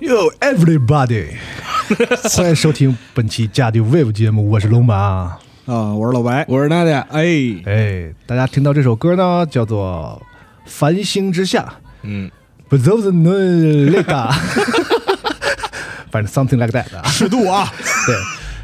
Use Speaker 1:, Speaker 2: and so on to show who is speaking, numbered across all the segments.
Speaker 1: Yo everybody，欢迎收听本期《家的 Wave》节目，我是龙马。
Speaker 2: 啊，我是老白，
Speaker 3: 我是娜娜，哎，
Speaker 1: 哎，大家听到这首歌呢，叫做《繁星之下》
Speaker 3: 嗯，
Speaker 1: b z o z n u l i a 反正 something like that 啊。
Speaker 2: 尺度啊，
Speaker 1: 对，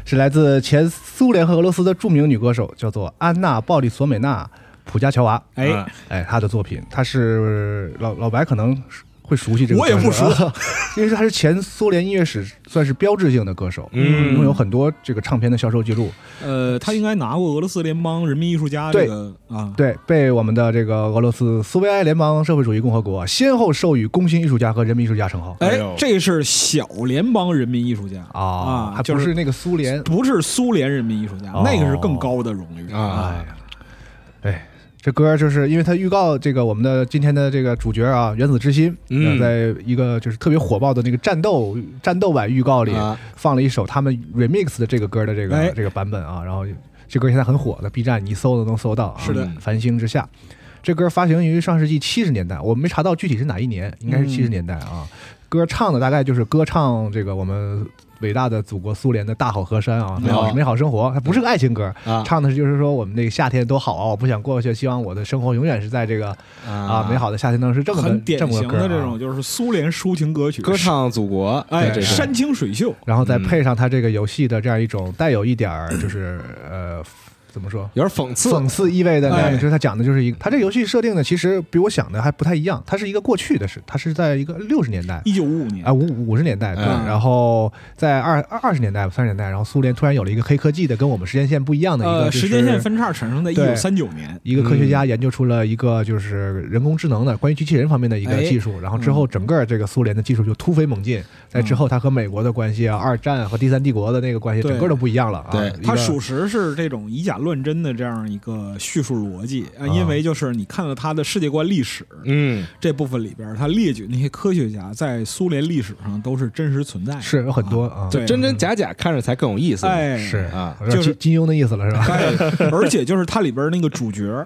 Speaker 1: 是来自前苏联和俄罗斯的著名女歌手，叫做安娜·鲍利索美娜·普加乔娃。
Speaker 2: 哎
Speaker 3: 啊
Speaker 1: 哎，她的作品，她是老老白可能会熟悉这个，啊
Speaker 2: 我也不熟，
Speaker 1: 因为她是前苏联音乐史算是标志性的歌手，嗯，拥有很多这个唱片的销售记录，
Speaker 2: 呃，他应该拿过俄罗斯联邦人民艺术家
Speaker 1: 对
Speaker 2: 这个啊，
Speaker 1: 对，被我们的这个俄罗斯苏维埃联邦社会主义共和国先后授予工薪艺术家和人民艺术家称号。
Speaker 3: 哎
Speaker 2: 哎
Speaker 3: 呦，
Speaker 2: 这是小联邦人民艺术家
Speaker 1: 啊，还
Speaker 2: 就
Speaker 1: 不是那个苏联，
Speaker 2: 不是苏联人民艺术家
Speaker 1: 哦，
Speaker 2: 那个是更高的荣誉
Speaker 3: 啊
Speaker 1: 哎呀，哎，这歌儿就是因为它预告这个我们的今天的这个主角啊，原子之心，呃
Speaker 3: 嗯
Speaker 1: 在一个就是特别火爆的那个战斗战斗版预告里、
Speaker 3: 啊
Speaker 1: 放了一首他们 remix 的这个歌的这个、
Speaker 2: 哎
Speaker 1: 这个版本啊，然后这歌现在很火，在 B 站你一搜都能搜到、啊，
Speaker 2: 是的
Speaker 1: 嗯繁星之下。这歌发行于上世纪七十年代，我没查到具体是哪一年，应
Speaker 2: 嗯
Speaker 1: 该是七十年代啊。歌唱的大概就是歌唱这个我们伟大的祖国苏联的大好河山啊，美好
Speaker 3: 哦
Speaker 1: 美好生活，它不是个爱情歌，
Speaker 3: 啊
Speaker 1: 唱的是就是说我们那个夏天多好啊，我不想过去，希望我的生活永远是在这个啊美好的夏天当中是这么
Speaker 2: 很典
Speaker 1: 这么
Speaker 2: 型
Speaker 1: 个歌、
Speaker 2: 的
Speaker 1: 啊、
Speaker 2: 这种。就是苏联抒情歌曲，
Speaker 3: 歌，唱祖国，
Speaker 2: 哎，
Speaker 3: 这是
Speaker 2: 山清水秀，
Speaker 1: 然后再
Speaker 2: 嗯
Speaker 1: 配上它这个游戏的这样一种带有一点 儿就是呃怎么说
Speaker 3: 有点讽刺，
Speaker 1: 讽刺意味的那样，
Speaker 2: 哎
Speaker 1: 就是它讲的就是一个，它这游戏设定呢其实比我想的还不太一样，它是一个过去的事，它是在一个六十年代。
Speaker 2: 一九五五年
Speaker 1: 啊，，五五五十
Speaker 2: 哎
Speaker 1: 年代对，
Speaker 3: 嗯
Speaker 1: 然后在二二二十年代、三十年代，然后苏联突然有了一个黑科技的，跟我们时间线不一样的一个、
Speaker 2: 呃，
Speaker 1: 就是
Speaker 2: 时间线分叉产生在一
Speaker 1: 对
Speaker 2: 九三九年，
Speaker 1: 一个科学家
Speaker 2: 嗯
Speaker 1: 研究出了一个就是人工智能的关于机器人方面的一
Speaker 2: 哎
Speaker 1: 个技术，然后之后
Speaker 2: 嗯
Speaker 1: 整个这个苏联的技术就突飞猛进，在之后他和美国的关系啊、二战和第三帝国的那个关系
Speaker 2: 嗯对
Speaker 1: 整个都不一样了啊。
Speaker 3: 对
Speaker 1: 一个
Speaker 2: 它属实是这种以假乱真的这样一个叙述逻辑，呃
Speaker 1: 啊
Speaker 2: 因为就是你看到他的世界观历史
Speaker 3: 嗯，
Speaker 2: 这部分里边，他列举那些科学家在苏联历史上都是真实存在的，
Speaker 1: 是有很多啊，
Speaker 2: 对
Speaker 3: 真真假假看着才更有意思，
Speaker 2: 哎
Speaker 1: 是
Speaker 3: 啊，
Speaker 1: 有点
Speaker 2: 就是
Speaker 1: 金金庸的意思了是吧？
Speaker 2: 哎，而且就是它里边那个主角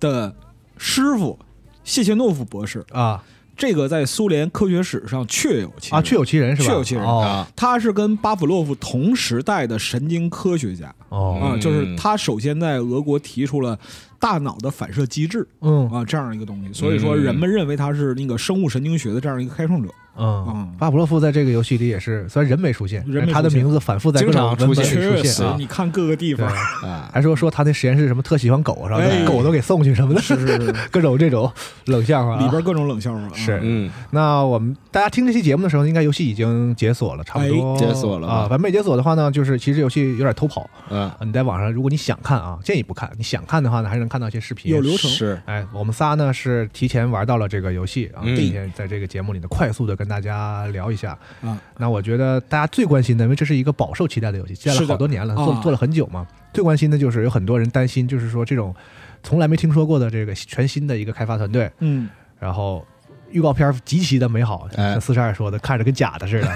Speaker 2: 的师傅谢切诺夫博士，
Speaker 1: 啊
Speaker 2: 这个在苏联科学史上确有其人
Speaker 1: 啊，确有其人是吧？
Speaker 2: 确有其人
Speaker 1: 哦
Speaker 3: 啊，
Speaker 2: 他是跟巴甫洛夫同时代的神经科学家
Speaker 1: 哦
Speaker 2: 啊，
Speaker 3: 嗯
Speaker 2: 就是他首先在俄国提出了大脑的反射机制
Speaker 1: 嗯
Speaker 2: 啊这样一个东西，所以说人们认为他是那个生物神经学的这样一个开创者，
Speaker 1: 嗯
Speaker 2: 嗯，
Speaker 1: 巴甫洛夫在这个游戏里也是，虽然人没出现，
Speaker 2: 人没
Speaker 1: 但他的
Speaker 2: 出现
Speaker 1: 名字反复在
Speaker 3: 经
Speaker 1: 各种
Speaker 3: 常
Speaker 1: 文本
Speaker 3: 出
Speaker 1: 里
Speaker 3: 现
Speaker 1: 出
Speaker 2: 确
Speaker 1: 现
Speaker 2: 实
Speaker 1: 啊，，
Speaker 2: 你看各个地
Speaker 1: 对
Speaker 2: 方，
Speaker 3: 啊，
Speaker 1: 还说说他那实验室什么特喜欢狗，然后
Speaker 2: 哎
Speaker 1: 狗都给送去什么的，
Speaker 2: 是是是，
Speaker 1: 各种这种冷笑话啊
Speaker 2: 里边各种冷笑话啊，
Speaker 1: 是
Speaker 3: 嗯，
Speaker 1: 那我们大家听这期节目的时候，应该游戏已经解锁了，差不多、
Speaker 3: 哎解锁了吧
Speaker 1: 啊。完美解锁的话呢，就是其实游戏有点偷跑
Speaker 3: 啊，
Speaker 1: 啊。你在网上，如果你想看啊，建议不看。你想看的话呢，还是能看到一些视频。
Speaker 2: 有流程
Speaker 3: 是，
Speaker 1: 哎，我们仨呢是提前玩到了这个游戏啊，
Speaker 3: 嗯
Speaker 1: 今天在这个节目里呢，快速的跟大家聊一下
Speaker 2: 啊。
Speaker 1: 那我觉得大家最关心的，因为这是一个饱受期待的游戏，期待了
Speaker 2: 是的
Speaker 1: 好多年了，做
Speaker 2: 啊
Speaker 1: 做了很久嘛。最关心的就是有很多人担心，就是说这种从来没听说过的这个全新的一个开发团队，
Speaker 2: 嗯，
Speaker 1: 然后预告片极其的美好，
Speaker 3: 哎
Speaker 1: 像四十二说的，看着跟假的似的，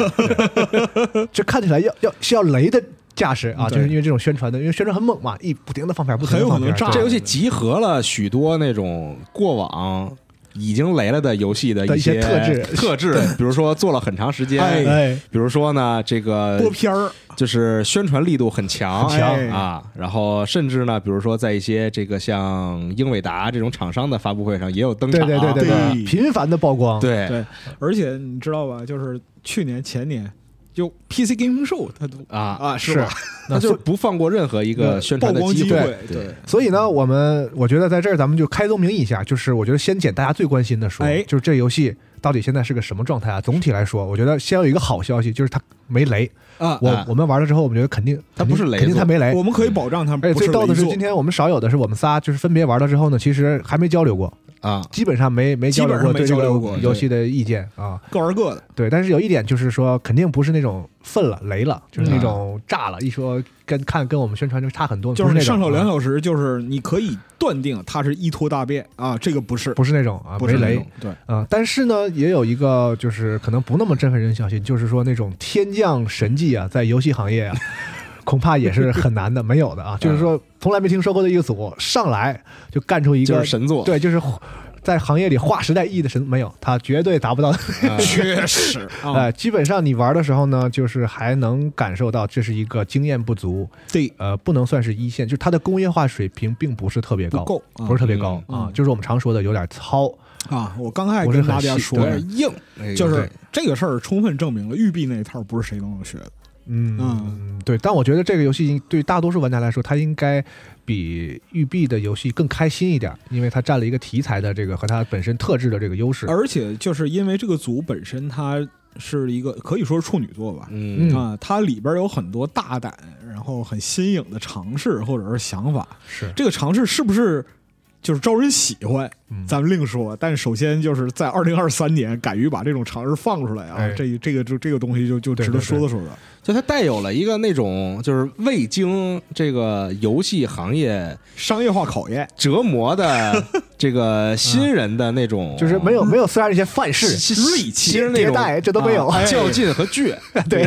Speaker 1: 对这看起来要要是要雷的架势啊，
Speaker 2: 对
Speaker 1: 就是因为这种宣传的，因为宣传很猛嘛，一不停的放片，不停的
Speaker 2: 很有
Speaker 1: 放
Speaker 2: 可能
Speaker 1: 片，
Speaker 2: 炸
Speaker 1: 对
Speaker 3: 这游戏集合了许多那种过往。已经雷了的游戏的
Speaker 1: 的一些
Speaker 3: 些
Speaker 1: 特质
Speaker 3: 特质，比如说做了很长时间，
Speaker 2: 哎
Speaker 1: 哎，
Speaker 3: 比如说呢，这个
Speaker 2: 播片儿，
Speaker 3: 就是宣传力度很强，
Speaker 1: 很强
Speaker 2: 哎
Speaker 3: 啊，然后甚至呢，比如说在一些这个像英伟达这种厂商的发布会上也有登
Speaker 1: 对
Speaker 3: 场，
Speaker 1: 对
Speaker 3: 啊
Speaker 1: 对
Speaker 2: 对
Speaker 1: 对，频繁的曝光，
Speaker 3: 对啊
Speaker 2: 对，而且你知道吧，就是去年前年就 PC Gaming Show 它都
Speaker 3: 啊
Speaker 2: 啊是
Speaker 1: 是
Speaker 2: 吧？。
Speaker 3: 那就是不放过任何一个宣传的
Speaker 2: 曝光
Speaker 3: 机
Speaker 2: 机会
Speaker 3: 对
Speaker 2: 对，
Speaker 1: 所以呢，我们我觉得在这儿咱们就开宗明义一下，就是我觉得先捡大家最关心的说，
Speaker 2: 哎
Speaker 1: 就是这游戏到底现在是个什么状态啊？总体来说，我觉得先有一个好消息，就是它没雷。
Speaker 2: 啊，
Speaker 1: 我、
Speaker 3: 啊
Speaker 1: 我们玩了之后，我们觉得肯定
Speaker 3: 它不是雷
Speaker 1: 肯定它
Speaker 3: 作
Speaker 1: 没雷。
Speaker 2: 我们可以保障 它不
Speaker 1: 而且哎最
Speaker 2: 雷
Speaker 1: 逗的是，
Speaker 2: 作
Speaker 1: 今天我们少有的是，我们仨就是分别玩了之后呢，其实还没交流过，
Speaker 3: 啊，
Speaker 1: 基本上没没交流过
Speaker 2: 基本上没
Speaker 1: 对这
Speaker 2: 交流
Speaker 1: 个
Speaker 2: 过
Speaker 1: 游戏的意见啊。
Speaker 2: 各玩各的，
Speaker 1: 对，但是有一点就是说，肯定不是那种愤了、雷了，就是那种炸了，一说跟看跟我们宣传就差很多，
Speaker 2: 就
Speaker 1: 不
Speaker 2: 是
Speaker 1: 是那
Speaker 2: 你上
Speaker 1: 种
Speaker 2: 手
Speaker 1: 啊
Speaker 2: 两小时，就是你可以断定它是一拖大便啊，这个不是，
Speaker 1: 不是那种啊，
Speaker 2: 不
Speaker 1: 没
Speaker 2: 是那
Speaker 1: 雷
Speaker 2: 种对，
Speaker 1: 啊、但是呢，也有一个就是可能不那么振奋人消息，就是说那种天降神技啊，在游戏行 业啊，恐怕也是很难的，没有的啊。就是说从来没听说过的一个组上来就干出一个
Speaker 3: 就是神作
Speaker 1: 对，就是在行业里划时代意义的神没有，他绝对达不 到。
Speaker 2: 确实啊，
Speaker 1: 呃，基本上你玩的时候呢，就是还能感受到这是一个经验不足，
Speaker 2: 对，
Speaker 1: 呃，不能算是一线，就是它的工业化水平并不是特别高，
Speaker 2: 不够啊
Speaker 1: 不是特别高、
Speaker 2: 嗯
Speaker 1: 啊
Speaker 2: 嗯，
Speaker 1: 就是我们常说的有点糙。
Speaker 2: 啊，我刚才
Speaker 1: 不是
Speaker 2: 跟
Speaker 1: 很
Speaker 2: 大家
Speaker 1: 细
Speaker 2: 说
Speaker 1: 对
Speaker 2: 了
Speaker 3: 有点硬，那个
Speaker 2: 就是这个事儿充分证明了育碧那一套不是谁都能学的。
Speaker 1: 嗯，
Speaker 2: 嗯
Speaker 1: 对，但我觉得这个游戏对大多数玩家来说，它应该比育碧的游戏更开心一点，因为它占了一个题材的这个和它本身特质的这个优势。
Speaker 2: 而且就是因为这个组本身它是一个可以说是处女座吧，
Speaker 3: 嗯
Speaker 1: 嗯
Speaker 2: 啊，它里边有很多大胆，然后很新颖的尝试或者是想法。
Speaker 1: 是，
Speaker 2: 这个尝试是不是就是招人喜欢，
Speaker 1: 嗯，
Speaker 2: 咱们另说。但首先就是在二零二三年，敢于把这种尝试放出来啊，
Speaker 1: 哎
Speaker 2: 这这个就这个东西就就
Speaker 1: 对
Speaker 2: 值得
Speaker 1: 对
Speaker 2: 说的说的。
Speaker 3: 就它带有了一个那种就是未经这个游戏行业
Speaker 2: 商业化考验，
Speaker 3: 折 磨的这个新人的那种，
Speaker 1: 啊就是没有没有虽然一 些范式、
Speaker 3: 锐气，其实那
Speaker 1: 迭
Speaker 3: 种
Speaker 1: 代这都没有。
Speaker 2: 啊哎
Speaker 3: 较劲和倔，
Speaker 1: 对，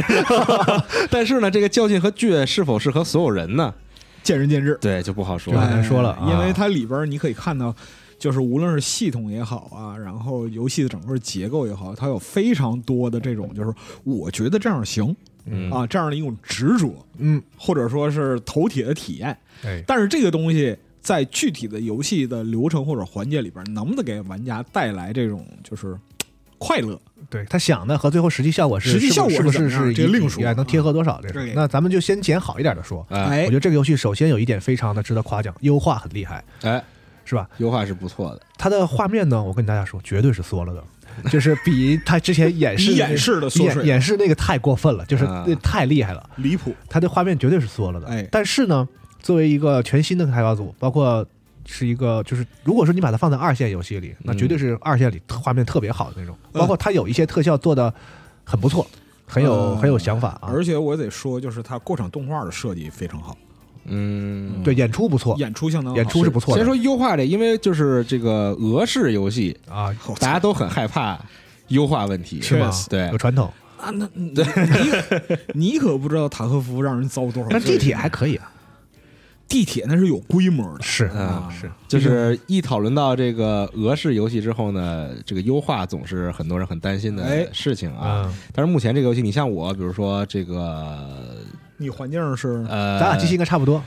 Speaker 3: 但是呢，这个较劲和倔是否适合所有人呢？
Speaker 2: 见仁见智。哎
Speaker 3: 对，就不好说
Speaker 1: 就很
Speaker 3: 了。
Speaker 1: 难说了
Speaker 2: 因为
Speaker 3: 啊
Speaker 2: 它里边儿你可以看到，就是无论是系统也好啊，然后游戏的整个结构也好，它有非常多的这种，就是我觉得这样行
Speaker 3: 嗯
Speaker 2: 啊，这样的一种执着，
Speaker 1: 嗯，
Speaker 2: 或者说是头铁的体验。
Speaker 1: 哎，
Speaker 2: 但是这个东西在具体的游戏的流程或者环节里边儿，能不能给玩家带来这种就是快乐？
Speaker 1: 对他想的和最后实际效果是
Speaker 2: 实际效果
Speaker 1: 是不是
Speaker 2: 是
Speaker 1: 是
Speaker 2: 怎么样这个
Speaker 1: 一
Speaker 2: 另
Speaker 1: 比
Speaker 2: 说啊
Speaker 1: 哎能贴合多少这
Speaker 2: 对
Speaker 1: 是？那咱们就先捡好一点的说。
Speaker 3: 哎
Speaker 1: 我觉得这个游戏首先有一点非常的值得夸奖，优化很厉害，
Speaker 3: 哎，
Speaker 1: 是吧？
Speaker 3: 优化是不错的，
Speaker 1: 它的画面呢，我跟大家说，绝对是缩了的，就是比它之前演示
Speaker 2: 比
Speaker 1: 的那
Speaker 2: 演示的缩
Speaker 1: 演
Speaker 2: 水
Speaker 1: 演示那个太过分了，就是
Speaker 3: 啊
Speaker 1: 那太厉害了，
Speaker 2: 离谱，
Speaker 1: 它的画面绝对是缩了的。
Speaker 2: 哎
Speaker 1: 但是呢，作为一个全新的开发组，包括是一个就是，如果说你把它放在二线游戏里，那绝对是二线里特画面特别好的那种，
Speaker 2: 嗯
Speaker 1: 包括它有一些特效做的很不错，很有、
Speaker 2: 呃
Speaker 1: 很有想法啊。
Speaker 2: 而且我得说，就是它过场动画的设计非常好，
Speaker 3: 嗯，
Speaker 1: 对演出不错，
Speaker 2: 演出相当好，
Speaker 1: 演出是不错
Speaker 3: 先
Speaker 1: 的
Speaker 3: 说优化这，因为就是这个俄式游戏，
Speaker 1: 啊，
Speaker 2: 好
Speaker 3: 大家都很害怕优化问题，
Speaker 1: 是吗？
Speaker 3: 对
Speaker 1: 有，传统。
Speaker 2: 啊，那你你你可不知道塔科夫让人遭多少罪。
Speaker 1: 但地铁还可以啊，
Speaker 2: 地铁那是有规模的，
Speaker 1: 是
Speaker 3: 啊
Speaker 2: 嗯是
Speaker 3: 就是一讨论到这个俄式游戏之后呢，这个优化总是很多人很担心
Speaker 2: 哎
Speaker 3: 的事情啊。
Speaker 1: 啊，
Speaker 3: 但是目前这个游戏，你像我，比如说这个
Speaker 2: 你环境是
Speaker 3: 呃，
Speaker 1: 咱俩机器应该差不多。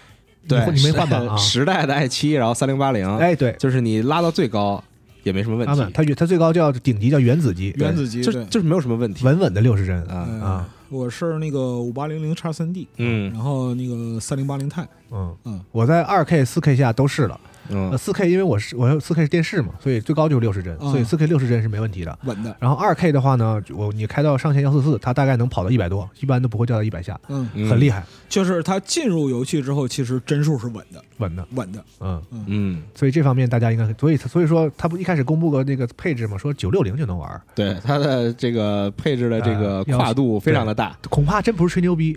Speaker 3: 对
Speaker 1: 你没 换吧？啊，
Speaker 3: 时代的 i 七，然后三零八零，
Speaker 1: 哎，对，
Speaker 3: 就是你拉到最高也没什么问
Speaker 1: 他们
Speaker 3: 题，
Speaker 1: 它它最高叫顶级叫原子级，
Speaker 2: 原子级，
Speaker 3: 就
Speaker 2: 对
Speaker 3: 就是没有什么问题
Speaker 1: 稳稳的六十帧
Speaker 3: 啊。
Speaker 2: 嗯
Speaker 1: 啊，
Speaker 2: 我是那个五八零零叉三 D，
Speaker 3: 嗯
Speaker 2: 然后那个三零八零 i
Speaker 1: 嗯
Speaker 2: 嗯，
Speaker 1: 我在二 K、四 K 下都试了。
Speaker 3: 嗯
Speaker 1: 呃，四 K 因为我是我四 K 是电视嘛，所以最高就是六十帧，
Speaker 2: 嗯
Speaker 1: 所以四 K 六十帧是没问题的。
Speaker 2: 稳的，
Speaker 1: 然后二 K 的话呢，我你开到上限幺四四，它大概能跑到一百多，一般都不会掉到一百下，
Speaker 2: 嗯，
Speaker 3: 嗯，
Speaker 1: 很厉害，
Speaker 2: 就是它进入游戏之后，其实帧数是稳的，
Speaker 1: 稳的。
Speaker 2: 稳的，
Speaker 1: 嗯，
Speaker 3: 嗯，
Speaker 1: 所以这方面大家应该，所以所以说它不一开始公布个那个配置嘛，说九六零就能玩儿，
Speaker 3: 对它的这个配置的这个
Speaker 1: 呃要
Speaker 3: 跨度非常的大，
Speaker 1: 恐怕真不是吹牛逼。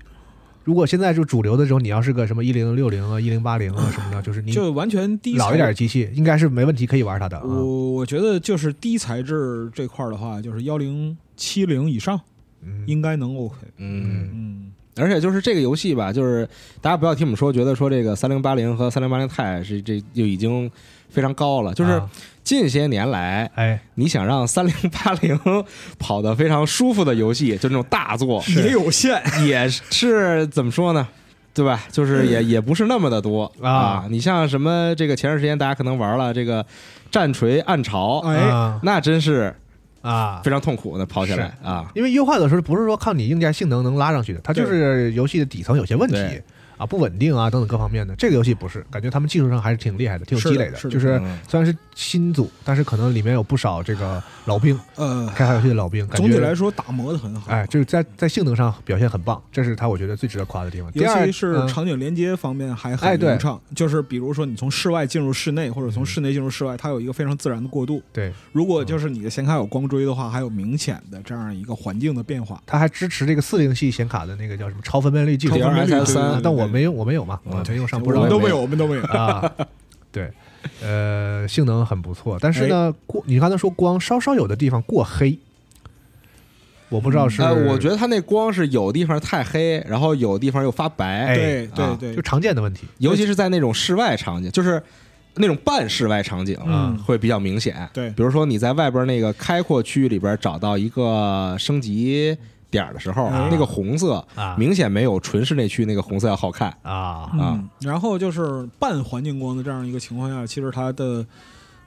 Speaker 1: 如果现在就主流的时候，你要是个什么一零六零啊、一零八零啊什么的，就是你
Speaker 2: 就完全低
Speaker 1: 老一
Speaker 2: 材
Speaker 1: 点的。机器，应该是没问题可以玩它的啊。
Speaker 2: 我我觉得就是低材质这块儿的话，就是幺零七零以上
Speaker 1: 嗯
Speaker 2: 应该能 OK，
Speaker 3: 嗯
Speaker 2: 嗯，
Speaker 3: 而且就是这个游戏吧，就是大家不要听我们说，觉得说这个三零八零和三零八零钛是这就已经非常高了。就是
Speaker 1: 啊
Speaker 3: 近些年来，
Speaker 1: 哎，
Speaker 3: 你想让三零八零跑得非常舒服的游戏，就那种大作，
Speaker 2: 也有限，
Speaker 3: 也是怎么说呢？对吧？就是 也也不是那么的多
Speaker 1: 啊
Speaker 3: 你像什么这个前段时间大家可能玩了这个《战锤暗潮》
Speaker 2: 哎
Speaker 1: 啊
Speaker 3: 那真是
Speaker 1: 啊，
Speaker 3: 非常痛苦的跑起来啊。
Speaker 1: 因为优化有时候不是说靠你硬件性能能拉上去的，它
Speaker 2: 对
Speaker 1: 就是游戏的底层有些问题
Speaker 3: 对
Speaker 1: 啊，不稳定啊等等各方面的。这个游戏不是，感觉他们技术上还是挺厉害的，挺有积累
Speaker 2: 是
Speaker 1: 就
Speaker 2: 的
Speaker 1: 是是
Speaker 3: 嗯
Speaker 1: 虽然是新组，但是可能里面有不少这个老兵，
Speaker 2: 呃，
Speaker 1: 开发游戏的老兵，感
Speaker 2: 总体
Speaker 1: 觉
Speaker 2: 来说打磨的很好，
Speaker 1: 哎，就是在在性能上表现很棒，这是他我觉得最值得夸的地方。第
Speaker 2: 尤
Speaker 1: 二
Speaker 2: 其是
Speaker 1: 嗯
Speaker 2: 场景连接方面还
Speaker 1: 哎
Speaker 2: 很
Speaker 1: 对
Speaker 2: 流畅，就是比如说你从室外进入室内，或者从室内进入室外，它有一个非常自然的过渡。
Speaker 1: 对，
Speaker 2: 如果就是你的显卡有光追的话，还有明显的这样一个环境的变化。
Speaker 1: 它还支持这个四零系显卡的那个叫什么超分辨率技术
Speaker 2: 超分辨率
Speaker 3: DLSS
Speaker 2: 对对对
Speaker 1: 但我没有，我没有嘛，
Speaker 3: 嗯
Speaker 1: 我没用上，不
Speaker 2: 我
Speaker 1: 知道
Speaker 2: 们
Speaker 1: 有
Speaker 2: 都
Speaker 1: 没
Speaker 2: 没
Speaker 1: 有
Speaker 2: 有，我们都没有。
Speaker 1: 啊，对，呃，性能很不错，但是呢，
Speaker 3: 哎
Speaker 1: 过你刚才说光稍稍有的地方过黑，我不知道是，
Speaker 3: 呃，我觉得它那光是有地方太黑，然后有地方又发白，
Speaker 1: 哎
Speaker 2: 对
Speaker 3: 啊
Speaker 2: 对对
Speaker 1: 就，常见的问题，
Speaker 3: 尤其是在那种室外场景，就是那种半室外场景啊
Speaker 2: 嗯
Speaker 3: 会比较明显。
Speaker 2: 对
Speaker 3: 比如说你在外边那个开阔区域里边找到一个升级点儿的时候，
Speaker 1: 啊
Speaker 3: 那个红色
Speaker 1: 啊
Speaker 3: 明显没有纯室内区那个红色要好看。
Speaker 1: 啊
Speaker 3: 啊
Speaker 2: 嗯，然后就是半环境光的这样一个情况下，其实它的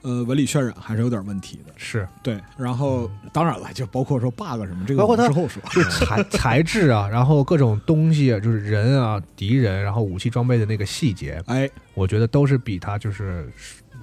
Speaker 2: 呃纹理渲染还是有点问题的。
Speaker 1: 是，
Speaker 2: 对，然后当然了，就嗯包括说 bug 什么，这个
Speaker 1: 包括它
Speaker 2: 我们之后说。
Speaker 1: 就材 材质啊，然后各种东西啊，就是人啊、敌人，然后武器装备的那个细节，
Speaker 2: 哎，
Speaker 1: 我觉得都是比他就是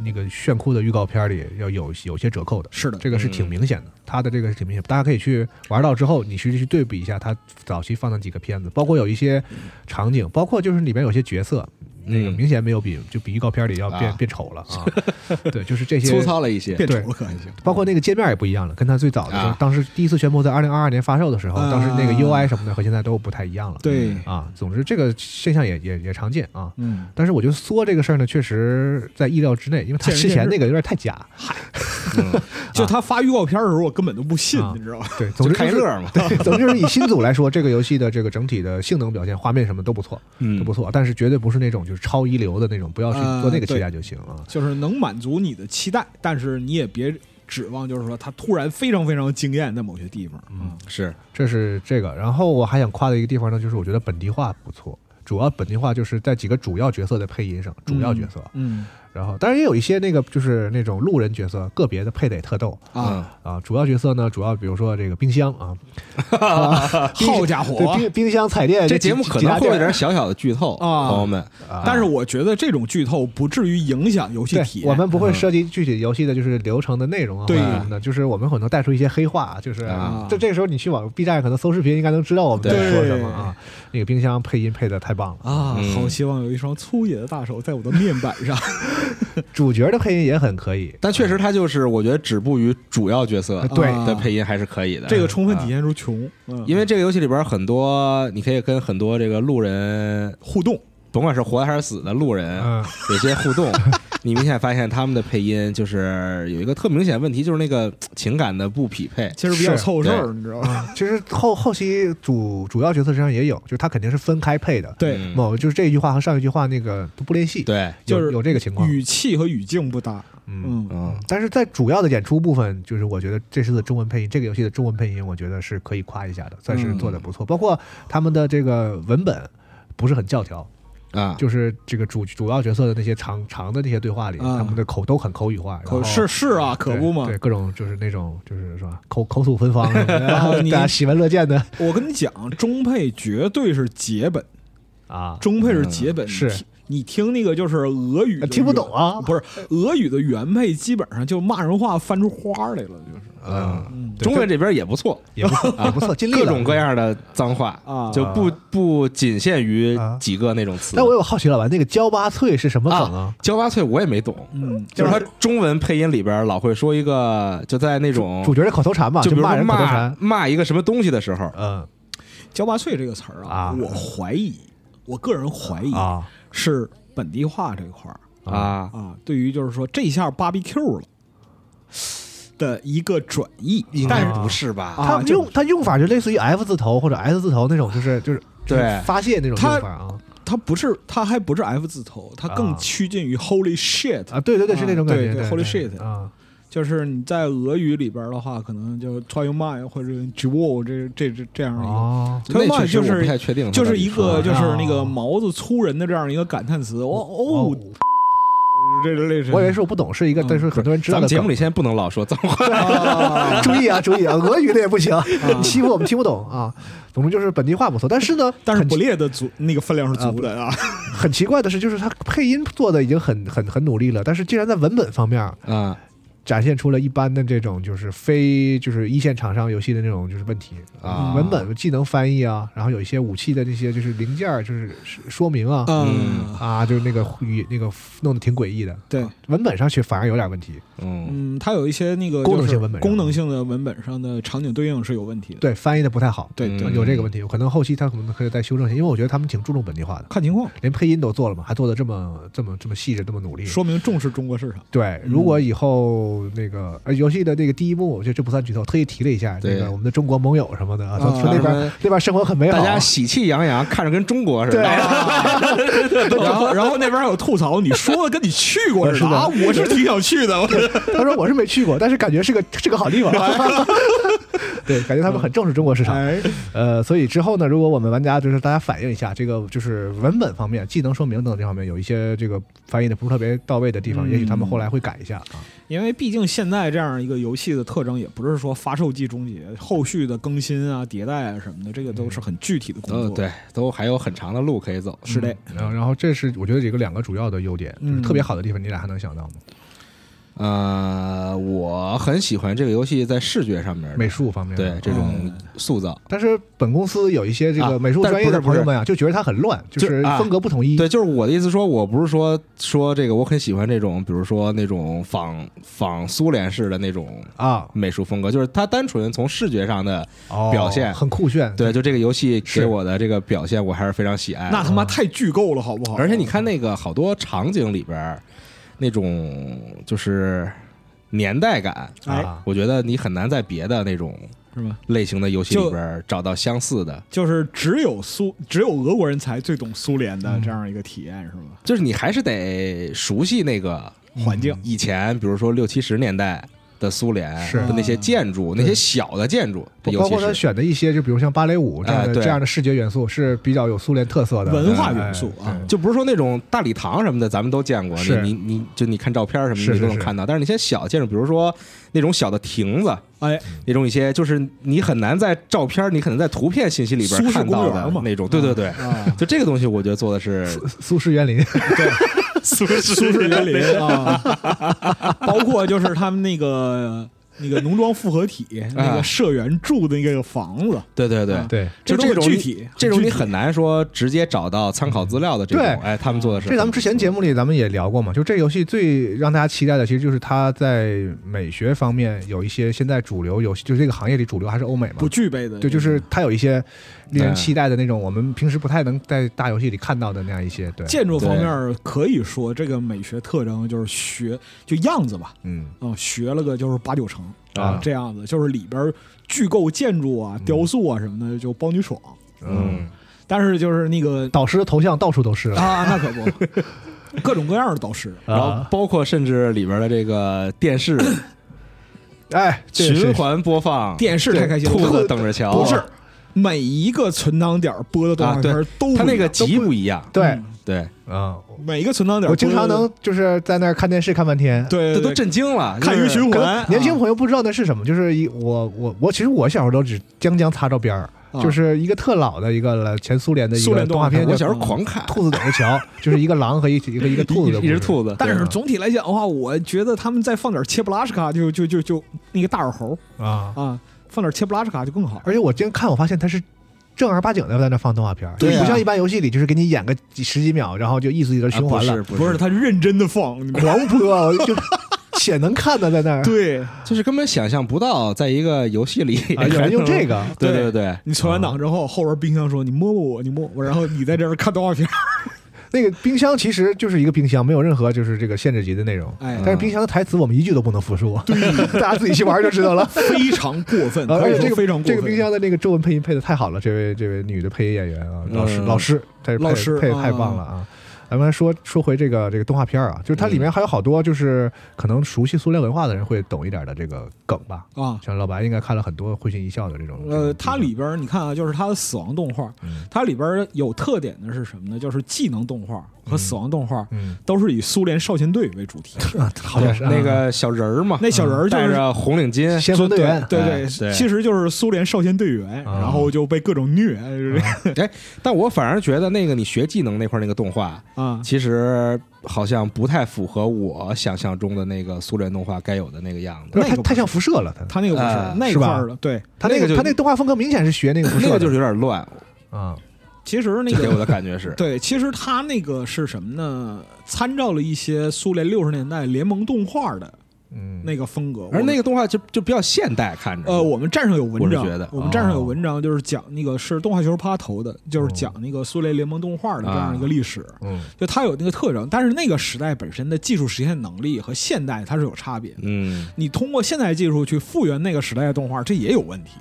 Speaker 1: 那个炫酷的预告片里要有有些折扣的。
Speaker 2: 是的，
Speaker 1: 这个是挺明显的，它的这个是挺明显的，大家可以去玩到之后，你实际去对比一下它早期放的几个片子，包括有一些场景，包括就是里边有些角色，那个
Speaker 3: 嗯
Speaker 1: 明显没有比就比预告片里要变
Speaker 3: 啊
Speaker 1: 变丑了啊， 对，就是这
Speaker 3: 粗
Speaker 1: 些，
Speaker 3: 糙了一些。
Speaker 2: 变丑
Speaker 1: 对
Speaker 2: 了可还行。
Speaker 1: 包括那个界面也不一样了，跟它最早的时候
Speaker 3: 啊，
Speaker 1: 当时第一次宣布在二零二二年发售的时候，
Speaker 2: 啊
Speaker 1: 当时那个 UI 什么的和现在都不太一样了，
Speaker 2: 对，
Speaker 1: 啊，总之这个现象也也也常见啊。
Speaker 2: 嗯，
Speaker 1: 但是我觉得缩这个事儿呢，确实在意料之内，因为它
Speaker 2: 见仁
Speaker 1: 之
Speaker 2: 见
Speaker 1: 前
Speaker 2: 智
Speaker 1: 那个有点太假，
Speaker 3: 嗯
Speaker 2: 就他发预告片的时候，我根本都不信
Speaker 1: 啊，
Speaker 2: 你知道吧？
Speaker 1: 对，总
Speaker 3: 就
Speaker 1: 之
Speaker 3: 看一
Speaker 1: 就是
Speaker 3: 乐儿嘛，
Speaker 1: 对，总之就是以新组来说，这个游戏的这个整体的性能表现、画面什么都不错，
Speaker 3: 嗯
Speaker 1: 都不错，但是绝对不是那种就是超一流的那种，不要去
Speaker 2: 呃
Speaker 1: 做那个期
Speaker 2: 对
Speaker 1: 待就行啊。
Speaker 2: 就是能满足你的期待，但是你也别指望就是说他突然非常非常惊艳在某些地方。啊
Speaker 1: 嗯
Speaker 3: 是
Speaker 1: 这是这个，然后我还想夸的一个地方呢，就是我觉得本地化不错。主要本地化就是在几个主要角色的配音上，主要角色，
Speaker 2: 嗯
Speaker 1: 然后当然也有一些那个就是那种路人角色，个别的配的也特逗
Speaker 2: 啊，
Speaker 1: 啊。主要角色呢，主要比如说这个冰箱啊，
Speaker 2: 好家伙！
Speaker 1: 对冰冰箱彩电
Speaker 3: 这
Speaker 1: 几
Speaker 3: 节目可
Speaker 1: 几
Speaker 3: 能
Speaker 1: 大
Speaker 3: 会有
Speaker 1: 店
Speaker 3: 点小小的剧透，
Speaker 2: 啊
Speaker 3: 朋友们。
Speaker 1: 啊
Speaker 2: 但是我觉得这种剧透不至于影响游戏
Speaker 1: 对
Speaker 2: 体，验。
Speaker 1: 我们不会
Speaker 3: 嗯
Speaker 1: 涉及具体游戏的就是流程的内容啊，
Speaker 2: 对
Speaker 1: 或者什么的，就是我们可能带出一些黑话，就是
Speaker 3: 啊
Speaker 1: 这这个时候你去网 B 站可能搜视频，应该能知道我们在
Speaker 2: 对
Speaker 1: 说什么啊。那个冰箱配音配的太棒了，
Speaker 2: 啊，
Speaker 3: 嗯
Speaker 2: 好希望有一双粗野的大手在我的面板 上。
Speaker 1: 主角的配音也很可以，
Speaker 3: 但确实，它就是我觉得止步于主要角色
Speaker 1: 对
Speaker 3: 的配音还是可以的。
Speaker 2: 这
Speaker 1: 嗯
Speaker 2: 个充分
Speaker 3: 啊
Speaker 2: 体现出穷，嗯，
Speaker 3: 因为这个游戏里边很多，你可以跟很多这个路人，
Speaker 2: 互动
Speaker 3: 甭管是活的还是死的路人，
Speaker 1: 嗯
Speaker 3: 有些互动，你明显发现他们的配音就是有一个特明显的问题，就是那个情感的不匹配。
Speaker 2: 其实比较
Speaker 1: 是
Speaker 2: 凑事儿，
Speaker 3: 对
Speaker 2: 你知道吧？
Speaker 1: 啊，其实后后期主主要角色身上也有，就是他肯定是分开配的，
Speaker 2: 对，
Speaker 3: 嗯
Speaker 1: 某就是这一句话和上一句话那个都不联系，
Speaker 3: 对，
Speaker 1: 有
Speaker 2: 就是
Speaker 1: 有这个情况，
Speaker 2: 语气和语境不搭，
Speaker 1: 嗯。
Speaker 2: 嗯，
Speaker 3: 嗯，
Speaker 1: 但是在主要的演出部分，就是我觉得这次的中文配音，这个游戏的中文配音，我觉得是可以夸一下的，算是
Speaker 3: 嗯
Speaker 1: 做的不错。包括他们的这个文本不是很教条，
Speaker 3: 啊，
Speaker 1: 就是这个主主要角色的那些长长的那些对话里，
Speaker 2: 啊
Speaker 1: 他们的口都很口语化，然后
Speaker 2: 可是是啊，可不嘛
Speaker 1: 哦对，对。各种就是那种就是是吧，口口吐芬芳什么 的，
Speaker 2: 然
Speaker 3: 哦
Speaker 2: 后你
Speaker 1: 大家喜闻乐见的
Speaker 2: 我跟你讲，中配绝对是解本，
Speaker 1: 啊，
Speaker 2: 中配是解本，
Speaker 1: 嗯是
Speaker 2: 你听你听那个就是俄语的
Speaker 1: 听不懂啊
Speaker 2: 原，不是俄语的原配，基本上就骂人话翻出花来了，就是
Speaker 3: 嗯，
Speaker 2: 嗯
Speaker 1: 对
Speaker 3: 中文这边也不错，
Speaker 1: 也不错也不 错，尽力了
Speaker 3: 各种各。样的脏话
Speaker 2: 啊
Speaker 3: 就不不仅限于
Speaker 1: 啊
Speaker 3: 几个那种词。
Speaker 1: 但我有好奇，老板，那个焦巴脆是什么梗啊？
Speaker 3: 焦巴翠我也没懂，
Speaker 2: 嗯，
Speaker 3: 就是他中文配音里边老会说一个，就在那种
Speaker 1: 主角的口头禅吧，
Speaker 3: 啊就比如
Speaker 1: 骂
Speaker 3: 说
Speaker 1: 人口头
Speaker 3: 骂
Speaker 1: 禅。
Speaker 3: 骂一个什么东西的时候，
Speaker 1: 嗯
Speaker 2: 焦巴脆这个词儿
Speaker 1: 啊
Speaker 2: 啊，我怀疑，我个人怀疑
Speaker 1: 啊
Speaker 2: 是本地化这块儿
Speaker 3: 啊，
Speaker 2: 啊，对于就是说这下 BBQ 了的一个转译，但是
Speaker 1: 不
Speaker 3: 是吧？
Speaker 1: 他
Speaker 2: 啊就
Speaker 1: 用他用法就类似于 F 字头或者 S 字头那种，就是就是就是
Speaker 3: 对
Speaker 1: 发泄那种
Speaker 2: 他
Speaker 1: 用法啊
Speaker 2: 它不是，它还不是 F 字头，它
Speaker 1: 啊
Speaker 2: 更趋近于 Holy shit，、
Speaker 1: 啊，对对对，是那种感觉，
Speaker 2: 啊对对，Holy shit
Speaker 1: 啊
Speaker 2: 就是你在俄语里边的话，可能就 t r y o mind 或者 j u o 这
Speaker 1: 啊
Speaker 2: 这这这样一个。
Speaker 1: 哦，
Speaker 2: 他
Speaker 3: 那确实
Speaker 2: 就是
Speaker 3: 我不太确定他到
Speaker 2: 就
Speaker 3: 底
Speaker 2: 是一个
Speaker 1: 啊
Speaker 2: 就是那个毛子粗人的这样一个感叹词，哦哦，这这类似，
Speaker 1: 我以为是我不懂，是一
Speaker 2: 嗯
Speaker 1: 个，但是很多人知
Speaker 3: 咱
Speaker 1: 道
Speaker 3: 们
Speaker 1: 的
Speaker 3: 节目
Speaker 1: 梗。
Speaker 3: 里现在不能老说脏 话，
Speaker 2: 啊
Speaker 1: 注意 啊，注意啊，俄语的也不行，
Speaker 2: 嗯
Speaker 1: 欺负我们听不懂啊。总之就是本地话不错，但是呢，
Speaker 2: 但是
Speaker 1: 很
Speaker 2: 不列的足那个分量是足的啊，
Speaker 1: 很奇怪的是，就是他配音做的已经很很很努力了，但是竟然在文本方面
Speaker 3: 啊，
Speaker 1: 展现出了一般的这种就是非就是一线厂商游戏的那种就是问题
Speaker 3: 啊
Speaker 1: 文本技能翻译啊，然后有一些武器的这些就是零件儿就是说明啊
Speaker 3: 嗯
Speaker 1: 啊，就是那个语那个弄得挺诡异的，
Speaker 2: 对，
Speaker 1: 文本上去反而有点问题，
Speaker 3: 嗯，
Speaker 2: 嗯，它有一些那个
Speaker 1: 功能
Speaker 2: 就是
Speaker 1: 性文本上
Speaker 2: 功能性的文本上的场景对应是有问题的，
Speaker 1: 对翻译的不太好，
Speaker 2: 对对
Speaker 1: 有这个问题，可能后期他可能可以再修正一下，因为我觉得他们挺注重本地化的，
Speaker 2: 看情况，
Speaker 1: 连配音都做了嘛，还做的这么这么这么细致，这么努力，
Speaker 2: 说明重视中国市场。
Speaker 1: 嗯对，如果以后后那个呃游戏的那个第一幕，就这不算剧透，特意提了一下那
Speaker 3: 对
Speaker 1: 个我们的中国盟友什么的啊，说
Speaker 2: 啊
Speaker 1: 说那
Speaker 3: 什
Speaker 1: 边
Speaker 3: 么
Speaker 1: 那边生活很美好
Speaker 3: 大，家喜气洋洋，看着跟中国似
Speaker 1: 对
Speaker 3: 的。 嗯
Speaker 2: 然后然后那边还有吐槽，你说的跟你去过似
Speaker 1: 是的
Speaker 2: 啊，我是挺想去的，我
Speaker 1: 他说我是没去过，但是感觉是个是个好地 方。对，感觉他们很重视中国市场。
Speaker 2: 哎，
Speaker 1: 呃，所以之后呢，如果我们玩家就是大家反映一下，这个就是文本方面、技能说明等这方面有一些这个翻译的不是特别到位的地方，
Speaker 2: 嗯
Speaker 1: 也许他们后来会改一下啊。
Speaker 2: 因为毕竟现在这样一个游戏的特征，也不是说发售季终结，后续的更新啊、迭代啊什么的，这个都是很具体的工作。
Speaker 3: 嗯，，对，都还有很长的路可以走。
Speaker 2: 是的。
Speaker 1: 然后，然后这是我觉得这个两个主要的优点，就是
Speaker 2: 嗯
Speaker 1: 特别好的地方，你俩还能想到吗？
Speaker 3: 呃，我很喜欢这个游戏在视觉上面的
Speaker 1: 美术方面，
Speaker 3: 对这种
Speaker 2: 嗯
Speaker 3: 塑造，
Speaker 1: 但是本公司有一些这
Speaker 3: 啊
Speaker 1: 个美术
Speaker 3: 但是
Speaker 1: 专业的
Speaker 3: 不是不
Speaker 1: 朋
Speaker 3: 是
Speaker 1: 友们啊，就觉得它很乱，就
Speaker 3: 就是啊
Speaker 1: 风格不统一。
Speaker 3: 对，就是我的意思说，我不是说说这个，我很喜欢这种，比如说那种仿仿苏联式的那种
Speaker 1: 啊，
Speaker 3: 美术风格，就是它单纯从视觉上的，
Speaker 1: 哦
Speaker 3: 表现
Speaker 1: 很酷炫。
Speaker 3: 对，就这个游戏
Speaker 1: 嗯是
Speaker 3: 给我的这个表现，我还是非常喜爱。
Speaker 2: 哎那他妈太剧构了，好不好？
Speaker 3: 而且你看那个好多场景里边儿，那种就是年代感，
Speaker 1: 啊，
Speaker 3: 我觉得你很难在别的那种
Speaker 2: 哎是吧？
Speaker 3: 类型的游戏
Speaker 2: 就
Speaker 3: 里边儿找到相似的。
Speaker 2: 就是只有苏，只有俄国人才最懂苏联的这样一个体验，是吗？
Speaker 3: 就是你还是得熟悉那个
Speaker 2: 环境
Speaker 3: 以前，比如说六七十年代的苏联
Speaker 1: 是啊
Speaker 3: 的那些建筑，那些小的建筑，尤
Speaker 1: 包括他
Speaker 3: 其是
Speaker 1: 选的一些，就比如像芭蕾舞这样
Speaker 3: 哎
Speaker 1: 的
Speaker 3: 对
Speaker 1: 这样的视觉元素是比较有苏联特色的
Speaker 2: 文化元素
Speaker 1: 哎
Speaker 2: 啊
Speaker 1: 对
Speaker 3: 就不是说那种大礼堂什么的，咱们都见过，
Speaker 1: 是
Speaker 3: 你你你就你看照片什么
Speaker 1: 是
Speaker 3: 的你都
Speaker 1: 是
Speaker 3: 能
Speaker 1: 是
Speaker 3: 看到，但是那些小建筑，比如说那种小的亭子，
Speaker 2: 哎，
Speaker 3: 那种一些就是你很难在照片，你可能在图片信息里边
Speaker 2: 苏式
Speaker 3: 看到
Speaker 2: 公园
Speaker 3: 的
Speaker 2: 嘛
Speaker 3: 那种，对对对。
Speaker 2: 啊，
Speaker 3: 就这个东西，我觉得做的是
Speaker 1: 苏式园 林，
Speaker 2: 苏式园林啊，包括就是他们那个那个农庄复合体那个社员住的那个房子，
Speaker 3: 对对对
Speaker 2: 啊，
Speaker 1: 对，
Speaker 3: 就
Speaker 2: 这
Speaker 3: 这
Speaker 2: 种
Speaker 3: 种
Speaker 2: 具
Speaker 3: 你
Speaker 2: 体
Speaker 3: 这种
Speaker 2: 具
Speaker 3: 你
Speaker 2: 体
Speaker 3: 很难说直接找到参考资料的这种
Speaker 1: 对，
Speaker 3: 哎，他们做的是
Speaker 1: 这咱们之前节目里咱们也聊过嘛，就这游戏最让大家期待的，其实就是它在美学方面有一些现在主流游戏，就是这个行业里主流还是欧美嘛
Speaker 2: 不。具备的，
Speaker 1: 啊对，
Speaker 3: 嗯
Speaker 1: 就是它有一些令人
Speaker 3: 对
Speaker 1: 期待的那种，我们平时不太能在大游戏里看到的那样一些。对，
Speaker 2: 建筑方面儿可以说这个美学特征就是学就样子吧，
Speaker 1: 嗯
Speaker 2: 啊、学了个就是八九成
Speaker 1: 啊
Speaker 2: 这样子，就是里边儿巨构建筑啊、雕塑啊什么的就包你爽，
Speaker 1: 嗯，
Speaker 3: 嗯，
Speaker 2: 但是就是那个
Speaker 1: 导师的头像到处都是啊
Speaker 2: 啊，那可不，各种各样的导师，
Speaker 3: 然后包括甚至里边的这个电视
Speaker 1: 哎，对是
Speaker 3: 循环播放，
Speaker 2: 电视太开心
Speaker 3: 兔
Speaker 2: 了
Speaker 3: 子，等啊着瞧，
Speaker 2: 不是每一个存档点儿播的动画片儿都
Speaker 3: 它那个
Speaker 2: 集
Speaker 3: 集不一样，
Speaker 1: 对
Speaker 2: 嗯
Speaker 3: 对，
Speaker 1: 啊，
Speaker 2: 每一个存档点儿
Speaker 1: 我经常
Speaker 2: 播的
Speaker 1: 能就是在那儿看电视看半天。
Speaker 2: 对
Speaker 3: 这
Speaker 2: 对
Speaker 3: 都
Speaker 2: 对
Speaker 3: 震惊了，
Speaker 2: 看
Speaker 3: 就是
Speaker 2: 一个循
Speaker 1: 可
Speaker 2: 环
Speaker 1: 能，年轻
Speaker 2: 啊
Speaker 1: 朋友不知道那是什么，就是一我我我，其实我小时候都只将将擦着边儿，
Speaker 2: 啊
Speaker 1: 就是一个特老的一个了前苏联的一
Speaker 2: 苏
Speaker 1: 个
Speaker 2: 联
Speaker 1: 动
Speaker 2: 动
Speaker 1: 画
Speaker 2: 画
Speaker 1: 片，
Speaker 3: 我
Speaker 1: 叫
Speaker 3: 小时
Speaker 2: 嗯
Speaker 3: 候狂看，
Speaker 1: 兔子等着瞧，就是一个狼和一一个一个兔子的
Speaker 3: 一
Speaker 1: 故事
Speaker 3: 只兔子，
Speaker 2: 但是
Speaker 1: 对
Speaker 2: 总体来讲的话，我觉得他们再放点切布拉什卡，就就就就那个大耳猴
Speaker 1: 啊！
Speaker 2: 啊，放点切布拉什卡就更好。
Speaker 1: 而且我今天看，我发现它是正儿八经的在那放动画片儿，
Speaker 3: 对啊
Speaker 1: 不像一般游戏里就是给你演个几十几秒，然后就意思意思
Speaker 3: 啊
Speaker 1: 循环了，
Speaker 3: 不是不是，
Speaker 2: 他认真的放，你 知道吗
Speaker 1: 狂播就且能看的在那儿，
Speaker 2: 对
Speaker 3: 就是根本想象不到，在一个游戏里
Speaker 1: 啊，
Speaker 2: 哎
Speaker 1: 有人用这，个，
Speaker 3: 对
Speaker 2: 对
Speaker 3: 对对，
Speaker 2: 你存完档之后，后边冰箱说你摸摸我，你摸我，然后你在这儿看动 画片。
Speaker 1: 那个冰箱其实就是一个冰箱，没有任何就是这个限制级的内容。
Speaker 2: 哎
Speaker 1: 但是冰箱的台词我们一句都不能复述， 大家自己去玩就知道了。
Speaker 2: 非常过分，
Speaker 1: 呃
Speaker 2: 可
Speaker 1: 而
Speaker 2: 以
Speaker 1: 且这
Speaker 2: 说
Speaker 1: 个
Speaker 2: 非常过
Speaker 1: 这
Speaker 2: 分。
Speaker 1: 个冰箱的那个中文配音配的太好了，这位这位女的配音演员啊，老师、
Speaker 3: 嗯
Speaker 1: 老师，这配
Speaker 2: 老师嗯
Speaker 1: 配的太棒了啊！咱们说说回这个这个动画片啊，就是它里面还有好多就是可能熟悉苏联文化的人会懂一点的这个梗吧。
Speaker 2: 啊，
Speaker 1: 像老白应该看了很多会心一笑的这种。
Speaker 2: 呃，它里边儿你看啊，就是它的死亡动画，
Speaker 1: 嗯
Speaker 2: 它里边儿有特点的是什么呢？就是技能动画和死亡动画
Speaker 1: 嗯，啊
Speaker 2: 都是以苏联少先队 为主题。
Speaker 1: 好像是
Speaker 3: 那个小人儿嘛，嗯
Speaker 2: 那小人儿就
Speaker 3: 戴
Speaker 2: 是
Speaker 3: 着红领巾，
Speaker 1: 先锋队员，
Speaker 2: 对
Speaker 3: 哎
Speaker 2: 对，
Speaker 3: 对
Speaker 2: 其实就是苏联少先队员，
Speaker 1: 啊
Speaker 2: 然后就被各种虐就是
Speaker 3: 但我反而觉得那个你学技能那块儿那个动画，
Speaker 2: 啊。
Speaker 3: 其实好像不太符合我想象中的那个苏联动画该有的那个样
Speaker 1: 不
Speaker 3: 子。
Speaker 1: 是他
Speaker 2: 那个不
Speaker 1: 太像辐射了，他
Speaker 2: 他那个不是、
Speaker 3: 啊
Speaker 2: 那
Speaker 1: 是
Speaker 2: 块
Speaker 1: 吧
Speaker 2: 儿的，对，
Speaker 1: 他
Speaker 3: 那
Speaker 1: 那
Speaker 3: 个就
Speaker 1: 个他那个动画风格明显是学那个辐射的，
Speaker 3: 那个就是有点乱，
Speaker 1: 啊，
Speaker 2: 其实那
Speaker 3: 给我
Speaker 2: 个
Speaker 3: 的感觉是，
Speaker 2: 对，其实他那个是什么呢？参照了一些苏联六十年代联盟动画的
Speaker 1: 嗯，
Speaker 2: 那个风格。
Speaker 3: 而那
Speaker 2: 个
Speaker 3: 个动画就就比较现代，看着
Speaker 2: 呃，我们站上有
Speaker 3: 我
Speaker 2: 文
Speaker 3: 是
Speaker 2: 章，
Speaker 3: 觉得
Speaker 2: 我们站上有
Speaker 3: 哦
Speaker 2: 文章，就是讲那个是动画球趴投的，就是讲那个苏联联盟动画的这样
Speaker 3: 啊
Speaker 2: 一个历史。
Speaker 1: 嗯
Speaker 2: 就它有那个特征，但是那个时代本身的技术实现能力和现代它是有差别的。
Speaker 3: 嗯
Speaker 2: 你通过现代技术去复原那个时代的动画，这也有问题。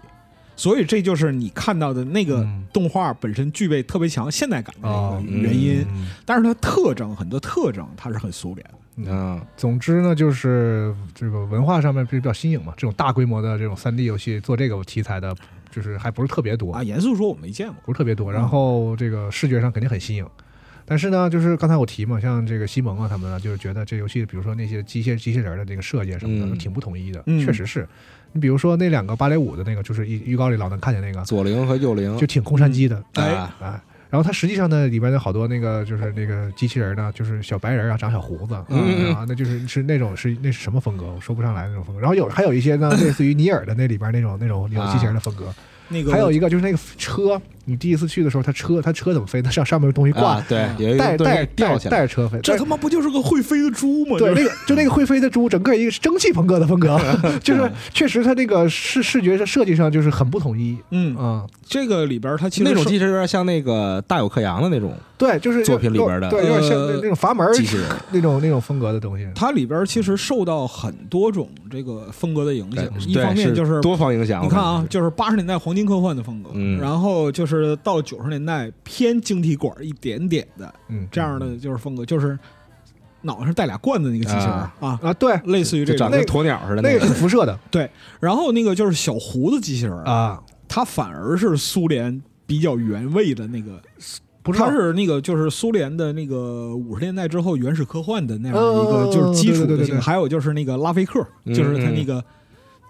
Speaker 2: 所以这就是你看到的那个
Speaker 1: 嗯
Speaker 2: 动画本身具备特别强现代感的
Speaker 1: 啊
Speaker 2: 一个原因，
Speaker 1: 嗯
Speaker 2: 但是它特征很多特征它是很苏联的。
Speaker 3: 嗯
Speaker 1: 总之呢，就是这个文化上面比较新颖嘛，这种大规模的这种三 D 游戏做这个题材的，就是还不是特别多
Speaker 2: 啊，，严肃说我没见过。
Speaker 1: 不是特别多。然后这个视觉上肯定很新颖，但是呢，就是刚才我提嘛，像这个西蒙啊他们呢，就是觉得这游戏，比如说那些机械机器人的这个设计啊什么的，
Speaker 3: 嗯
Speaker 1: 挺不统一的，
Speaker 2: 嗯
Speaker 1: 确实是。你比如说那两个芭蕾舞的那个，就是预预告里老能看见那个，
Speaker 3: 左灵和右灵
Speaker 1: 就挺空山鸡的，
Speaker 2: 哎
Speaker 3: 啊
Speaker 1: 啊。然后它实际上呢，里边有好多那个就是那个机器人呢，就是小白人啊，长小胡子，
Speaker 3: 嗯
Speaker 1: 啊，那就是是那种是那是什么风格，我说不上来那种风格。然后有还有一些 呢，类似于尼尔的那里边那种那种那种机器人的风
Speaker 3: 啊
Speaker 1: 格。
Speaker 2: 那个
Speaker 1: 还有一个就是那个车，你第一次去的时候，它车它车怎么飞？它上上面有东西挂
Speaker 3: 啊，对，
Speaker 2: 嗯
Speaker 3: 有一
Speaker 1: 带
Speaker 3: 个东西
Speaker 1: 带带
Speaker 3: 掉起来，
Speaker 1: 带车飞，
Speaker 2: 这
Speaker 1: 但
Speaker 2: 他妈不就是个会飞的猪吗？
Speaker 1: 对，
Speaker 2: 就是
Speaker 1: 那个就那个会飞的猪，整个一个是蒸汽朋克的风 格，就是确实它那个视视觉的设计上就是很不统一，
Speaker 2: 嗯，
Speaker 1: 嗯，
Speaker 2: 这个里边它其实
Speaker 3: 那种
Speaker 2: 是
Speaker 3: 机器人有点像那个大有克洋的那种
Speaker 1: 对，就是
Speaker 3: 作品里边的
Speaker 1: 对，有点像
Speaker 2: 呃
Speaker 1: 那那种阀门
Speaker 3: 机器人，
Speaker 1: 那种那种风格的东西。
Speaker 2: 它里边其实受到很多种这个风格的影响。一
Speaker 3: 对
Speaker 2: 方面就是
Speaker 3: 多方影响。
Speaker 2: 你看啊
Speaker 3: 我，
Speaker 2: 就是八十年代黄金科幻的风格，
Speaker 3: 嗯
Speaker 2: 然后就是到九十年代偏晶体管一点点的
Speaker 1: 嗯，
Speaker 2: 这样的就是风格，就是脑上带俩罐子那个机器人
Speaker 3: 啊
Speaker 2: 啊，
Speaker 1: 啊，对，
Speaker 2: 类似于
Speaker 3: 感觉
Speaker 2: 这
Speaker 3: 就
Speaker 2: 种
Speaker 3: 长。
Speaker 1: 那个
Speaker 3: 跟鸵鸟似的
Speaker 1: 那个
Speaker 3: 个
Speaker 1: 是，辐射的
Speaker 2: 然后那个就是小胡子机器人，
Speaker 1: 啊，
Speaker 2: 它反而是苏联比较原味的那个，
Speaker 1: 不是
Speaker 2: 它是那个就是苏联的那个五十年代之后原始科幻的那样
Speaker 1: 嗯
Speaker 2: 一个就是基础
Speaker 1: 对对
Speaker 2: 的
Speaker 1: 对
Speaker 2: 性
Speaker 1: 对
Speaker 2: 格，还有就是那个拉菲克，
Speaker 3: 嗯
Speaker 2: 就是他那个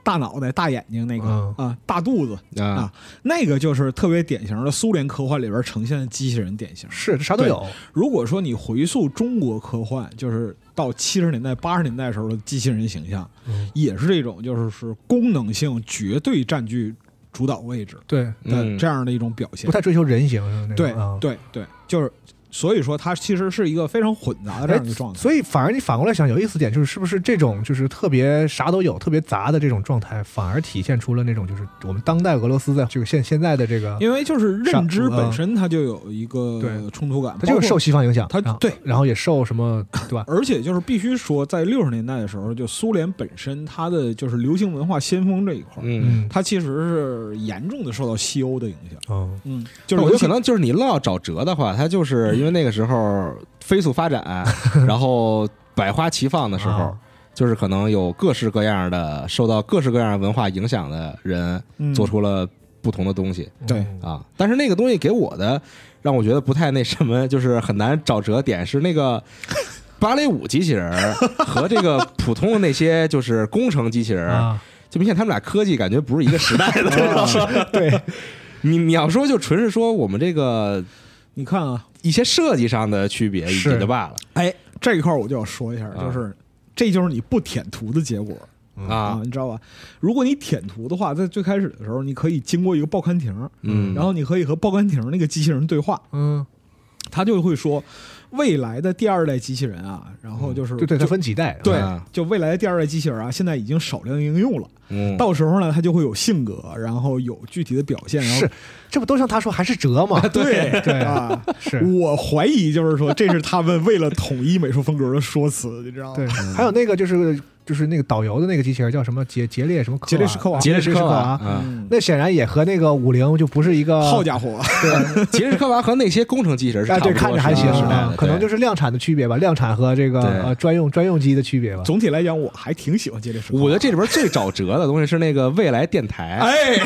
Speaker 2: 大脑袋、大眼睛那个
Speaker 1: 嗯
Speaker 2: 啊，大肚子。
Speaker 3: 啊，
Speaker 2: 那个就是特别典型的苏联科幻里边呈现的机器人典型。
Speaker 1: 是啥都有，
Speaker 2: 如果说你回溯中国科幻，就是到七十年代、八十年代时候的机器人形象，
Speaker 1: 嗯
Speaker 2: 也是这种就是是功能性绝对占据主导位置
Speaker 1: 对，
Speaker 2: 的
Speaker 3: 嗯
Speaker 2: 这样的一种表现
Speaker 1: 不。太追求人形是那种
Speaker 2: 对
Speaker 1: 啊
Speaker 2: 对对，就是所以说它其实是一个非常混杂的这样
Speaker 1: 哎
Speaker 2: 一个状态。
Speaker 1: 所以反而你反过来想，有意思点就是，是不是这种就是特别啥都有、特别杂的这种状态，反而体现出了那种就是我们当代俄罗斯的这个现现在的这个，
Speaker 2: 因为就是认知
Speaker 1: 上
Speaker 2: 本身它就有一个
Speaker 1: 啊对
Speaker 2: 冲突感，
Speaker 1: 它就是
Speaker 2: 包括
Speaker 1: 受西方影响，
Speaker 2: 它
Speaker 1: 然后
Speaker 2: 对，？
Speaker 1: 然后也受什么对吧
Speaker 2: 而且就是必须说，在六十年代的时候，就苏联本身它的就是流行文化先锋这一块儿，
Speaker 3: 嗯，
Speaker 2: 它其实是严重的受到西欧的影响。
Speaker 1: 嗯，
Speaker 2: 嗯，就
Speaker 3: 就是是我
Speaker 2: 尤
Speaker 3: 有
Speaker 2: 其嗯
Speaker 3: 可能就是你愣要找辙的话，它就是因为那个时候飞 速发展，然后百花齐放的时候
Speaker 1: 啊。
Speaker 3: 就是可能有各式各样的受到各式各样文化影响的人，
Speaker 2: 嗯
Speaker 3: 做出了不同的东西
Speaker 2: 对
Speaker 1: 嗯
Speaker 3: 啊。但是那个东西给我的，让我觉得不太那什么，就是很难找辙点是 那个芭蕾舞机器人儿和这个普通的那些就是工程机器人儿，
Speaker 1: 啊，
Speaker 3: 就明显他们俩科技感觉不是一个时代 的。
Speaker 1: 对，
Speaker 3: 你你要说就纯是说我们这个
Speaker 2: 你看啊，
Speaker 3: 一些设计上的区别
Speaker 1: 是
Speaker 3: 也就罢了
Speaker 2: 哎，这一块儿我就要说一下，
Speaker 3: 啊
Speaker 2: 就是这就是你不舔图的结果
Speaker 1: 嗯
Speaker 3: 啊，
Speaker 2: 你知道吧？如果你舔图的话，在最开始的时候，你可以经过一个报刊亭，
Speaker 3: 嗯，
Speaker 2: 然后你可以和报刊亭那个机器人对话，
Speaker 1: 嗯，
Speaker 2: 他就会说，未来的第二代机器人啊，然后就是
Speaker 1: 对对，它
Speaker 2: 就
Speaker 1: 分几代，啊
Speaker 2: 对
Speaker 3: 啊，
Speaker 2: 就未来的第二代机器人啊，现在已经少量应用了。
Speaker 3: 嗯
Speaker 2: 到时候呢，它就会有性格，然后有具体的表现。然后
Speaker 1: 是，这不都像他说还是折吗？
Speaker 2: 对
Speaker 1: 对
Speaker 2: 啊，
Speaker 1: 是，
Speaker 2: 我怀疑就是说，这是他们为了统一美术风格的说辞，你知道吗？
Speaker 1: 对，啊还有那个就是就是那个导游的那个机器人叫什么杰杰列什么科啊
Speaker 2: 杰列什科娃
Speaker 1: 娃，
Speaker 3: 杰
Speaker 1: 杰
Speaker 3: 列
Speaker 1: 列
Speaker 3: 什
Speaker 1: 什
Speaker 3: 科
Speaker 1: 科
Speaker 3: 娃
Speaker 1: 娃，
Speaker 3: 啊，
Speaker 2: 嗯，
Speaker 1: 那显然也和那个五零就不是一个
Speaker 2: 好家伙，
Speaker 1: 对。
Speaker 3: 嗯杰瑞科娃和那些工程机器人是
Speaker 1: 啊，
Speaker 3: 差不
Speaker 1: 对，
Speaker 3: 多
Speaker 1: 看着还
Speaker 3: 是
Speaker 1: 行
Speaker 3: 一个时代
Speaker 1: 啊
Speaker 3: 的，
Speaker 1: 可能
Speaker 3: 对
Speaker 1: 就是量产的区别吧，量产和这个
Speaker 3: 对
Speaker 1: 呃专用专用机的区别吧。
Speaker 2: 总体来讲，我还挺喜欢杰列什科娃。
Speaker 3: 我觉得这里边最找辙的东西是那个未来电台，
Speaker 2: 哎，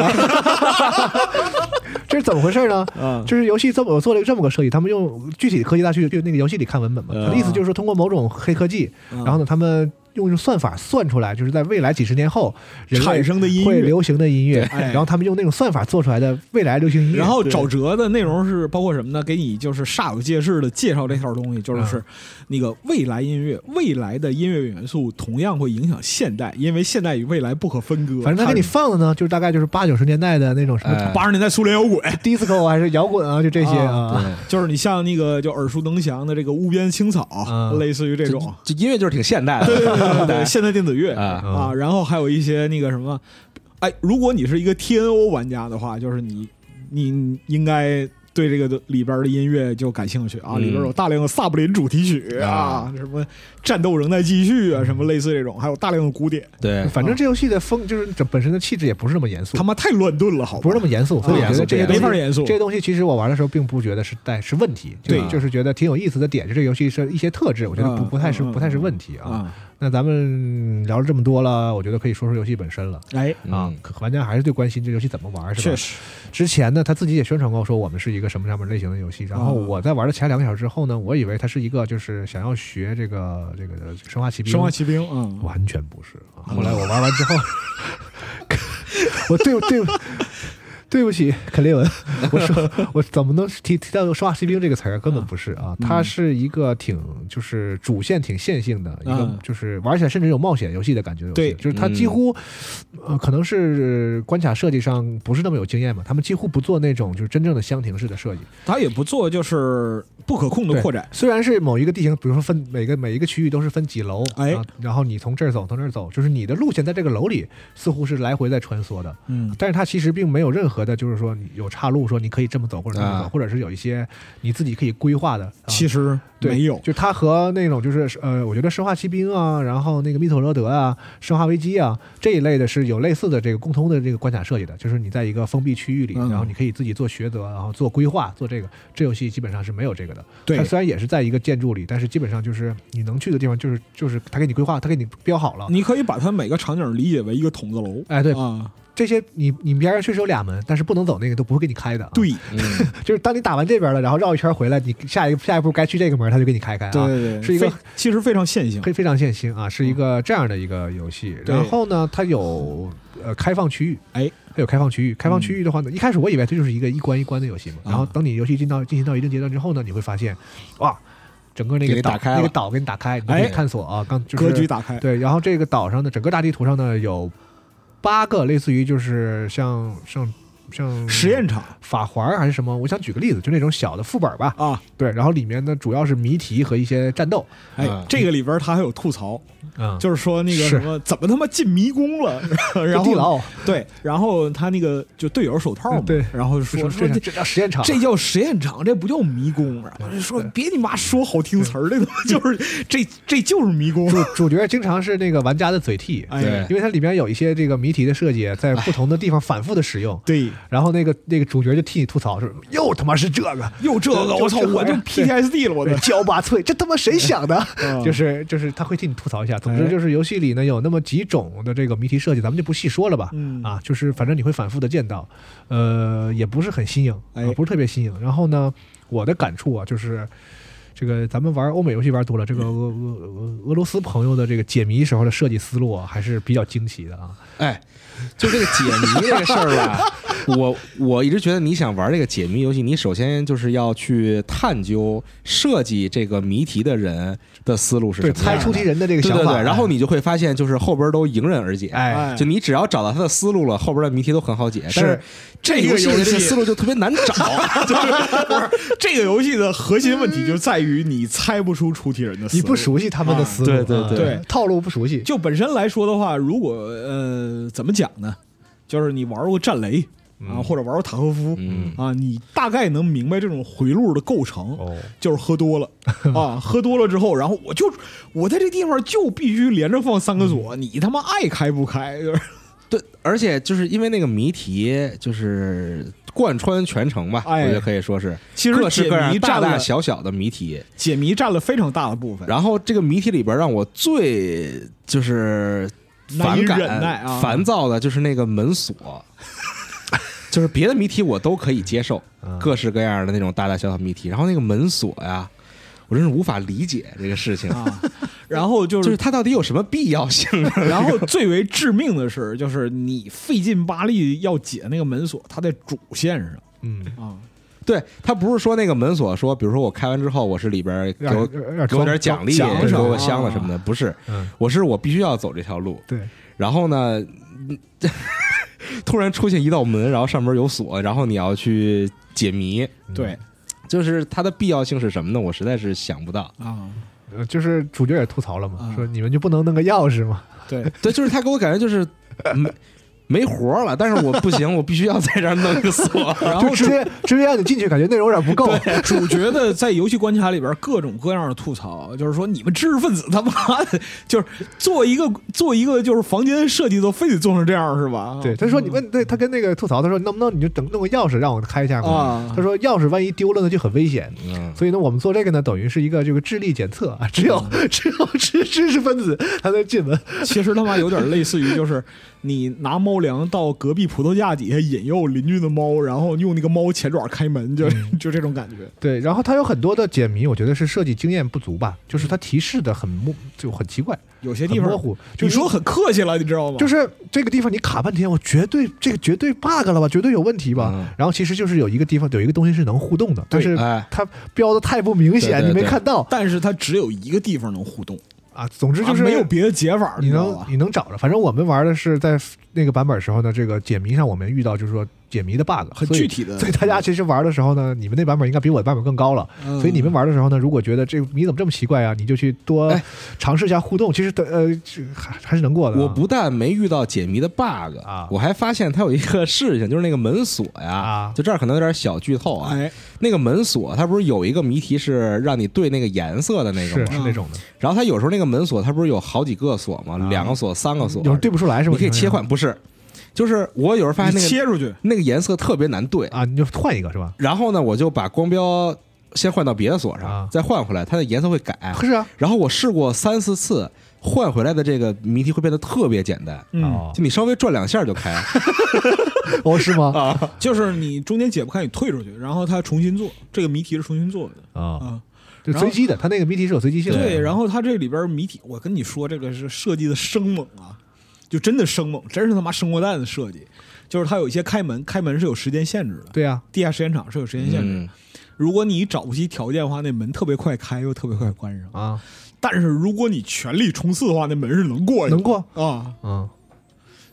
Speaker 1: 这是怎么回事呢？
Speaker 2: 嗯
Speaker 1: 就是游戏这么我做了一个这么个设计，他们用具体科技大去就那个游戏里看文本嘛，
Speaker 3: 嗯
Speaker 1: 他的意思就是说通过某种黑科技，
Speaker 2: 嗯
Speaker 1: 然后呢，他们用一种算法算出来，就是在未来几十年后人类
Speaker 2: 产生的音
Speaker 1: 会
Speaker 2: 乐，
Speaker 1: 流行的音乐，
Speaker 2: 对哎
Speaker 1: 然后他们用那种算法做出来的未来流行音乐，
Speaker 2: 然后
Speaker 1: 对
Speaker 2: 找辙的内容是包括什么呢？给你就是煞有介事的介绍这套东西，就是
Speaker 1: 嗯
Speaker 2: 是那个未来音乐，未来的音乐元素同样会影响现代，因为现代与未来不可分割。
Speaker 1: 反正他给你放的呢，就是大概就是八九十年代的那种什么
Speaker 3: 哎
Speaker 2: 八十年代苏联摇滚，
Speaker 1: disco 还是摇滚啊，就这些啊，
Speaker 3: 对，
Speaker 2: 就是你像那个就耳熟能详的这个《无边青草》
Speaker 1: 嗯
Speaker 2: 类似于这种。
Speaker 3: 就音乐就是挺现代的，
Speaker 2: 对现代电子乐
Speaker 3: 啊
Speaker 2: 啊，然后还有一些那个什么，哎，如果你是一个 TNO 玩家的话，就是你你应该。对这个里边的音乐就感兴趣啊，
Speaker 3: 嗯
Speaker 2: 里边有大量的萨布林主题曲啊，什么战斗仍在继续啊，什么类似这种，还有大量的古典，
Speaker 3: 对，
Speaker 1: 反正这游戏的风就是这本身的气质也不是那么严肃
Speaker 2: 嗯他，妈太乱炖了，好吧
Speaker 1: 不是那么严肃，所以我觉得这些
Speaker 2: 没法
Speaker 1: 东西。
Speaker 2: 严肃
Speaker 1: 这。些东西其实我玩的时候并不觉得是带是问题，就
Speaker 2: 对
Speaker 1: 就是觉得挺有意思的点，就这游戏是一些特质，我觉得不
Speaker 2: 嗯
Speaker 1: 不太是
Speaker 2: 嗯嗯
Speaker 1: 不太是问题啊。
Speaker 2: 啊，
Speaker 1: 那咱们聊了这么多了，我觉得可以说说游戏本身了
Speaker 2: 哎，
Speaker 1: 啊
Speaker 3: 嗯。
Speaker 1: 可玩家还是最关心这游戏怎么玩，是吧
Speaker 2: 确？实，
Speaker 1: 之前呢，他自己也宣传过，说我们是一个什么什么类型的游戏。然后
Speaker 2: 啊
Speaker 1: 我在玩了前两个小时之后呢，我以为它是一个就是想要学这个这个《生化奇兵》，
Speaker 2: 生化奇兵，嗯，
Speaker 1: 完全不是。啊后来我玩完之后， 我对对对不起肯 列文，我说我怎么能提提到《生化奇兵》这个词儿？根本不是啊，它是一个挺就是主线挺线性的一个
Speaker 2: 嗯，
Speaker 1: 就是玩起来甚至有冒险游戏的感觉的游戏。
Speaker 2: 对
Speaker 1: 就是它几乎呃，可能是关卡设计上不是那么有经验嘛，他们几乎不做那种就是真正的箱庭式的设计。
Speaker 2: 他也不做就是不可控的
Speaker 1: 对
Speaker 2: 扩展，
Speaker 1: 虽然是某一个地形，比如说分每个每一个区域都是分几楼，
Speaker 2: 哎
Speaker 1: 啊，然后你从这儿走，从那儿走，就是你的路线在这个楼里似乎是来回在穿梭的，
Speaker 2: 嗯，
Speaker 1: 但是它其实并没有任何的，就是说你有岔路，说你可以这么走或者那么走，
Speaker 3: 啊
Speaker 1: 或者是有一些你自己可以规划的。啊
Speaker 2: 其实
Speaker 1: 对
Speaker 2: 没有，
Speaker 1: 就它和那种就是呃，我觉得《生化奇兵》啊，然后那个《密特罗德》啊，《生化危机》啊这一类的是有类似的这个共通的这个关卡设计的，就是你在一个封闭区域里，
Speaker 2: 嗯
Speaker 1: 然后你可以自己做抉择，然后做规划，做这个。这游戏基本上是没有这个的。
Speaker 2: 对
Speaker 1: 它，虽然也是在一个建筑里，但是基本上就是你能去的地方，就是就是它给你规划，它给你标好了。
Speaker 2: 你可以把它每个场景理解为一个筒子楼，
Speaker 1: 哎，对，
Speaker 2: 啊，
Speaker 1: 这些你哎你边上确实有俩门，但是不能走那个都不会给你开的、啊。，
Speaker 2: 对
Speaker 3: 嗯
Speaker 1: 就是当你打完这边了，然后绕一圈回来，你下一下一步该去这个门，它就给你开开啊。
Speaker 2: 对
Speaker 1: 是一个
Speaker 2: 其实非常线性，
Speaker 1: 非非常线性啊，是一个这样的一个游戏。
Speaker 2: 嗯对
Speaker 1: 然后呢，它有呃开放区域，
Speaker 2: 哎，
Speaker 1: 它有开放区域。开放区域的话呢，一开始我以为它就是一个一关一关的游戏嘛。
Speaker 2: 嗯啊
Speaker 1: 然后等你游戏进到进行到一定阶段之后呢，你会发现，哇，整个那
Speaker 3: 给
Speaker 1: 个
Speaker 3: 你
Speaker 1: 岛
Speaker 3: 打开了
Speaker 1: 那个岛给你打开，你就可
Speaker 2: 哎
Speaker 1: 以探索啊，刚就是
Speaker 2: 格局打开，
Speaker 1: 对。然后这个岛上的整个大地图上呢，有八个类似于就是像像像
Speaker 2: 实验场
Speaker 1: 法环儿还是什么，我想举个例子，就那种小的副本吧。
Speaker 2: 啊，
Speaker 1: 对，然后里面呢主要是谜题和一些战斗，
Speaker 2: 哎
Speaker 3: 嗯，
Speaker 2: 这个里边他还有吐槽，
Speaker 1: 嗯，
Speaker 2: 就是说那个什么怎么他妈进迷宫 了，然
Speaker 1: 地
Speaker 2: 后
Speaker 1: 牢。嗯
Speaker 2: 对，然后他那个就队友手套嘛，
Speaker 1: 对
Speaker 2: 然后说
Speaker 1: 说
Speaker 2: 说
Speaker 1: 这
Speaker 2: 这
Speaker 1: 这叫实验场，
Speaker 2: 这叫实验场，这不叫迷宫。然
Speaker 1: 嗯
Speaker 2: 后就说别你妈说好听词儿，这他妈就是这这就是迷宫。啊
Speaker 1: 主主角经常是那个玩家的嘴替，
Speaker 2: 哎，
Speaker 1: 因为它里面有一些这个谜题的设计，在不同的地方反复的使用，
Speaker 2: 对，
Speaker 1: 然后那个那个主角就替你吐槽说又他妈是这个。
Speaker 2: 又这个，
Speaker 1: 就
Speaker 2: 我操，
Speaker 1: 就
Speaker 2: 我就
Speaker 1: 对
Speaker 2: PTSD 了，我的。
Speaker 1: 焦八脆，这他妈谁想的？
Speaker 2: 嗯
Speaker 1: 就是就是他会替你吐槽一下。总
Speaker 2: 哎
Speaker 1: 之就是游戏里呢有那么几种的这个谜题设计，咱们就不细说了吧。
Speaker 2: 嗯
Speaker 1: 啊，就是反正你会反复的见到，呃，也不是很新颖，
Speaker 2: 哎
Speaker 1: 啊，不是特别新颖。然后呢，我的感触啊，就是这个咱们玩欧美游戏玩多了，这个俄俄俄俄罗斯朋友的这个解谜时候的设计思路啊，还是比较惊奇的啊。
Speaker 3: 哎，就这个解谜这个事儿 吧，我我一直觉得你想玩这个解谜游戏，你首先就是要去探究设计这个谜题的人的思路是什
Speaker 1: 对，
Speaker 3: 么样
Speaker 1: 猜
Speaker 3: 的
Speaker 1: 出题人的这个
Speaker 3: 对
Speaker 1: 想
Speaker 3: 对
Speaker 1: 法，
Speaker 3: 对，然后你就会发现，就是后边都迎刃而解。
Speaker 1: 哎，
Speaker 2: 哎
Speaker 3: 就你只要找到他的思路了，后边的谜题都很好解。但是这
Speaker 2: 这个
Speaker 3: 游戏
Speaker 2: 游
Speaker 3: 的
Speaker 2: 戏
Speaker 3: 这个思路就特别难找。
Speaker 2: 这个游戏的核心问题就在于你猜不出出题人的思
Speaker 1: 你
Speaker 2: 路。
Speaker 1: 不熟悉他们的思路，
Speaker 3: 对对
Speaker 1: 啊
Speaker 3: 对
Speaker 2: 对
Speaker 1: 套路不熟悉，
Speaker 2: 就本身来说的话，如果呃怎么讲呢？就是你玩过战雷啊，或者玩过塔科夫
Speaker 3: 嗯
Speaker 2: 啊，你大概能明白这种回路的构成。
Speaker 1: 哦。
Speaker 2: 就是喝多 了啊，喝多了之后，然后我就我在这地方就必须连着放三个
Speaker 3: 嗯
Speaker 2: 锁，你他妈爱开不开？就是
Speaker 3: 对，而且就是因为那个谜题，就是贯穿全程吧，
Speaker 2: 哎
Speaker 3: 我觉得可以说是
Speaker 2: 其实
Speaker 3: 各式各
Speaker 2: 解谜
Speaker 3: 样
Speaker 2: 占
Speaker 3: 大
Speaker 2: 了
Speaker 3: 大小小的谜题。
Speaker 2: 解谜占了非常大的部分，
Speaker 3: 然后这个谜题里边让我最就是
Speaker 2: 难以
Speaker 3: 反感、
Speaker 2: 忍耐啊
Speaker 3: 烦躁的就是那个门锁， 就是别的谜题我都可以接受，
Speaker 1: 嗯
Speaker 3: 各式各样的那种大大小小谜题，然后那个门锁呀，我真是无法理解这个事情，
Speaker 2: 啊，然后就
Speaker 3: 就是是它到底有什么必要性？
Speaker 2: 然后最为致命的是， 就是你费劲巴力要解那个门锁，它在主线上
Speaker 1: 嗯，
Speaker 2: 啊，
Speaker 3: 对，它不是说那个门锁说，比如说我开完之后，我是里边给
Speaker 1: 有
Speaker 3: 我
Speaker 1: 点有点
Speaker 3: 给
Speaker 1: 装
Speaker 3: 我点奖励，
Speaker 2: 奖赏
Speaker 3: 给我箱子什么的，
Speaker 2: 啊
Speaker 3: 不是，
Speaker 1: 嗯，
Speaker 3: 我是我必须要走这条路，
Speaker 1: 对，
Speaker 3: 然后呢， 嗯突然出现一道门，然后上面有锁，然后你要去解谜，
Speaker 1: 嗯
Speaker 2: 对
Speaker 3: 就是它的必要性是什么呢？我实在是想不到。
Speaker 2: 啊，
Speaker 1: 呃就是主角也吐槽了嘛，
Speaker 2: 啊
Speaker 1: 说你们就不能弄个钥匙吗？
Speaker 2: 对，
Speaker 3: 对，就是他给我感觉就是 没没活儿了，但是我不行，我必须要在这儿弄一个锁。
Speaker 2: 然
Speaker 1: 就
Speaker 2: 后
Speaker 1: 直
Speaker 2: 主
Speaker 1: 接直接让你进去，感觉内容有点不够。
Speaker 2: 主角的在游戏关卡里边各种各样的吐槽，就是说你们知识分子他妈的，就是做一个做一个就是房间设计都非得做成这样是吧？嗯
Speaker 1: 对，他说你问，对他跟那个吐槽，他说能不能你就整弄个钥匙让我开一下嘛
Speaker 2: 啊？
Speaker 1: 他说钥匙万一丢了呢就很危险，
Speaker 3: 嗯，
Speaker 1: 所以呢我们做这个呢等于是一个这个智力检测，啊，只有
Speaker 2: 嗯
Speaker 1: 只有知知识分子才能进门。
Speaker 2: 其实他妈有点类似于就是你拿猫粮到隔壁葡萄架底下引诱邻居的猫，然后用那个猫前爪开门，就、
Speaker 1: 嗯
Speaker 2: 就这种感觉。
Speaker 1: 对，然后他有很多的解谜，我觉得是设计经验不足吧，就是他提示的很模就很奇怪，
Speaker 2: 有些
Speaker 1: 很
Speaker 2: 地方
Speaker 1: 模糊。就
Speaker 2: 你
Speaker 1: 是
Speaker 2: 说很客气了，你知道吗？
Speaker 1: 就是这个地方你卡半天，我绝对这个绝对 bug 了吧，绝对有问题吧。
Speaker 3: 嗯
Speaker 1: 然后其实就是有一个地方有一个东西是能互动的，但 是
Speaker 3: 哎，
Speaker 1: 它标的太不明显，
Speaker 3: 对对
Speaker 1: 你没
Speaker 3: 对
Speaker 1: 看到
Speaker 2: 但是它只有一个地方能互动，
Speaker 1: 啊。总之就
Speaker 2: 啊
Speaker 1: 是
Speaker 2: 没有别的解法，
Speaker 1: 你
Speaker 2: 知道
Speaker 1: 能
Speaker 2: 吧？
Speaker 1: 你能找着。反正我们玩的是在那个版本时候呢，这个解谜上我们遇到就是说解谜的 bug，
Speaker 2: 很
Speaker 1: 所以
Speaker 2: 具体的
Speaker 1: 所以大家其实玩的时候呢，你们那版本应该比我的版本更高了。
Speaker 2: 嗯
Speaker 1: 所以你们玩的时候呢，如果觉得这个谜怎么这么奇怪啊，你就去多
Speaker 3: 哎
Speaker 1: 尝试一下互动，其实的呃这还还是能过的啊。
Speaker 3: 我不但没遇到解谜的 bug
Speaker 1: 啊
Speaker 3: 我还发现它有一个事情，就是那个门锁呀，
Speaker 1: 啊
Speaker 3: 就这儿可能有点小剧透啊。
Speaker 2: 哎，
Speaker 3: 那个门锁它不是有一个谜题是让你对那个颜色的那个
Speaker 1: 是
Speaker 3: 吗？
Speaker 1: 是那嗯种的，
Speaker 3: 然后它有时候那个门锁它不是有好几个锁吗？
Speaker 1: 啊
Speaker 3: 两个锁、三个锁，
Speaker 1: 有时候对不出来是吧？
Speaker 3: 你可以切换，不是？就是我有时候发现
Speaker 2: 你
Speaker 3: 那个
Speaker 2: 切出去，
Speaker 3: 那个颜色特别难对，
Speaker 1: 啊，你就换一个是吧？
Speaker 3: 然后呢，我就把光标先换到别的锁上，
Speaker 1: 啊
Speaker 3: 再换回来，它的颜色会改。
Speaker 1: 是啊，
Speaker 3: 然后我试过三四次，换回来的这个谜题会变得特别简单，
Speaker 2: 嗯，
Speaker 1: 哦
Speaker 3: 就你稍微转两下 就开。
Speaker 1: 哦是吗？啊
Speaker 2: 就是你中间解不开，你退出去，然后它重新做这个谜题是重新做的
Speaker 1: 啊，
Speaker 2: 啊。
Speaker 1: 就随机的，它那个嗯谜题是有随机性的。
Speaker 2: 对，然后它这里边谜题，我跟你说，这个是设计的生猛啊，就真的生猛，真是他妈生活蛋的设计。就是它有一些开门，开门是有时间限制的，
Speaker 1: 对啊呀，
Speaker 2: 地下时间场是有时间限制的。
Speaker 3: 嗯，
Speaker 2: 如果你找不齐条件的话，那门特别快开，又特别快关上。
Speaker 1: 啊，
Speaker 2: 但是如果你全力冲刺的话，那门是能过去的，
Speaker 1: 能过，
Speaker 2: 啊。
Speaker 1: 嗯。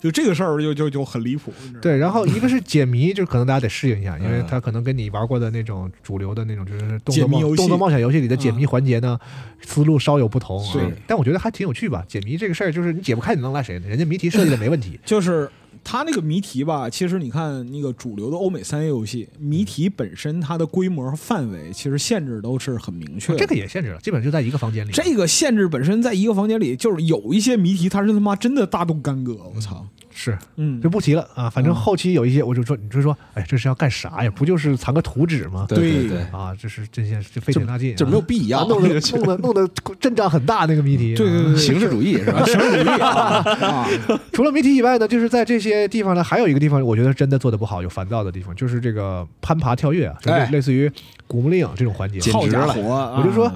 Speaker 2: 就这个事儿就就就很离谱。你知道吗，
Speaker 1: 对，然后一个是解谜，就是可能大家得适应一下，因为
Speaker 3: 嗯
Speaker 1: 它可能跟你玩过的那种主流的那种就是动
Speaker 2: 解
Speaker 1: 作
Speaker 2: 谜
Speaker 1: 冒
Speaker 2: 游戏
Speaker 1: 动作冒险游戏里的嗯解谜环节呢，思路稍有不同啊
Speaker 2: 是。
Speaker 1: 但我觉得还挺有趣吧。解谜这个事儿，就是你解不开，你能赖谁呢？人家谜题设计的没问 题
Speaker 2: 就是它那个谜题吧，其实你看那个主流的欧美三 A 游戏，谜题本身它的规模和范围其实限制都是很明确的。
Speaker 1: 哦这个也限制了，基本就在一个房间里。
Speaker 2: 这个限制本身在一个房间里，就是有一些谜题，它是他妈真的大动干戈，我操！
Speaker 1: 是
Speaker 2: 嗯
Speaker 1: 就，不提了啊。反正后期有一些，我就说，你就说，哎，这是要干啥呀？不就是藏个图纸吗？
Speaker 3: 对
Speaker 2: 对
Speaker 3: 对，
Speaker 1: 啊，这是这些就费劲大劲啊，
Speaker 3: 就没有必
Speaker 1: 啊
Speaker 3: 要，
Speaker 1: 弄得弄得弄得阵仗很大那个谜题啊。
Speaker 2: 对对对对，
Speaker 3: 形式主义是 吧？
Speaker 2: 形式主义啊 啊！
Speaker 1: 除了谜题以外呢，就是在这些地方呢，还有一个地方我觉得真的做的不好，有烦躁的地方，就是这个攀爬跳跃啊，就类
Speaker 3: 哎
Speaker 1: 类似于古墓丽影这种环节。
Speaker 3: 简
Speaker 2: 好
Speaker 3: 直
Speaker 2: 家
Speaker 3: 了
Speaker 2: 伙啊，
Speaker 1: 我就说，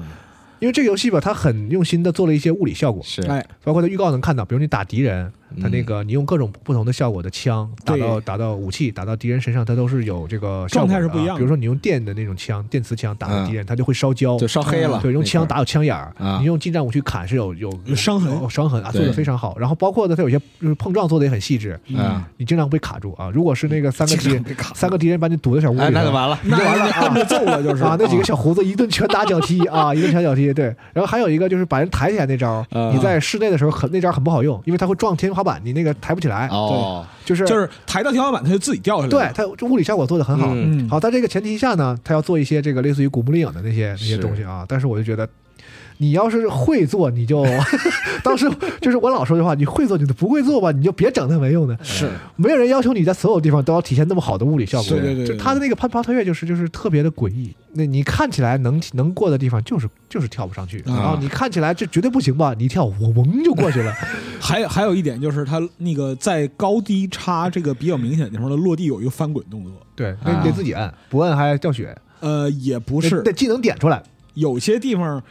Speaker 1: 因为这个游戏吧，它很用心的做了一些物理效果，
Speaker 3: 是
Speaker 2: 哎，
Speaker 1: 包括在预告能看到，比如你打敌人，它那
Speaker 3: 嗯
Speaker 1: 个你用各种不同的效果的枪打
Speaker 2: 对
Speaker 1: 到打到武器，打到敌人身上，它都是有这个效
Speaker 2: 状
Speaker 1: 果
Speaker 2: 态
Speaker 1: 的
Speaker 2: 是不一
Speaker 1: 啊
Speaker 2: 样的
Speaker 1: 比如说你用电的那种枪，电磁枪打到敌人，它就会烧焦，
Speaker 3: 嗯
Speaker 1: 嗯
Speaker 3: 就烧黑了。
Speaker 1: 对，用枪
Speaker 3: 那
Speaker 1: 打有枪眼儿
Speaker 3: 啊，
Speaker 1: 你用近战武去砍是有有有
Speaker 2: 伤痕
Speaker 1: 有伤痕啊，做的
Speaker 3: 对
Speaker 1: 非常好。然后包括呢，它有些就是碰撞做的也很细致，
Speaker 3: 块儿啊，
Speaker 1: 你经常被卡住啊。如果是那个三个敌
Speaker 2: 经常
Speaker 1: 人
Speaker 2: 被卡，住
Speaker 1: 三个敌人把你堵在小屋里
Speaker 3: 哎，
Speaker 1: 头，
Speaker 3: 那就完了。
Speaker 2: 那完了，按着揍了就是
Speaker 1: 啊，那几个小胡子一顿拳打脚踢啊，一顿拳脚踢。对，然后还有一个就是把人抬起来那招
Speaker 3: 啊，
Speaker 2: 嗯
Speaker 1: 你在室内的时候很那招很不好用，因为它会撞天花板，你那个抬不起来，
Speaker 3: 哦，
Speaker 1: 就是
Speaker 2: 就是抬到天花板，它就自己掉 下来
Speaker 1: 对
Speaker 2: 了。
Speaker 1: 它这物理效果做的很好。
Speaker 3: 嗯
Speaker 2: 嗯，
Speaker 1: 好，在这个前提下呢，他要做一些这个类似于古墓丽影的那些那些
Speaker 3: 是
Speaker 1: 东西啊。但是我就觉得，你要是会做，你就 当时就是我老说这话，你会做，你就不会做吧，你就别整那没用的。
Speaker 2: 是
Speaker 1: 没有人要求你在所有地方都要体现那么好的物理效果。
Speaker 2: 对对对对
Speaker 1: 就他的那个攀爬跳跃就是就是特别的诡异。那你看起来能能过的地方，就是就是跳不上去。
Speaker 2: 啊
Speaker 1: 然后你看起来这绝对不行吧，你一跳，我嗡就过去 了。
Speaker 2: 还有还有一点就是，它那个在高低差这个比较明显的地方，它落地有一个翻滚动作。
Speaker 1: 对，那你得自己按，不按还掉血。
Speaker 2: 呃，也啊不
Speaker 1: 不
Speaker 2: 是
Speaker 1: 得，技能点出来。
Speaker 2: 有些地方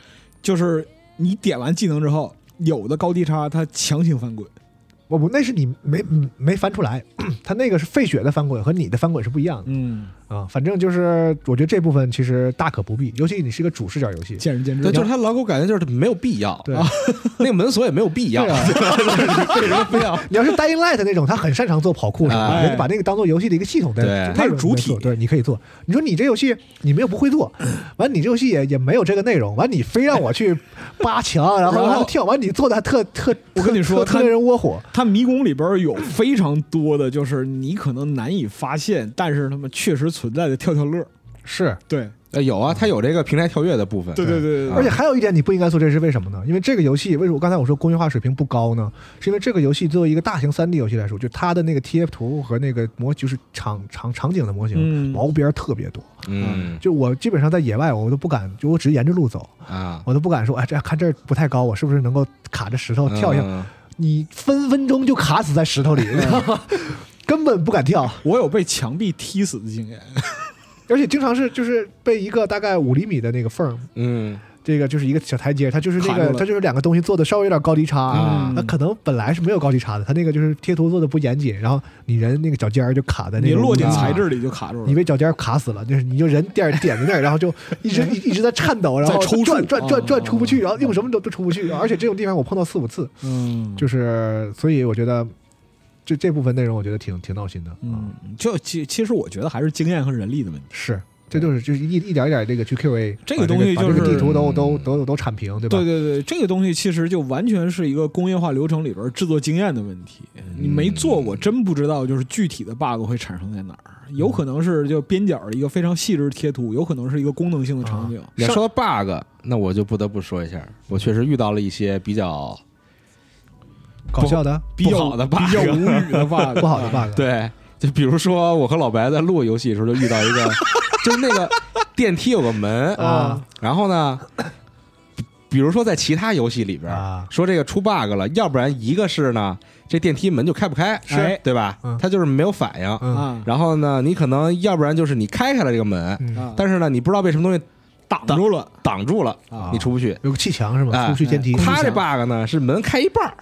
Speaker 2: 就是你点完技能之后，有的高低差它强行翻滚，
Speaker 1: 嗯我不，那是你没没翻出来， 它那个是费雪的翻滚和你的翻滚是不一样的
Speaker 2: 嗯，
Speaker 1: 啊。反正就是我觉得这部分其实大可不必，尤其你是一个主视角游戏。
Speaker 2: 见仁见智
Speaker 3: 对，。就是他老给我感觉就是没有必要，
Speaker 1: 对
Speaker 3: 啊那个门锁也没有必要，
Speaker 1: 对啊
Speaker 3: 为什么非要？
Speaker 1: 你要是 Dying Light 那种，他很擅长做跑酷什么的，
Speaker 3: 哎
Speaker 1: 人家把那个当做游戏的一个系统在，
Speaker 3: 对
Speaker 1: 它
Speaker 2: 它是主体
Speaker 1: 对，你可以做。你说你这游戏你们又不会做，完你这游戏也也没有这个内容，完你非让我去扒墙，然后
Speaker 2: 然后
Speaker 1: 让他跳，完你做的还特特，
Speaker 2: 我跟你
Speaker 1: 特
Speaker 2: 说
Speaker 1: 特
Speaker 2: 它
Speaker 1: 令人窝火。
Speaker 2: 它迷宫里边有非常多的，就是你可能难以发现，但是他们确实存在的跳跳乐。
Speaker 1: 是，
Speaker 2: 对，
Speaker 3: 呃有啊，他有这个平台跳跃的部分，
Speaker 2: 对对对对
Speaker 3: 啊
Speaker 1: 而且还有一点你不应该做，这是为什么呢？因为这个游戏为什么刚才我说工业化水平不高呢？是因为这个游戏作为一个大型3 D 游戏来说，就它的那个贴图和那个模就是场场场景的模型。
Speaker 2: 嗯，
Speaker 1: 毛边儿特别多，啊
Speaker 3: 嗯
Speaker 1: 就我基本上在野外，我都不敢，就我只是沿着路走，
Speaker 3: 啊，
Speaker 1: 我都不敢说，哎，这看这儿不太高，我是不是能够卡着石头跳一下？
Speaker 3: 嗯
Speaker 1: 你分分钟就卡死在石头里，你知道 吗？根本不敢跳，
Speaker 2: 我有被墙壁踢死的经验。
Speaker 1: 而且经常是就是被一个大概五厘米的那个缝儿，
Speaker 3: 嗯，
Speaker 1: 这个就是一个小台阶，它就是那
Speaker 2: 卡住
Speaker 1: 个
Speaker 2: 了
Speaker 1: 它就是两个东西做的稍微有点高低差，啊
Speaker 2: 嗯
Speaker 1: 那、可能本来是没有高低差的，它那个就是贴图做的不严谨，然后你人那个脚尖儿就卡在那
Speaker 2: 你
Speaker 1: 个
Speaker 2: 落进
Speaker 1: 啊
Speaker 2: 材质里就卡住了，
Speaker 1: 你被脚尖卡死了，就是你就人点点在那儿，然后就一 直一一直在颤抖，然后
Speaker 2: 在抽搐
Speaker 1: 转转转
Speaker 2: 啊
Speaker 1: 转出不去，然后用什么都都出不去，而且这种地方我碰到四五次，
Speaker 2: 嗯，
Speaker 1: 就是所以我觉得这这部分内容我觉得挺挺闹心的，啊，
Speaker 2: 嗯，就其其实我觉得还是经验和人力的问题。
Speaker 1: 是。这就是就是一一点一点这个去 QA，
Speaker 2: 这个东西
Speaker 1: 把这个把
Speaker 2: 就是
Speaker 1: 这个地图都
Speaker 3: 嗯
Speaker 1: 都都都铲平，对吧？
Speaker 2: 对对对，这个东西其实就完全是一个工业化流程里边制作经验的问题。你没做
Speaker 1: 嗯
Speaker 2: 过，真不知道就是具体的 bug 会产生在哪儿。有可能是就边角一个非常细致的贴图，有可能是一个功能性的场
Speaker 1: 啊
Speaker 2: 景。
Speaker 3: 你要说到 bug，那我就不得不说一下，我确实遇到了一些比较
Speaker 1: 搞笑的
Speaker 2: 比较
Speaker 3: 不好的 bug
Speaker 2: 比较无 语的 bug，
Speaker 1: 不好 的
Speaker 2: 啊
Speaker 1: bug，
Speaker 3: 对，就比如说我和老白在录游戏的时候，就遇到一个，就是那个电梯有个门，
Speaker 1: 啊
Speaker 3: 然后呢，比如说在其他游戏里边
Speaker 1: 啊
Speaker 3: 说这个出 bug 了，要不然一个是呢，这电梯门就开不开，
Speaker 2: 是
Speaker 3: 哎对吧
Speaker 1: 嗯？
Speaker 3: 它就是没有反应。
Speaker 1: 嗯
Speaker 2: 啊，
Speaker 3: 然后呢，你可能要不然就是你开开了这个门，
Speaker 1: 嗯
Speaker 2: 啊
Speaker 3: 但是呢，你不知道被什么东西
Speaker 2: 挡住了，
Speaker 3: 挡住了，
Speaker 1: 啊
Speaker 3: 你出不去。
Speaker 1: 有个气墙是吗？
Speaker 3: 哎
Speaker 1: 出不去电梯，
Speaker 3: 他这 bug 呢是门开一半儿，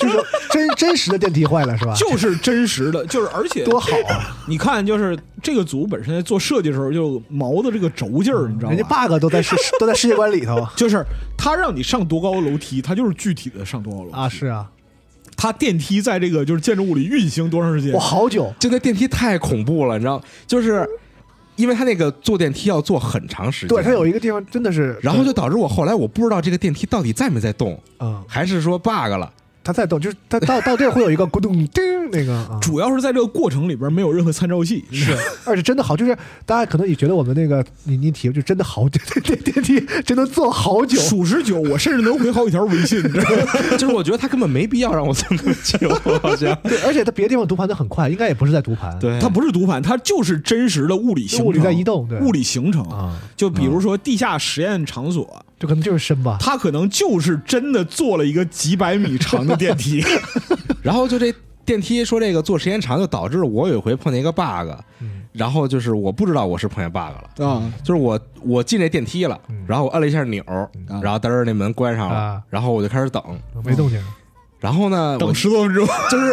Speaker 1: 就是真 真实的电梯坏了是吧？
Speaker 2: 就是真实的，就是而且
Speaker 1: 多好啊！
Speaker 2: 你看，就是这个组本身在做设计的时候，就毛的这个轴劲儿，你知道
Speaker 1: 人家
Speaker 2: 吗？
Speaker 1: bug 都在世都在世界观里 头
Speaker 2: 就是他让你上多高的楼梯，他就是具体的上多高楼梯
Speaker 1: 啊！是啊，
Speaker 2: 它电梯在这个就是建筑物里运行多长时间
Speaker 1: 我？好久
Speaker 3: 就那电梯太恐怖了，你知道，就是因为他那个坐电梯要坐很长时间，
Speaker 1: 对，它有一个地方真的是，
Speaker 3: 然后就导致我后来我不知道这个电梯到底在没在动，
Speaker 1: 嗯，
Speaker 3: 还是说 bug 了。
Speaker 1: 它在动，就是它到到这儿会有一个咕咚叮那个 啊，
Speaker 2: 主要是在这个过程里边没有任何参照系， 是
Speaker 1: 而且真的好，就是大家可能也觉得我们那个你你体验就真的好，这这电梯 真的坐好久，
Speaker 2: 数十九，我甚至能回好几条微信，你知道吗？
Speaker 3: 就是我觉得他根本没必要让我坐那么久，好像
Speaker 1: 对，而且它别的地方读盘的很快，应该也不是在读盘，
Speaker 3: 对
Speaker 2: 它不是读盘，它就是真实的物理形成，
Speaker 1: 物理在移动对
Speaker 2: 物理形成。
Speaker 1: 啊，
Speaker 2: 就比如说地下实验场所，
Speaker 1: 这可能就是深吧，
Speaker 2: 它可能就是真的做了一个几百米长的电 梯，
Speaker 3: 然后就这电梯说这个坐时间长，就导致我有一回碰见一个 bug，
Speaker 1: 嗯
Speaker 3: 然后就是我不知道我是碰见 bug 了，
Speaker 2: 啊，
Speaker 3: 就是我我进这电梯了
Speaker 1: 嗯，
Speaker 3: 然后我摁了一下钮，
Speaker 2: 嗯
Speaker 3: 然后嘚儿那门关上了
Speaker 1: 啊，
Speaker 3: 然后我就开始等，
Speaker 1: 没动静，
Speaker 3: 然后 呢，我
Speaker 2: 等十多分钟，
Speaker 3: 就是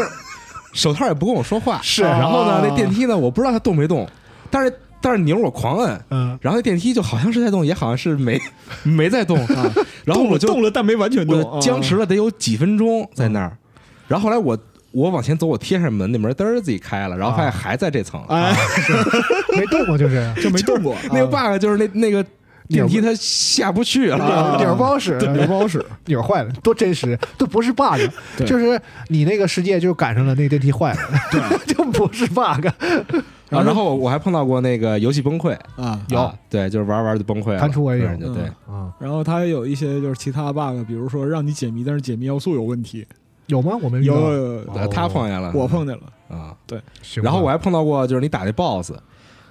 Speaker 3: 手套也不跟我说话，
Speaker 1: 是
Speaker 3: 然后呢
Speaker 2: 啊，
Speaker 3: 那电梯呢，我不知道它动没动，但是但是钮我狂摁，
Speaker 1: 嗯，
Speaker 3: 然后那电梯就好像是在动，也好像是没没在动，然后
Speaker 2: 动
Speaker 3: 我
Speaker 2: 了
Speaker 3: 就
Speaker 2: 动了，嗯但没完全
Speaker 3: 我
Speaker 2: 动，啊
Speaker 3: 就僵持了得有几分钟在那儿，然后后来我我往前走，我贴上门，那门嘚儿自己开了，然后发现还在这层，
Speaker 2: 啊，哎，
Speaker 1: 没动过就是
Speaker 2: 就没动过，啊
Speaker 3: 那个 bug 就是那那个电梯它下 不去了，
Speaker 2: 啊
Speaker 1: 钮儿不好使，
Speaker 2: 对，没不 好使，
Speaker 1: 钮儿坏了，多真实，都不是 bug，
Speaker 2: 对
Speaker 1: 就是你那个世界就赶上了那个电梯坏了，对， 就不是 bug，
Speaker 3: 啊然后我我还碰到过那个游戏崩溃，
Speaker 2: 啊，
Speaker 3: 啊对，就是玩儿玩儿就崩溃了，
Speaker 1: 弹出我也有
Speaker 3: 对就对
Speaker 2: 嗯。
Speaker 1: 啊，
Speaker 2: 然后它有一些就是其他 bug，比如说让你解谜，但是解谜要素有问题。
Speaker 1: 有吗？我没遇
Speaker 2: 有
Speaker 1: 到
Speaker 2: 有有有
Speaker 1: 哦
Speaker 3: 他碰见了，
Speaker 2: 我碰见了，
Speaker 3: 啊。
Speaker 1: 行吧
Speaker 3: 然后我还碰到过，就是你打那 BOSS，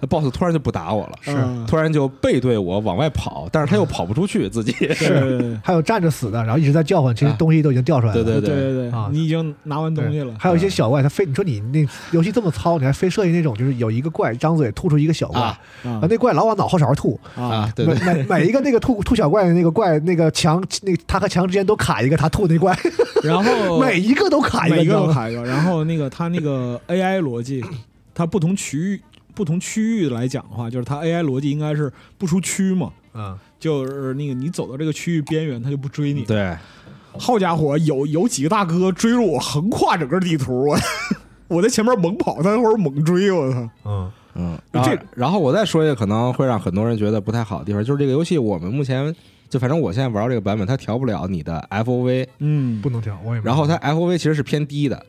Speaker 3: 那 boss 突然就不打我了，
Speaker 2: 是
Speaker 3: 突然就背对我往外跑，但是他又跑不出去自己。
Speaker 2: 是，
Speaker 1: 还有站着死的，然后一直在叫唤，其实
Speaker 3: 哎
Speaker 1: 东西都已经掉出来了。
Speaker 3: 对对
Speaker 2: 对对
Speaker 1: 啊
Speaker 2: 对，你已经拿完东西了，
Speaker 1: 还有一些小怪，他非你说你那游戏这么糙，你还非设计那种就是有一个怪张嘴吐出一个小怪，
Speaker 3: 啊
Speaker 2: 啊
Speaker 1: 啊那怪老往脑后勺吐，
Speaker 3: 啊
Speaker 2: 啊，，
Speaker 3: 对对，
Speaker 1: 每每每一个那个吐吐小怪的那个怪那个墙那他和墙之间都卡一个他吐那怪，
Speaker 2: 然后
Speaker 1: 每一个都卡一个，
Speaker 2: 哦
Speaker 1: 你
Speaker 2: 每一个
Speaker 1: 知道
Speaker 2: 都
Speaker 1: 吗
Speaker 2: 卡一个。然后那个它那个 AI 逻辑，它不同区域不同区域来讲的话，就是它 AI 逻辑应该是不出区嘛，
Speaker 1: 嗯，
Speaker 2: 就是那个你走到这个区域边缘，它就不追你。
Speaker 3: 对，
Speaker 2: 好家伙，有有几个大哥追着我，横跨整个地图，我我在前面猛跑，他那会儿猛追我操。
Speaker 1: 嗯
Speaker 3: 嗯，然后
Speaker 2: 这
Speaker 3: 然后我再说一个可能会让很多人觉得不太好的地方，就是这个游戏我们目前就反正我现在玩这个版本，它调不了你的 FOV，
Speaker 2: 嗯
Speaker 1: 不能调，我也没
Speaker 3: 然后它 FOV 其实是偏低的，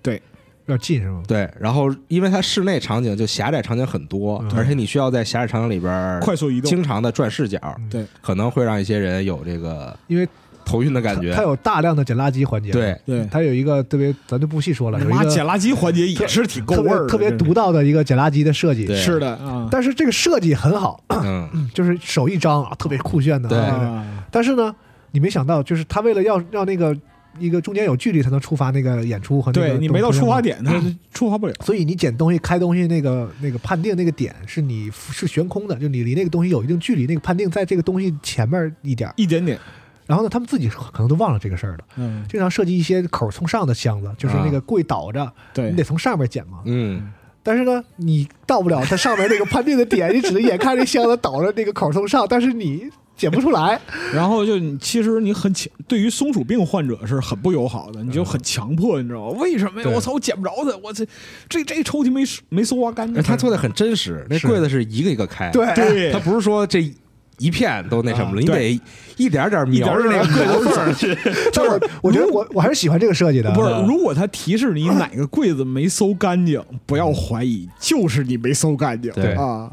Speaker 1: 要近是吗？
Speaker 3: 对，然后因为它室内场景就狭窄场景很多，
Speaker 1: 嗯
Speaker 3: 而且你需要在狭窄场景里边儿
Speaker 2: 快速移动，
Speaker 3: 经常的转视角，
Speaker 1: 嗯
Speaker 2: 对，
Speaker 3: 可能会让一些人有这个
Speaker 1: 因为
Speaker 3: 头晕的感觉
Speaker 1: 它。有大量的捡垃圾环节，，
Speaker 3: 对，
Speaker 2: 对，
Speaker 1: 它有一个特别，咱就不细说了，
Speaker 2: 他
Speaker 1: 有一
Speaker 2: 妈捡
Speaker 1: 个
Speaker 2: 垃圾环节也是挺够
Speaker 1: 特
Speaker 2: 味儿
Speaker 1: 别
Speaker 2: 的，
Speaker 1: 特别
Speaker 2: 真是
Speaker 1: 独到的一个捡垃圾的设计，
Speaker 3: 对
Speaker 2: 是的啊，
Speaker 1: 但是这个设计很好，
Speaker 3: 嗯，
Speaker 1: 就是手一张啊，特别酷炫的，
Speaker 3: 对
Speaker 1: 啊
Speaker 2: 啊
Speaker 1: 但是呢，你没想到，就是他为了要让那个一个中间有距离才能触发那个演出和那个
Speaker 2: 对你没到
Speaker 1: 东西
Speaker 2: 出发，点，他触发不了。
Speaker 1: 所以你捡东西、开东西那个那个判定那个点是你是悬空的，就你离那个东西有一定距离，那个判定在这个东西前面一点儿。
Speaker 2: 一点点，
Speaker 1: 然后呢，他们自己可能都忘了这个事儿了，
Speaker 2: 嗯，
Speaker 1: 经常设计一些口儿从上的箱子，就是那个柜倒着，
Speaker 2: 啊对
Speaker 1: 你得从上面捡嘛。
Speaker 3: 嗯，
Speaker 1: 但是呢，你到不了它上面那个判定的点，你只能眼看这箱子倒着，那个口儿从上，但是你捡不出 来。
Speaker 2: 然后就你其实你很强，对于松鼠病患者是很不友好的，你就很强迫，你知道吗？为什么呀？
Speaker 1: 对
Speaker 2: 我操，我捡不着它，我这这这抽屉没没搜刮干净。
Speaker 3: 而哎他做的很真实，那
Speaker 1: 是
Speaker 3: 柜子是一个一个开，
Speaker 1: 对
Speaker 2: 对
Speaker 3: 他不是说这一片都那什么
Speaker 2: 啊
Speaker 3: 了，你得一点点
Speaker 2: 一点
Speaker 3: 瞄着那
Speaker 2: 点
Speaker 3: 个柜子缝儿去。
Speaker 1: 但我我觉得我我还是喜欢这个设计的，啊
Speaker 2: 不是，如果他提示你哪个柜子没搜干净，不要怀疑，就是你没搜干净
Speaker 3: 对
Speaker 2: 啊。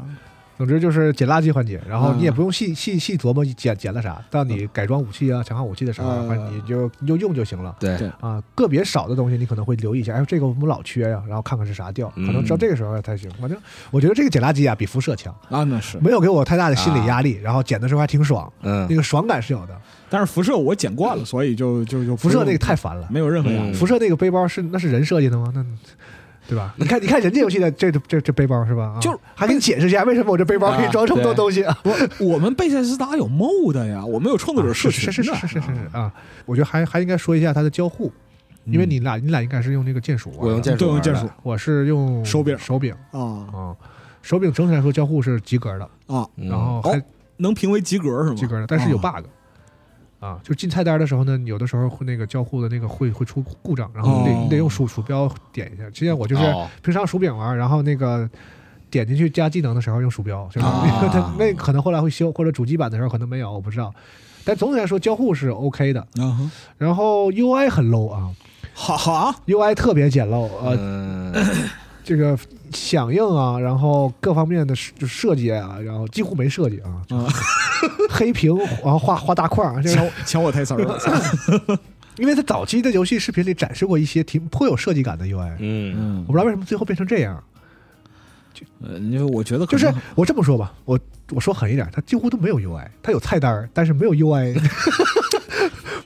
Speaker 1: 总之就是捡垃圾环节，然后你也不用细细细琢磨捡捡了啥，到你改装武器啊、强化武器的时候啊，
Speaker 2: 嗯
Speaker 1: 反正你就你就用就行了。
Speaker 3: 对
Speaker 2: 对
Speaker 1: 啊，个别少的东西你可能会留意一下，哎，这个我们老缺呀、然后看看是啥掉，可
Speaker 3: 嗯
Speaker 1: 能直到这个时候才行。反正我觉得这个捡垃圾啊比辐射强，
Speaker 2: 啊，那是，
Speaker 1: 没有给我太大的心理压力，然后捡的时候还挺爽，
Speaker 3: 嗯
Speaker 1: 那，个爽感是有的。
Speaker 2: 但是辐射我捡惯了，所以就就就
Speaker 1: 辐射那个太烦了，
Speaker 2: 没有任何压力
Speaker 3: 嗯。
Speaker 1: 辐射那个背包是那是人设计的吗？那对吧？你看你看人家游戏的这这这背包是吧？啊
Speaker 2: 就是
Speaker 1: 还给你解释一下为什么我这背包可以装这么多
Speaker 3: 啊对
Speaker 1: 东西啊？
Speaker 2: 不是，我们贝塞斯达有 MOD 呀，我们有创作者社群
Speaker 1: 啊是
Speaker 2: 的，
Speaker 1: 是是是是是是啊！我觉得还还应该说一下它的交互，因为你俩你俩应该是用那个键鼠玩的，
Speaker 3: 我用键
Speaker 2: 嗯对
Speaker 3: 鼠
Speaker 2: 用
Speaker 3: 玩
Speaker 2: 键
Speaker 3: 的
Speaker 2: 鼠，
Speaker 1: 我是用
Speaker 2: 手柄
Speaker 1: 手柄
Speaker 2: 啊
Speaker 1: 啊，手柄整体来说交互是及格的，
Speaker 2: 啊，
Speaker 3: 嗯
Speaker 1: 然后还
Speaker 2: 能评为及格是吗？
Speaker 1: 及格的，但是有
Speaker 2: 啊
Speaker 1: bug 啊，就进菜单的时候呢，有的时候会那个交互的那个会会出故障，然后你得
Speaker 2: 哦
Speaker 1: 你得用鼠鼠标点一下。之前我就是
Speaker 3: 哦
Speaker 1: 平常手柄玩，然后那个。点进去加技能的时候用鼠标，就是
Speaker 3: 啊
Speaker 2: 哦
Speaker 1: 它 那可能后来会修，或者主机版的时候可能没有，我不知道。但总体来说交互是 OK 的，
Speaker 2: 啊
Speaker 1: 然后 UI 很 low 啊，
Speaker 2: 哈，好啊 好
Speaker 1: UI 特别简陋，呃，
Speaker 3: 嗯，
Speaker 1: 这个响应啊，然后各方面的设就设计啊，然后几乎没设计啊，
Speaker 2: 啊，
Speaker 1: 黑屏，然后画画大框 啊，这
Speaker 2: 抢
Speaker 1: 个，
Speaker 2: 我抢我台词儿了，
Speaker 1: 因为它早期的游戏视频里展示过一些挺颇有设计感的 UI，
Speaker 3: 嗯，
Speaker 1: 我不知道为什么最后变成这样，
Speaker 2: 呃，因为我觉得可
Speaker 1: 就
Speaker 2: 能
Speaker 1: 是我这么说吧，我我说狠一点，它几乎都没有 UI，它有菜单儿，但是没有 UI。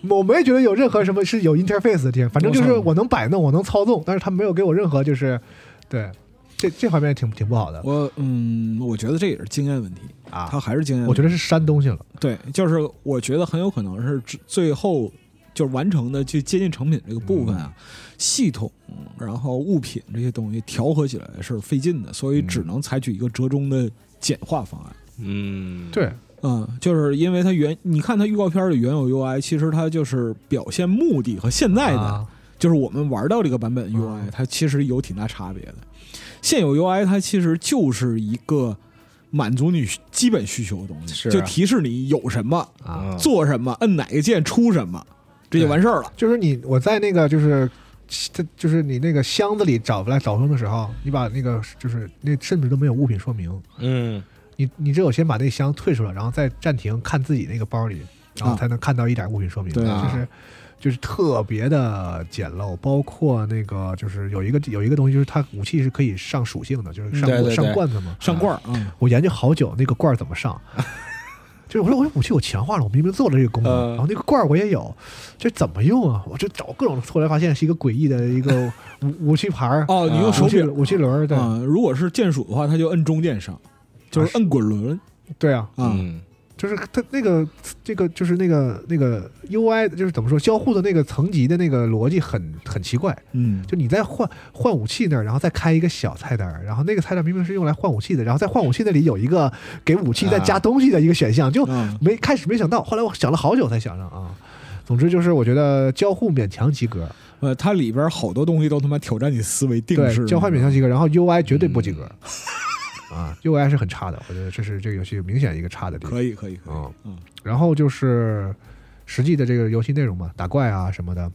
Speaker 1: 我没觉得有任何什么是有 interface 的地方，反正就是我能摆弄，我能操纵，但是它没有给我任何就是，对，这这方面挺挺不好的。
Speaker 2: 我嗯，我觉得这也是经验问题
Speaker 1: 啊
Speaker 2: 他还是经验
Speaker 1: 我
Speaker 2: 问题，
Speaker 1: 觉得是删东西了。
Speaker 2: 对，就是我觉得很有可能是只最后就是完成的去接近成品这个部分啊，
Speaker 1: 嗯
Speaker 2: 系统然后物品这些东西调和起来是费劲的，
Speaker 1: 嗯
Speaker 2: 所以只能采取一个折中的简化方案。
Speaker 3: 嗯，
Speaker 1: 对，
Speaker 2: 嗯，就是因为它原你看它预告片里原有 UI，其实它就是表现目的和现在的
Speaker 1: 啊
Speaker 2: 就是我们玩到这个版本
Speaker 1: 嗯
Speaker 2: UI，它其实有挺大差别的。现有 UI 它其实就是一个满足你基本需求的东西，
Speaker 3: 是啊
Speaker 2: 就提示你有什么、
Speaker 1: 啊，
Speaker 3: 嗯
Speaker 2: 做什么、摁哪个键出什么，这就完事儿了。
Speaker 1: 就是你我在那个就是。这就是你那个箱子里找来找中的时候，你把那个就是那甚至都没有物品说明，
Speaker 3: 嗯，
Speaker 1: 你你只有先把那箱退出来，然后再暂停看自己那个包里，然后
Speaker 2: 啊
Speaker 1: 才能看到一点物品说明。
Speaker 2: 对
Speaker 1: 就
Speaker 3: 啊
Speaker 1: 是就是特别的简陋，包括那个就是有一个有一个东西，就是它武器是可以上属性的，就是上
Speaker 3: 对对对
Speaker 1: 上罐子嘛，
Speaker 2: 上罐儿啊，
Speaker 1: 我研究好久那个罐儿怎么 上，就是我说我这武器我强化了，我明明做了这个功能，
Speaker 2: 嗯
Speaker 3: 呃
Speaker 1: 然后那个罐儿我也有，这怎么用啊？我这找各种，后来发现是一个诡异的一 个武武器牌儿，
Speaker 2: 哦，你
Speaker 3: 啊
Speaker 2: 用手
Speaker 1: 武器
Speaker 2: 柄
Speaker 1: 武器轮儿，对、
Speaker 2: 啊，如果是键鼠的话，它就摁中键上，就是摁滚轮
Speaker 1: 对啊，
Speaker 2: 啊，
Speaker 3: 嗯
Speaker 1: 就是它那个这个就是那个那个 UI 就是怎么说交互的那个层级的那个逻辑很很奇怪，
Speaker 2: 嗯，
Speaker 1: 就你在换换武器那儿，然后再开一个小菜单儿，然后那个菜单明明是用来换武器的，然后在换武器那里有一个给武器再加东西的一个选项，就
Speaker 2: 啊
Speaker 1: 没开始没想到，后来我想了好久才想上啊。总之就是，我觉得交互勉强及格，
Speaker 2: 呃，它里边好多东西都他妈挑战你思维定
Speaker 1: 对
Speaker 2: 式，
Speaker 1: 交换勉强及格，然后 UI 绝对不及格，啊，UI 是很差的，我觉得这是这个游戏明显一个差的地方。
Speaker 2: 嗯可以可以可以，
Speaker 1: 嗯
Speaker 2: 嗯，
Speaker 1: 然后就是实际的这个游戏内容嘛，打怪啊什么的。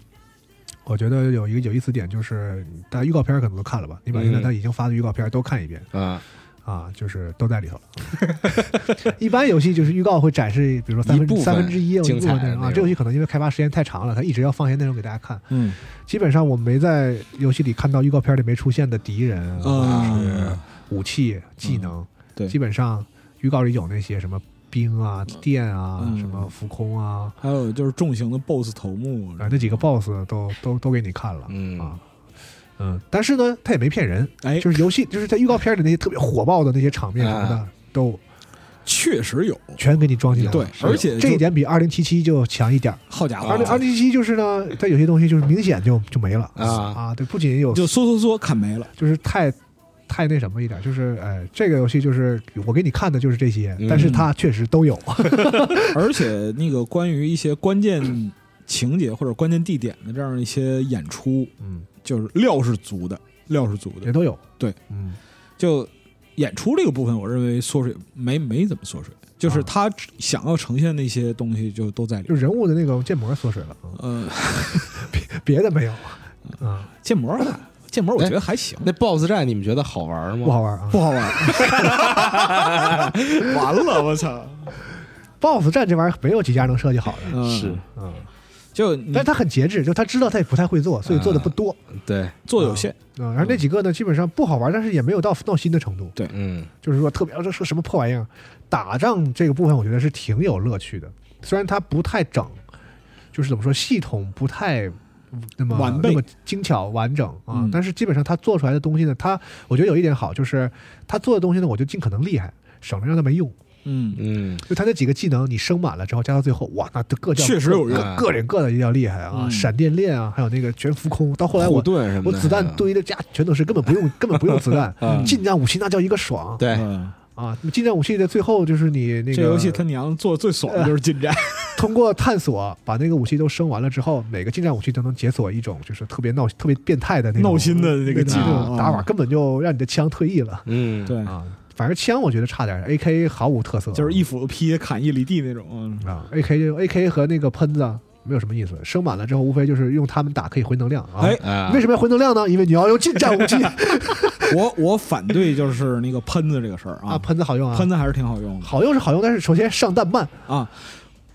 Speaker 1: 我觉得有一个有意思点就是，大家预告片儿可能都看了吧？你把现在
Speaker 3: 嗯
Speaker 1: 他已经发的预告片儿都看一遍
Speaker 3: 啊，
Speaker 1: 啊，就是都在里头了。 一般游戏就是预告会展示，比如说三分
Speaker 3: 一部分
Speaker 1: 三分之一或者一
Speaker 3: 精
Speaker 1: 部
Speaker 3: 彩的
Speaker 1: 分内容
Speaker 3: 内
Speaker 1: 啊。
Speaker 3: 容
Speaker 1: 这游戏可能因为开发时间太长了，它一直要放些内容给大家看。
Speaker 2: 嗯
Speaker 1: 基本上我没在游戏里看到预告片里没出现的敌人啊
Speaker 2: 啊
Speaker 1: 是武器、
Speaker 3: 嗯
Speaker 1: 技能，
Speaker 2: 对
Speaker 1: 基本上预告里有那些什么冰啊、电啊、
Speaker 2: 嗯
Speaker 1: 什么浮空啊，
Speaker 2: 还有就是重型的 BOSS 头目，哎
Speaker 1: 啊、那几个 BOSS 都都都给你看了、
Speaker 3: 嗯
Speaker 1: 啊，嗯，但是呢，他也没骗人，
Speaker 2: 哎，
Speaker 1: 就是游戏就是在预告片里那些特别火爆的那些场面什么
Speaker 3: 啊
Speaker 1: 的，都
Speaker 2: 确实有，
Speaker 1: 全给你装进来了。
Speaker 2: 对，而且
Speaker 1: 这一
Speaker 2: 就啊
Speaker 1: 点比二零七七就强一点儿。
Speaker 2: 好家
Speaker 1: 二零二
Speaker 2: 伙，
Speaker 1: 零七七就是呢，它有些东西就是明显就就没了
Speaker 3: 啊
Speaker 1: 啊！对，不仅有
Speaker 2: 就缩缩缩砍没了，
Speaker 1: 就是太太那什么一点，就是哎，这个游戏就是我给你看的就是这些，
Speaker 2: 嗯
Speaker 1: 但是它确实 都有。
Speaker 2: 而且那个关于一些关键情节或者关键地点的这样一些演出，
Speaker 1: 嗯，
Speaker 2: 就是料是足的，料是足的
Speaker 1: 也，都有。
Speaker 2: 对，
Speaker 1: 嗯，
Speaker 2: 就演出这个部分，我认为缩水没没怎么缩水，就是
Speaker 1: 啊
Speaker 2: 他想要呈现那些东西就都在里
Speaker 1: 就
Speaker 2: 面。
Speaker 1: 人物的那个建模缩水了，嗯
Speaker 2: 呃，
Speaker 1: 别的没有
Speaker 2: 嗯
Speaker 1: 啊，
Speaker 2: 建模还建模，我
Speaker 1: 哎
Speaker 2: 觉得还行，
Speaker 3: 那 BOSS 战你们觉得好玩吗？
Speaker 1: 不好玩啊
Speaker 2: 不。好 玩。完了，我操！
Speaker 1: BOSS 战这玩意儿没有几家能设计好的，
Speaker 2: 嗯
Speaker 3: 是，
Speaker 1: 嗯，
Speaker 2: 就你
Speaker 1: 但是他很节制，就他知道他也不太会做，所以做的不多
Speaker 3: 对，
Speaker 2: 做有限，
Speaker 1: 啊。然后那几个呢，基本上不好玩，但是也没有到闹心的程度，
Speaker 3: 嗯
Speaker 1: 就是说特别这是什么破玩意儿。打仗这个部分，我觉得是挺有乐趣的，虽然它不太整，就是怎么说系统不太。那么
Speaker 2: 完备
Speaker 1: 那么精巧完整啊，
Speaker 2: 嗯
Speaker 1: 但是基本上他做出来的东西呢，他我觉得有一点好，就是他做的东西呢，我就尽可能厉害，省着让他没用。
Speaker 2: 嗯，
Speaker 3: 嗯
Speaker 1: 就他那几个技能，你升满了之后加到最后，哇，那都各叫
Speaker 2: 确实有用
Speaker 1: 各各人各的也要厉害啊，
Speaker 2: 嗯
Speaker 1: 闪电链啊，还有那个全浮空，到后来
Speaker 3: 护
Speaker 1: 我
Speaker 3: 盾什么
Speaker 1: 我
Speaker 3: 的，
Speaker 1: 子弹堆的家全都是，根本不用根本不用子 弹，
Speaker 3: 嗯
Speaker 1: 近战武器那叫一个爽
Speaker 3: 对，
Speaker 2: 嗯
Speaker 1: 啊！近战武器的最后就是你那个
Speaker 2: 这游戏他娘做最爽的就是 近战，
Speaker 1: 通过探索把那个武器都升完了之后，每个近战武器都能解锁一种就是特别闹特别变态的那种
Speaker 2: 闹心的那个
Speaker 1: 技
Speaker 2: 技
Speaker 1: 能
Speaker 2: 能啊
Speaker 1: 打法，根本就让你的枪退役了
Speaker 3: 嗯，
Speaker 2: 对，
Speaker 1: 啊！反正枪我觉得差点，A K 毫无特色，
Speaker 2: 就是一斧子劈砍一里地那种，嗯
Speaker 1: 啊，A K A K 和那个喷子啊没有什么意思，升满了之后无非就是用它们打可以回能量啊。
Speaker 2: 哎啊
Speaker 3: 啊，
Speaker 1: 为什么要回能量呢？因为你要用近战 武器
Speaker 2: 我我反对就是那个喷子这个事儿
Speaker 1: 啊，
Speaker 2: 啊，
Speaker 1: 喷子好用啊，
Speaker 2: 喷子还是挺好用的
Speaker 1: 好用是好用，但是首先上弹慢。
Speaker 2: 啊。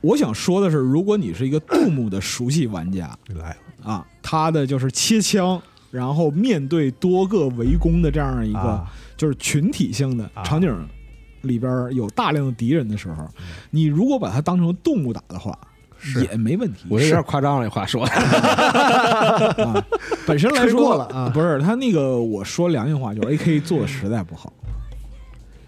Speaker 2: 我想说的是，如果你是一个杜牧的熟悉玩家
Speaker 1: 来，
Speaker 2: 啊，他的就是切枪，然后面对多个围攻的这样一个
Speaker 1: 啊
Speaker 2: 就是群体性的
Speaker 1: 啊
Speaker 2: 场景里边有大量的敌人的时候，你如果把它当成杜牧打的话，
Speaker 1: 嗯是
Speaker 2: 也没问题。
Speaker 3: 我这有点夸张了，这话说的，
Speaker 2: 啊，本 身来
Speaker 1: 吹
Speaker 2: 说
Speaker 1: 过了啊
Speaker 2: 不是他那个，我说良心话，就是 A K 做的实在不好，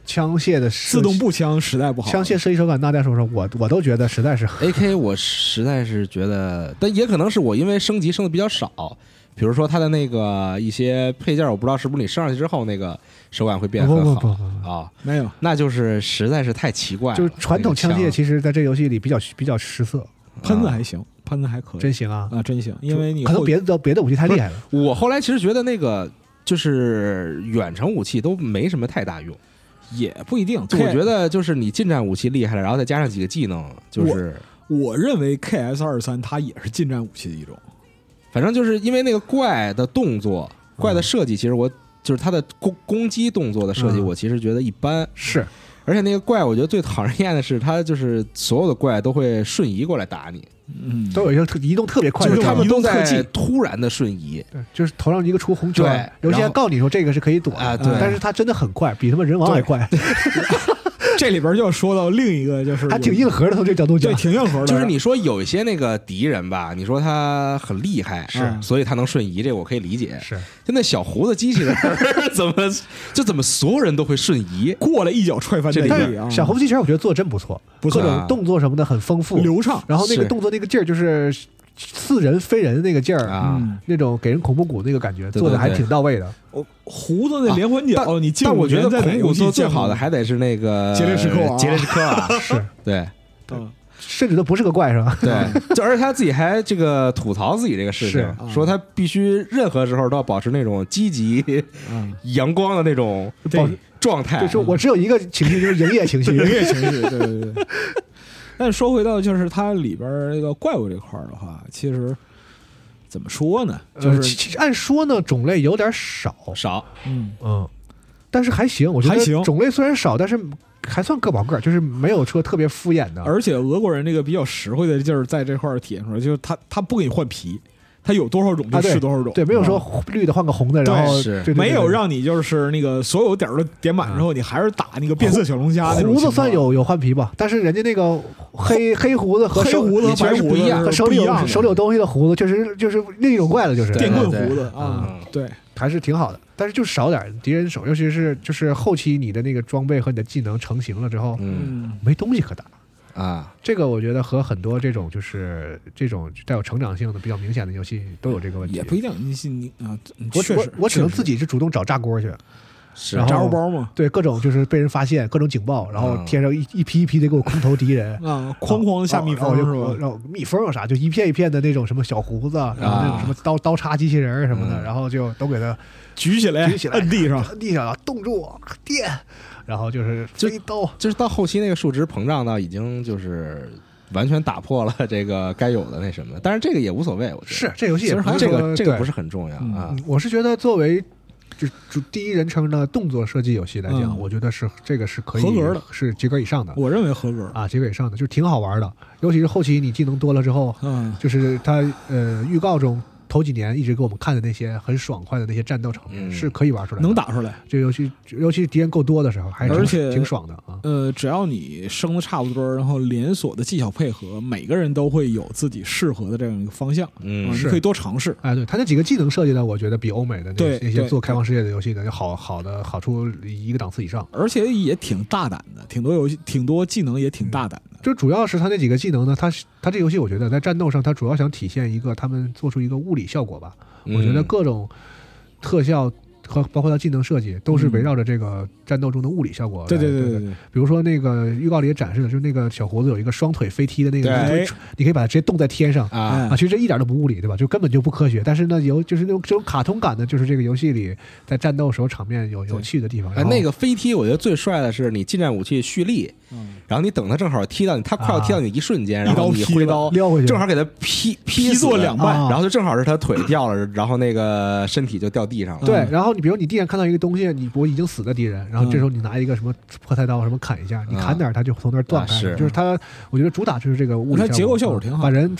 Speaker 1: 枪械的
Speaker 2: 自动步枪实在不好，
Speaker 1: 枪械射击手感，大家说说，我我都觉得实在是
Speaker 3: A K，我实在是觉得，但也可能是我因为升级升的比较少，比如说它的那个一些配件，我不知道是不是你升上去之后那个手感会变得
Speaker 1: 不不
Speaker 3: 很
Speaker 1: 不不
Speaker 3: 好
Speaker 1: 不，
Speaker 3: 啊，
Speaker 2: 没有。
Speaker 3: 那就是实在是太奇怪了。
Speaker 1: 就是传统枪
Speaker 3: 那
Speaker 1: 械，
Speaker 3: 个
Speaker 1: 其实在这游戏里比较比较失色，
Speaker 2: 喷子还行，喷子还可以，
Speaker 1: 真行啊！
Speaker 2: 啊，真行，因为你
Speaker 1: 可能
Speaker 2: 后
Speaker 1: 别的别的武器太厉害了，
Speaker 3: 我后来其实觉得那个就是远程武器都没什么太大用，
Speaker 2: 也不一定。
Speaker 3: 就我
Speaker 2: K-
Speaker 3: 觉得就是你近战武器厉害了，然后再加上几个技能，就是
Speaker 2: 我认为 K S 二三它也是近战武器的一种，
Speaker 3: 反正就是因为那个怪的动作、
Speaker 2: 嗯
Speaker 3: 怪的设计，其实我就是它的攻攻击动作的设计，
Speaker 1: 嗯
Speaker 3: 我其实觉得一般。
Speaker 1: 是
Speaker 3: 而且那个怪，我觉得最讨人厌的是，它就是所有的怪都会瞬移过来打你，
Speaker 2: 嗯，
Speaker 1: 都有一个特移动特别快
Speaker 3: 就
Speaker 1: 的
Speaker 3: 是
Speaker 1: 状
Speaker 3: 他
Speaker 1: 态，
Speaker 3: 们都
Speaker 2: 移动科技
Speaker 3: 在突然的瞬移，
Speaker 1: 对就是头上一个出红圈儿，
Speaker 3: 对
Speaker 1: 游戏
Speaker 3: 然
Speaker 1: 还
Speaker 3: 后
Speaker 1: 告你说这个是可以躲的
Speaker 3: 啊对
Speaker 1: 但是它真的很快，比他妈人王还快，
Speaker 2: 这里边就要说到另一个，就是
Speaker 1: 还挺硬核的。从这角度讲
Speaker 2: 对，，挺硬核的。
Speaker 3: 就是你说有一些那个敌人吧，你说他很厉害，
Speaker 2: 是
Speaker 3: 所以他能瞬移，这个我可以理解。
Speaker 1: 是
Speaker 3: 就那小胡子机器人 儿怎么就怎么所有人都会瞬移？
Speaker 2: 过来一脚踹翻在
Speaker 1: 但
Speaker 2: 地啊，
Speaker 3: 嗯
Speaker 1: 是小红机器人我觉得做的真不错，
Speaker 2: 不
Speaker 1: 各
Speaker 2: 错
Speaker 1: 种动作什么的很丰富，
Speaker 2: 嗯流畅
Speaker 1: 然后那个
Speaker 3: 啊是
Speaker 1: 动作那个劲儿就是似人非人的那个劲儿
Speaker 3: 啊
Speaker 2: 嗯
Speaker 1: 那种给人恐怖谷那个感觉
Speaker 3: 对
Speaker 1: 做的还
Speaker 3: 对
Speaker 1: 挺到位的。
Speaker 2: 我哦胡子那连环脚，
Speaker 3: 啊但
Speaker 2: 哦你进
Speaker 3: 但
Speaker 2: 五
Speaker 3: 我觉
Speaker 2: 年
Speaker 3: 得
Speaker 2: 在哪
Speaker 3: 恐
Speaker 2: 个
Speaker 3: 怖
Speaker 2: 游戏
Speaker 3: 做最
Speaker 2: 见过
Speaker 3: 好的还得是那个
Speaker 2: 杰雷什克啊
Speaker 3: 杰雷什克啊，
Speaker 1: 是，
Speaker 3: 对
Speaker 2: 嗯
Speaker 1: 甚至都不是个怪是吧？
Speaker 3: 对，就而且他自己还这个吐槽自己这个事
Speaker 1: 是
Speaker 3: 情，
Speaker 2: 啊
Speaker 3: 说他必须任何时候都要保持那种积极、
Speaker 2: 嗯，
Speaker 3: 阳光的那种
Speaker 1: 保
Speaker 3: 状态
Speaker 1: 就。是我只有一个情绪，就是营业情
Speaker 2: 哎 营
Speaker 1: 绪。
Speaker 2: 业情绪，对对 对。但说回到就是它里边儿这个怪物这块儿的话，其实怎么说呢？就
Speaker 1: 呃
Speaker 2: 是
Speaker 1: 其其实按说呢，种类有点少，
Speaker 3: 少，
Speaker 2: 嗯，
Speaker 1: 嗯，但是还行，我觉得
Speaker 2: 还行
Speaker 1: 种类虽然少，但是还算个保个儿，就是没有说特别敷衍的。
Speaker 2: 而且俄国人这个比较实惠的劲儿在这块儿体现出来，就是他他不给你换皮，他有多少种就
Speaker 1: 啊对
Speaker 2: 是多少种，嗯
Speaker 1: 对，没有说绿的换个红的，然后
Speaker 3: 对是
Speaker 1: 对对对
Speaker 2: 没有让你就是那个所有点儿都点满之后，你还是打那个变色小龙虾那
Speaker 1: 胡子
Speaker 2: 种情况
Speaker 1: 算有有换皮吧，但是人家那个黑黑胡子和
Speaker 2: 黑
Speaker 1: 手
Speaker 2: 胡子和
Speaker 1: 也确
Speaker 2: 白
Speaker 1: 实是
Speaker 2: 胡
Speaker 1: 不
Speaker 2: 子
Speaker 1: 一
Speaker 2: 是
Speaker 1: 样，
Speaker 2: 不
Speaker 1: 手里
Speaker 2: 一样
Speaker 1: 有
Speaker 2: 的
Speaker 1: 手里有东西的胡子，确实就是另一种怪了，就是
Speaker 2: 电
Speaker 3: 对
Speaker 2: 棍
Speaker 3: 对
Speaker 2: 胡子
Speaker 3: 对
Speaker 2: 啊
Speaker 3: 嗯，
Speaker 2: 对，
Speaker 1: 还是挺好的，但是就是少点儿敌人手，尤其是就是后期你的那个装备和你的技能成型了之后，
Speaker 3: 嗯
Speaker 2: 嗯，
Speaker 1: 没东西可打。
Speaker 3: 啊，
Speaker 1: 这个我觉得和很多这种就是这种带有成长性的比较明显的游戏都有这个问题。
Speaker 2: 也不一定，你你你啊，
Speaker 1: 我
Speaker 2: 确
Speaker 1: 我
Speaker 2: 实
Speaker 1: 我只能
Speaker 2: 确实
Speaker 1: 自己是主动找炸锅去，
Speaker 3: 是
Speaker 1: 然
Speaker 2: 炸
Speaker 1: 后
Speaker 2: 药包嘛，
Speaker 1: 对各种就是被人发现，各种警报，然后
Speaker 3: 嗯
Speaker 1: 天上一一批一批的给我空投敌 人，哦
Speaker 2: 啊，哐哐下蜜蜂
Speaker 1: 然后
Speaker 2: 是
Speaker 1: 我
Speaker 2: 吧
Speaker 1: 就？然后蜜蜂有啥？就一片一片的那种什么小胡子，啊然后那
Speaker 2: 啊
Speaker 1: 种什么刀刀叉机器人儿什么的，
Speaker 3: 嗯
Speaker 1: 然后就都给它
Speaker 2: 举起来，
Speaker 1: 举起来
Speaker 2: 摁 地上，
Speaker 1: 摁地上，然后冻住我电，然后就是
Speaker 3: 就
Speaker 1: 飞刀。
Speaker 3: 就是到后期那个数值膨胀到已经就是完全打破了这个该有的那什么，但是这个也无所谓，我觉得
Speaker 1: 是这游戏也不是
Speaker 3: 这
Speaker 1: 说
Speaker 3: 个这个不
Speaker 1: 对
Speaker 3: 是很重要
Speaker 2: 嗯
Speaker 3: 啊
Speaker 1: 嗯，我是觉得作为就就第一人称的动作射击游戏来讲，
Speaker 2: 嗯
Speaker 1: 我觉得是这个是可以
Speaker 2: 合格的，
Speaker 1: 是及格以上的
Speaker 2: 我认为合格。
Speaker 1: 啊，及格以上的就挺好玩的，尤其是后期你技能多了之后，
Speaker 2: 嗯，
Speaker 1: 就是它呃预告中。头几年一直给我们看的那些很爽快的那些战斗场面、
Speaker 3: 嗯
Speaker 1: 是可以玩出来的，
Speaker 2: 能打出来。
Speaker 1: 这尤其尤其是敌人够多的时候，还是挺
Speaker 2: 而且
Speaker 1: 挺爽的啊。
Speaker 2: 呃，只要你升的差不多，然后连锁的技巧配合，每个人都会有自己适合的这样一个方向。
Speaker 3: 嗯
Speaker 2: 啊
Speaker 1: 是
Speaker 2: 你可以多尝试。
Speaker 1: 哎，对，他那几个技能设计的，我觉得比欧美的那
Speaker 2: 对
Speaker 1: 那些
Speaker 2: 对
Speaker 1: 做开放世界的游戏的要好好的好处一个档次以上。
Speaker 2: 而且也挺大胆的，挺多游戏，挺多技能也
Speaker 1: 嗯
Speaker 2: 挺大胆的。
Speaker 1: 就主要是他那几个技能呢，他他这游戏我觉得在战斗上，他主要想体现一个他们做出一个物理效果吧。
Speaker 3: 嗯
Speaker 2: 嗯
Speaker 1: 我觉得各种特效和包括他技能设计都是围绕着这个战斗中的物理效果来。
Speaker 2: 对对
Speaker 1: 对
Speaker 2: 对对，
Speaker 1: 比如说那个预告里也展示了，就是那个小胡子有一个双腿飞踢的那个，
Speaker 3: 对
Speaker 1: 你可以你可以把它直接冻在天上。
Speaker 3: 啊
Speaker 2: 哎
Speaker 1: 啊，其实这一点都不物理，对吧？就根本就不科学。但是呢，有就是那种这种卡通感的，就是这个游戏里在战斗时候场面有有
Speaker 2: 对
Speaker 1: 趣的地方。
Speaker 3: 哎
Speaker 1: 然后
Speaker 3: 那个飞踢，我觉得最帅的是你近战武器蓄力，
Speaker 2: 嗯，
Speaker 3: 然后你等他正好踢到你，他快
Speaker 1: 啊
Speaker 3: 要踢到你的一瞬间，然后
Speaker 2: 一
Speaker 3: 你
Speaker 2: 刀劈
Speaker 3: 挥
Speaker 2: 了
Speaker 3: 刀
Speaker 1: 撩回去，
Speaker 3: 正好给他劈
Speaker 2: 劈
Speaker 3: 死
Speaker 2: 作两半
Speaker 1: 啊
Speaker 3: 然后就正好是他腿掉 了，然后那个身体就掉地上了。
Speaker 1: 对
Speaker 2: 嗯，
Speaker 1: 然后你比如你地上看到一个东西，你不已经死的敌人，然后这时候
Speaker 2: 嗯
Speaker 1: 你拿一个什么破菜刀什么砍一下，你
Speaker 2: 啊
Speaker 1: 砍哪儿他就从那儿断开
Speaker 3: 啊
Speaker 1: 了，
Speaker 3: 是
Speaker 1: 就是它，我觉得主打就是这个物理
Speaker 2: 它结构效果
Speaker 1: 啊
Speaker 2: 挺好
Speaker 1: 把人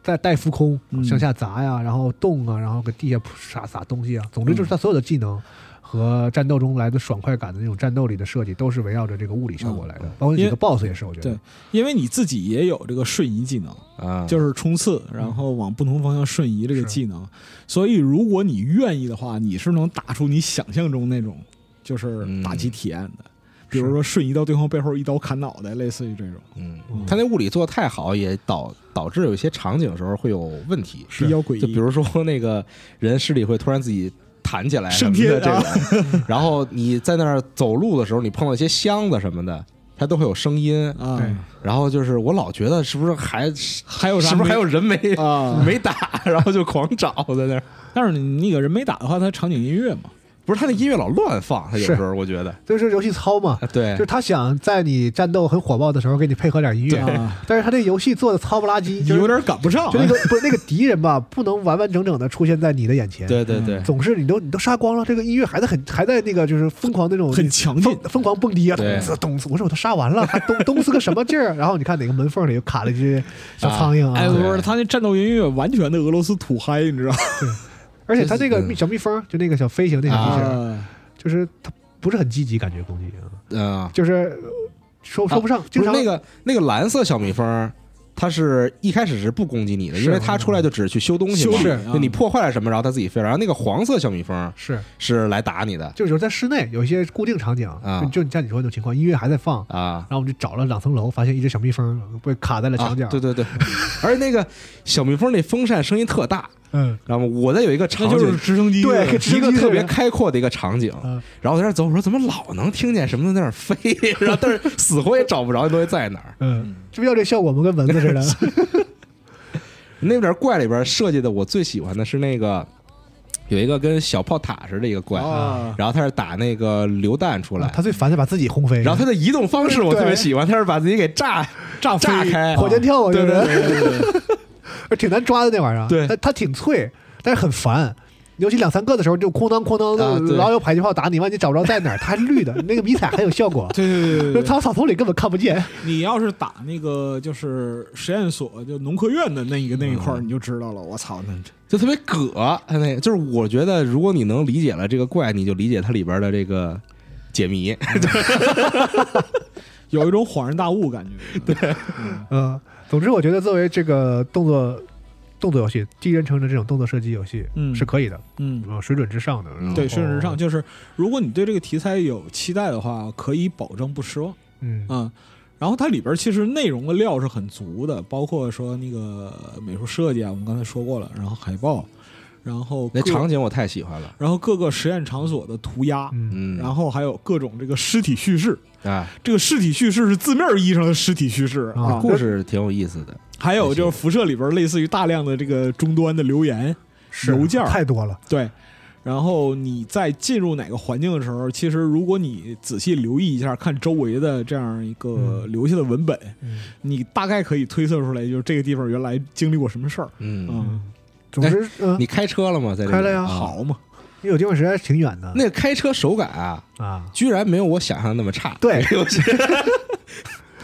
Speaker 1: 带带浮空
Speaker 2: 嗯
Speaker 1: 向下砸呀，然后动啊，然后给地下撒撒东西啊，总
Speaker 2: 嗯
Speaker 1: 之就是它所有的技能。和战斗中来的爽快感的那种战斗里的设计，都是围绕着这个物理效果来的，包括
Speaker 2: 嗯因
Speaker 1: 几
Speaker 2: 为
Speaker 1: 个 BOSS 也是，我觉得
Speaker 2: 对因为你自己也有这个瞬移技能，
Speaker 3: 啊，
Speaker 2: 就是冲刺，然后往不同方向瞬移这个
Speaker 1: 是
Speaker 2: 技能。所以，如果你愿意的话，你是能打出你想象中那种就是
Speaker 3: 嗯
Speaker 2: 打击体验的，比如说瞬移到对方背后一刀砍脑袋，类似于这种
Speaker 3: 嗯
Speaker 1: 嗯，
Speaker 3: 他那物理做得太好，也导导致有一些场景的时候会有问题。
Speaker 2: 比较诡
Speaker 3: 就
Speaker 2: 异。
Speaker 3: 比如说那个人尸体会突然自己弹起来什
Speaker 2: 升
Speaker 3: 么
Speaker 2: 天
Speaker 3: 的这种， 然后你在那儿走路的时候，你碰到一些箱子什么的，它都会有声音。
Speaker 2: 啊，
Speaker 1: 对
Speaker 3: 然后就是我老觉得是不是还是
Speaker 2: 还有啥？
Speaker 3: 不是还有人没
Speaker 2: 啊？
Speaker 3: 没打，然后就狂找在那儿。
Speaker 2: 但是你那个人没打的话，他场景音乐嘛，
Speaker 3: 不是他那音乐老乱放，他有
Speaker 1: 是
Speaker 3: 时候我觉得，
Speaker 1: 这是游戏操嘛，
Speaker 2: 呃
Speaker 3: 啊对
Speaker 1: 就是他想在你战斗很火爆的时候给你配合点音乐，
Speaker 2: 啊，
Speaker 1: 但是他这游戏做的糙不拉几，就是
Speaker 2: 有点赶不上
Speaker 1: 就那
Speaker 3: 啊
Speaker 1: 个不是那个敌人吧，不能完完整整的出现在你的眼前，
Speaker 3: 对对对，
Speaker 1: 总是你都你都杀光了，这个音乐还在很还在那个就是疯狂那种
Speaker 2: 很强劲
Speaker 1: 疯，疯狂蹦迪啊，
Speaker 3: 对
Speaker 1: 咚次咚次，我说我都杀完了，还咚咚是个什么劲儿？然后你看哪个门缝里又卡了一只小苍蝇
Speaker 2: 哎，
Speaker 1: 啊，
Speaker 2: 不是，他那战斗音乐完全的俄罗斯土嗨，你知道
Speaker 1: 而且它这个
Speaker 3: 就是
Speaker 1: 蜜小蜜蜂就那个小飞行那小
Speaker 3: 啊
Speaker 1: 机器人，
Speaker 2: 吗？
Speaker 1: 就是它不是很积极，感觉攻击啊，
Speaker 3: 嗯，
Speaker 1: 就是呃说说不上，
Speaker 3: 啊不
Speaker 1: 经
Speaker 3: 是
Speaker 1: 常
Speaker 3: 那个那个蓝色小蜜蜂，它是一开始是不攻击你的，
Speaker 1: 是嗯
Speaker 3: 因为它出来就只是去修东西嘛，
Speaker 2: 修是
Speaker 3: 就你破坏了什么，然后它自己飞。然后那个黄色小蜜蜂
Speaker 1: 是。
Speaker 3: 是来打你的
Speaker 1: 就有时候在室内有一些固定场景，
Speaker 3: 啊
Speaker 1: 就就你像你说的那种情况，音乐还在放，
Speaker 3: 啊
Speaker 1: 然后我们就找了两层楼，发现一只小蜜蜂被卡在了
Speaker 3: 啊
Speaker 1: 墙角。
Speaker 3: 对 对对，而且那个小蜜蜂那风扇声音特大，
Speaker 1: 嗯，
Speaker 3: 然后我在有一个场
Speaker 2: 那就是
Speaker 3: 景。
Speaker 2: 直升机
Speaker 1: 对
Speaker 3: 一个特别开阔的一个场景
Speaker 1: 嗯，
Speaker 3: 然后我在那儿走，我说怎么老能听见什么东西在那儿飞， 然后但是死活也找不着那东西在哪儿。
Speaker 1: 嗯，这不要这效果吗？跟蚊子似的。
Speaker 3: 那边怪里边设计的，我最喜欢的是那个有一个跟小炮塔似的一个怪，
Speaker 2: 啊，
Speaker 3: 然后他是打那个榴弹出来，
Speaker 1: 哦 他最烦就把自己轰飞。
Speaker 3: 然后他的移动方式我特别喜欢，他是把自己给炸
Speaker 2: 炸
Speaker 3: 炸
Speaker 2: 飞
Speaker 3: 开，
Speaker 1: 火箭跳啊，
Speaker 3: 对
Speaker 1: 就
Speaker 3: 对
Speaker 1: 是
Speaker 3: 对对对对，
Speaker 1: 挺难抓的那玩意儿。啊
Speaker 3: 对
Speaker 1: 它它挺脆，但是很烦。尤其两三个的时候，就哐当哐当
Speaker 3: 啊
Speaker 1: 的，
Speaker 3: 对
Speaker 1: 老有迫击炮打你，万一找不着在哪儿，它还绿的，那个迷彩很有效果。
Speaker 2: 对对对
Speaker 1: 那
Speaker 2: 对对，
Speaker 1: 藏草丛里根本看不见。
Speaker 2: 你要是打那个就是实验所，就农科院的那一个那一块儿，你就知道了。我操，那
Speaker 3: 就特别葛。他那个就是我觉得，如果你能理解了这个怪，你就理解它里边的这个解谜。
Speaker 1: 嗯
Speaker 2: 有一种恍然大悟感觉。对，
Speaker 1: 嗯，总之我觉得作为这个动作动作游戏，第一人称的这种动作射击游戏，
Speaker 2: 嗯
Speaker 1: 是可以的，
Speaker 2: 嗯，
Speaker 1: 嗯，水准之上的。然后
Speaker 2: 对，顺势上，就是如果你对这个题材有期待的话，可以保证不失望。
Speaker 1: 嗯
Speaker 2: 嗯，然后它里边其实内容的料是很足的，包括说那个美术设计啊，我们刚才说过了，然后海报，然后
Speaker 3: 那
Speaker 2: 各
Speaker 3: 场，景我太喜欢了，
Speaker 2: 然后各个实验场所的涂鸦，
Speaker 1: 嗯，
Speaker 3: 嗯，
Speaker 2: 然后还有各种这个尸体叙事。
Speaker 3: 啊，
Speaker 2: 这个尸体叙事是字面意义上的尸体叙事
Speaker 1: 啊
Speaker 3: 故事挺有意思的。
Speaker 2: 还有就是辐射里边类似于大量的这个终端的留言，
Speaker 1: 是
Speaker 2: 邮件
Speaker 1: 嗯
Speaker 2: 儿
Speaker 1: 太多了。
Speaker 2: 对。然后你在进入哪个环境的时候，其实如果你仔细留意一下，看周围的这样一个
Speaker 1: 嗯
Speaker 2: 留下的文本，
Speaker 1: 嗯
Speaker 2: 你大概可以推测出来，就是这个地方原来经历过什么事儿。
Speaker 3: 嗯，
Speaker 2: 嗯，
Speaker 1: 总之，嗯，
Speaker 3: 你开车了吗？在这里
Speaker 1: 开了呀
Speaker 3: 啊
Speaker 2: 好嘛，
Speaker 1: 因为有地方实在是挺远的。
Speaker 3: 那个开车手感啊，
Speaker 1: 啊，
Speaker 3: 居然没有我想象的那么差。
Speaker 1: 对，
Speaker 3: 游 戏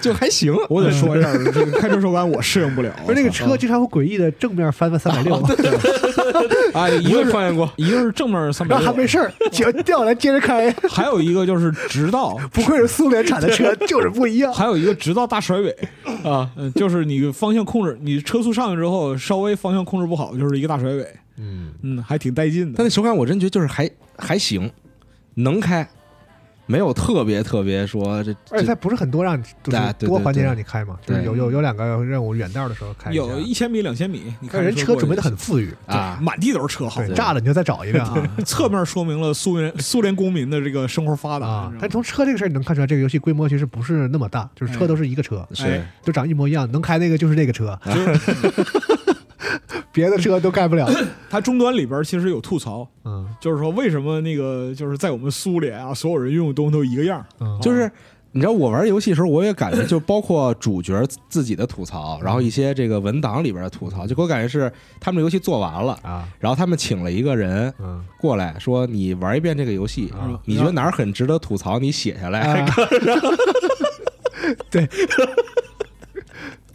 Speaker 3: 就还行。
Speaker 2: 我得说一下，这个开车手感我适应不了。
Speaker 1: 嗯不是那个车
Speaker 2: 啊，
Speaker 1: 经常会诡异的正面翻翻三百
Speaker 2: 哦
Speaker 1: 六，
Speaker 2: 哎一
Speaker 3: 我
Speaker 2: 个
Speaker 3: 也
Speaker 2: 是
Speaker 3: 发现过，
Speaker 2: 一个是正面三百
Speaker 1: 然后还没
Speaker 2: 六，
Speaker 1: 事儿，脚掉下来接着开。
Speaker 2: 还有一个就是直到
Speaker 1: 不愧是苏联产的车，就是不一样。
Speaker 2: 还有一个直到大 甩尾啊，嗯，就是你方向控制，你车速上去之后，稍微方向控制不好，就是一个大甩尾，
Speaker 1: 嗯，
Speaker 2: 嗯，还挺带劲
Speaker 3: 但
Speaker 2: 的。
Speaker 3: 那手感我真觉得就是还还行，能开，没有特别特别说这
Speaker 1: 而且
Speaker 3: 这
Speaker 1: 它不是很多让你，就
Speaker 3: 对
Speaker 1: 是
Speaker 3: 对
Speaker 1: 多环节
Speaker 3: 对
Speaker 1: 让你开嘛，就
Speaker 3: 对
Speaker 1: 是有有有两个任务远道的时候开一下
Speaker 2: 有一千米、两千米，你看
Speaker 1: 但人车
Speaker 2: 过去
Speaker 1: 准备的很富裕，
Speaker 3: 啊，
Speaker 2: 满地都是车，好
Speaker 1: 对，
Speaker 2: 吗
Speaker 3: 对
Speaker 1: 炸了你就再找一辆
Speaker 2: 啊，侧面说明了苏联 苏联公民的这个生活发达
Speaker 1: 啊。。
Speaker 2: 你知
Speaker 1: 但
Speaker 2: 道
Speaker 1: 从
Speaker 2: 吗
Speaker 1: 车这个事儿，你能看出来这个游戏规模其实不是那么大，就是车
Speaker 2: 哎
Speaker 1: 都是一个车，
Speaker 3: 是
Speaker 1: 都长一模一样，能开那个就是那个车， 别的车都盖不了。
Speaker 2: 它终端里边其实有吐槽，
Speaker 1: 嗯
Speaker 2: 就是说为什么那个就是在我们苏联啊，所有人用的东西都一个样儿，
Speaker 1: 嗯，
Speaker 3: 就是。你知道我玩游戏的时候，我也感觉就包括主角自己的吐槽，然后一些这个文档里边的吐槽，就给我感觉是他们游戏做完了，
Speaker 1: 啊，
Speaker 3: 然后他们请了一个人
Speaker 1: 嗯，
Speaker 3: 过来说：“你玩一遍这个游戏
Speaker 1: 啊，
Speaker 3: 你觉得哪儿很值得吐槽，你写下来。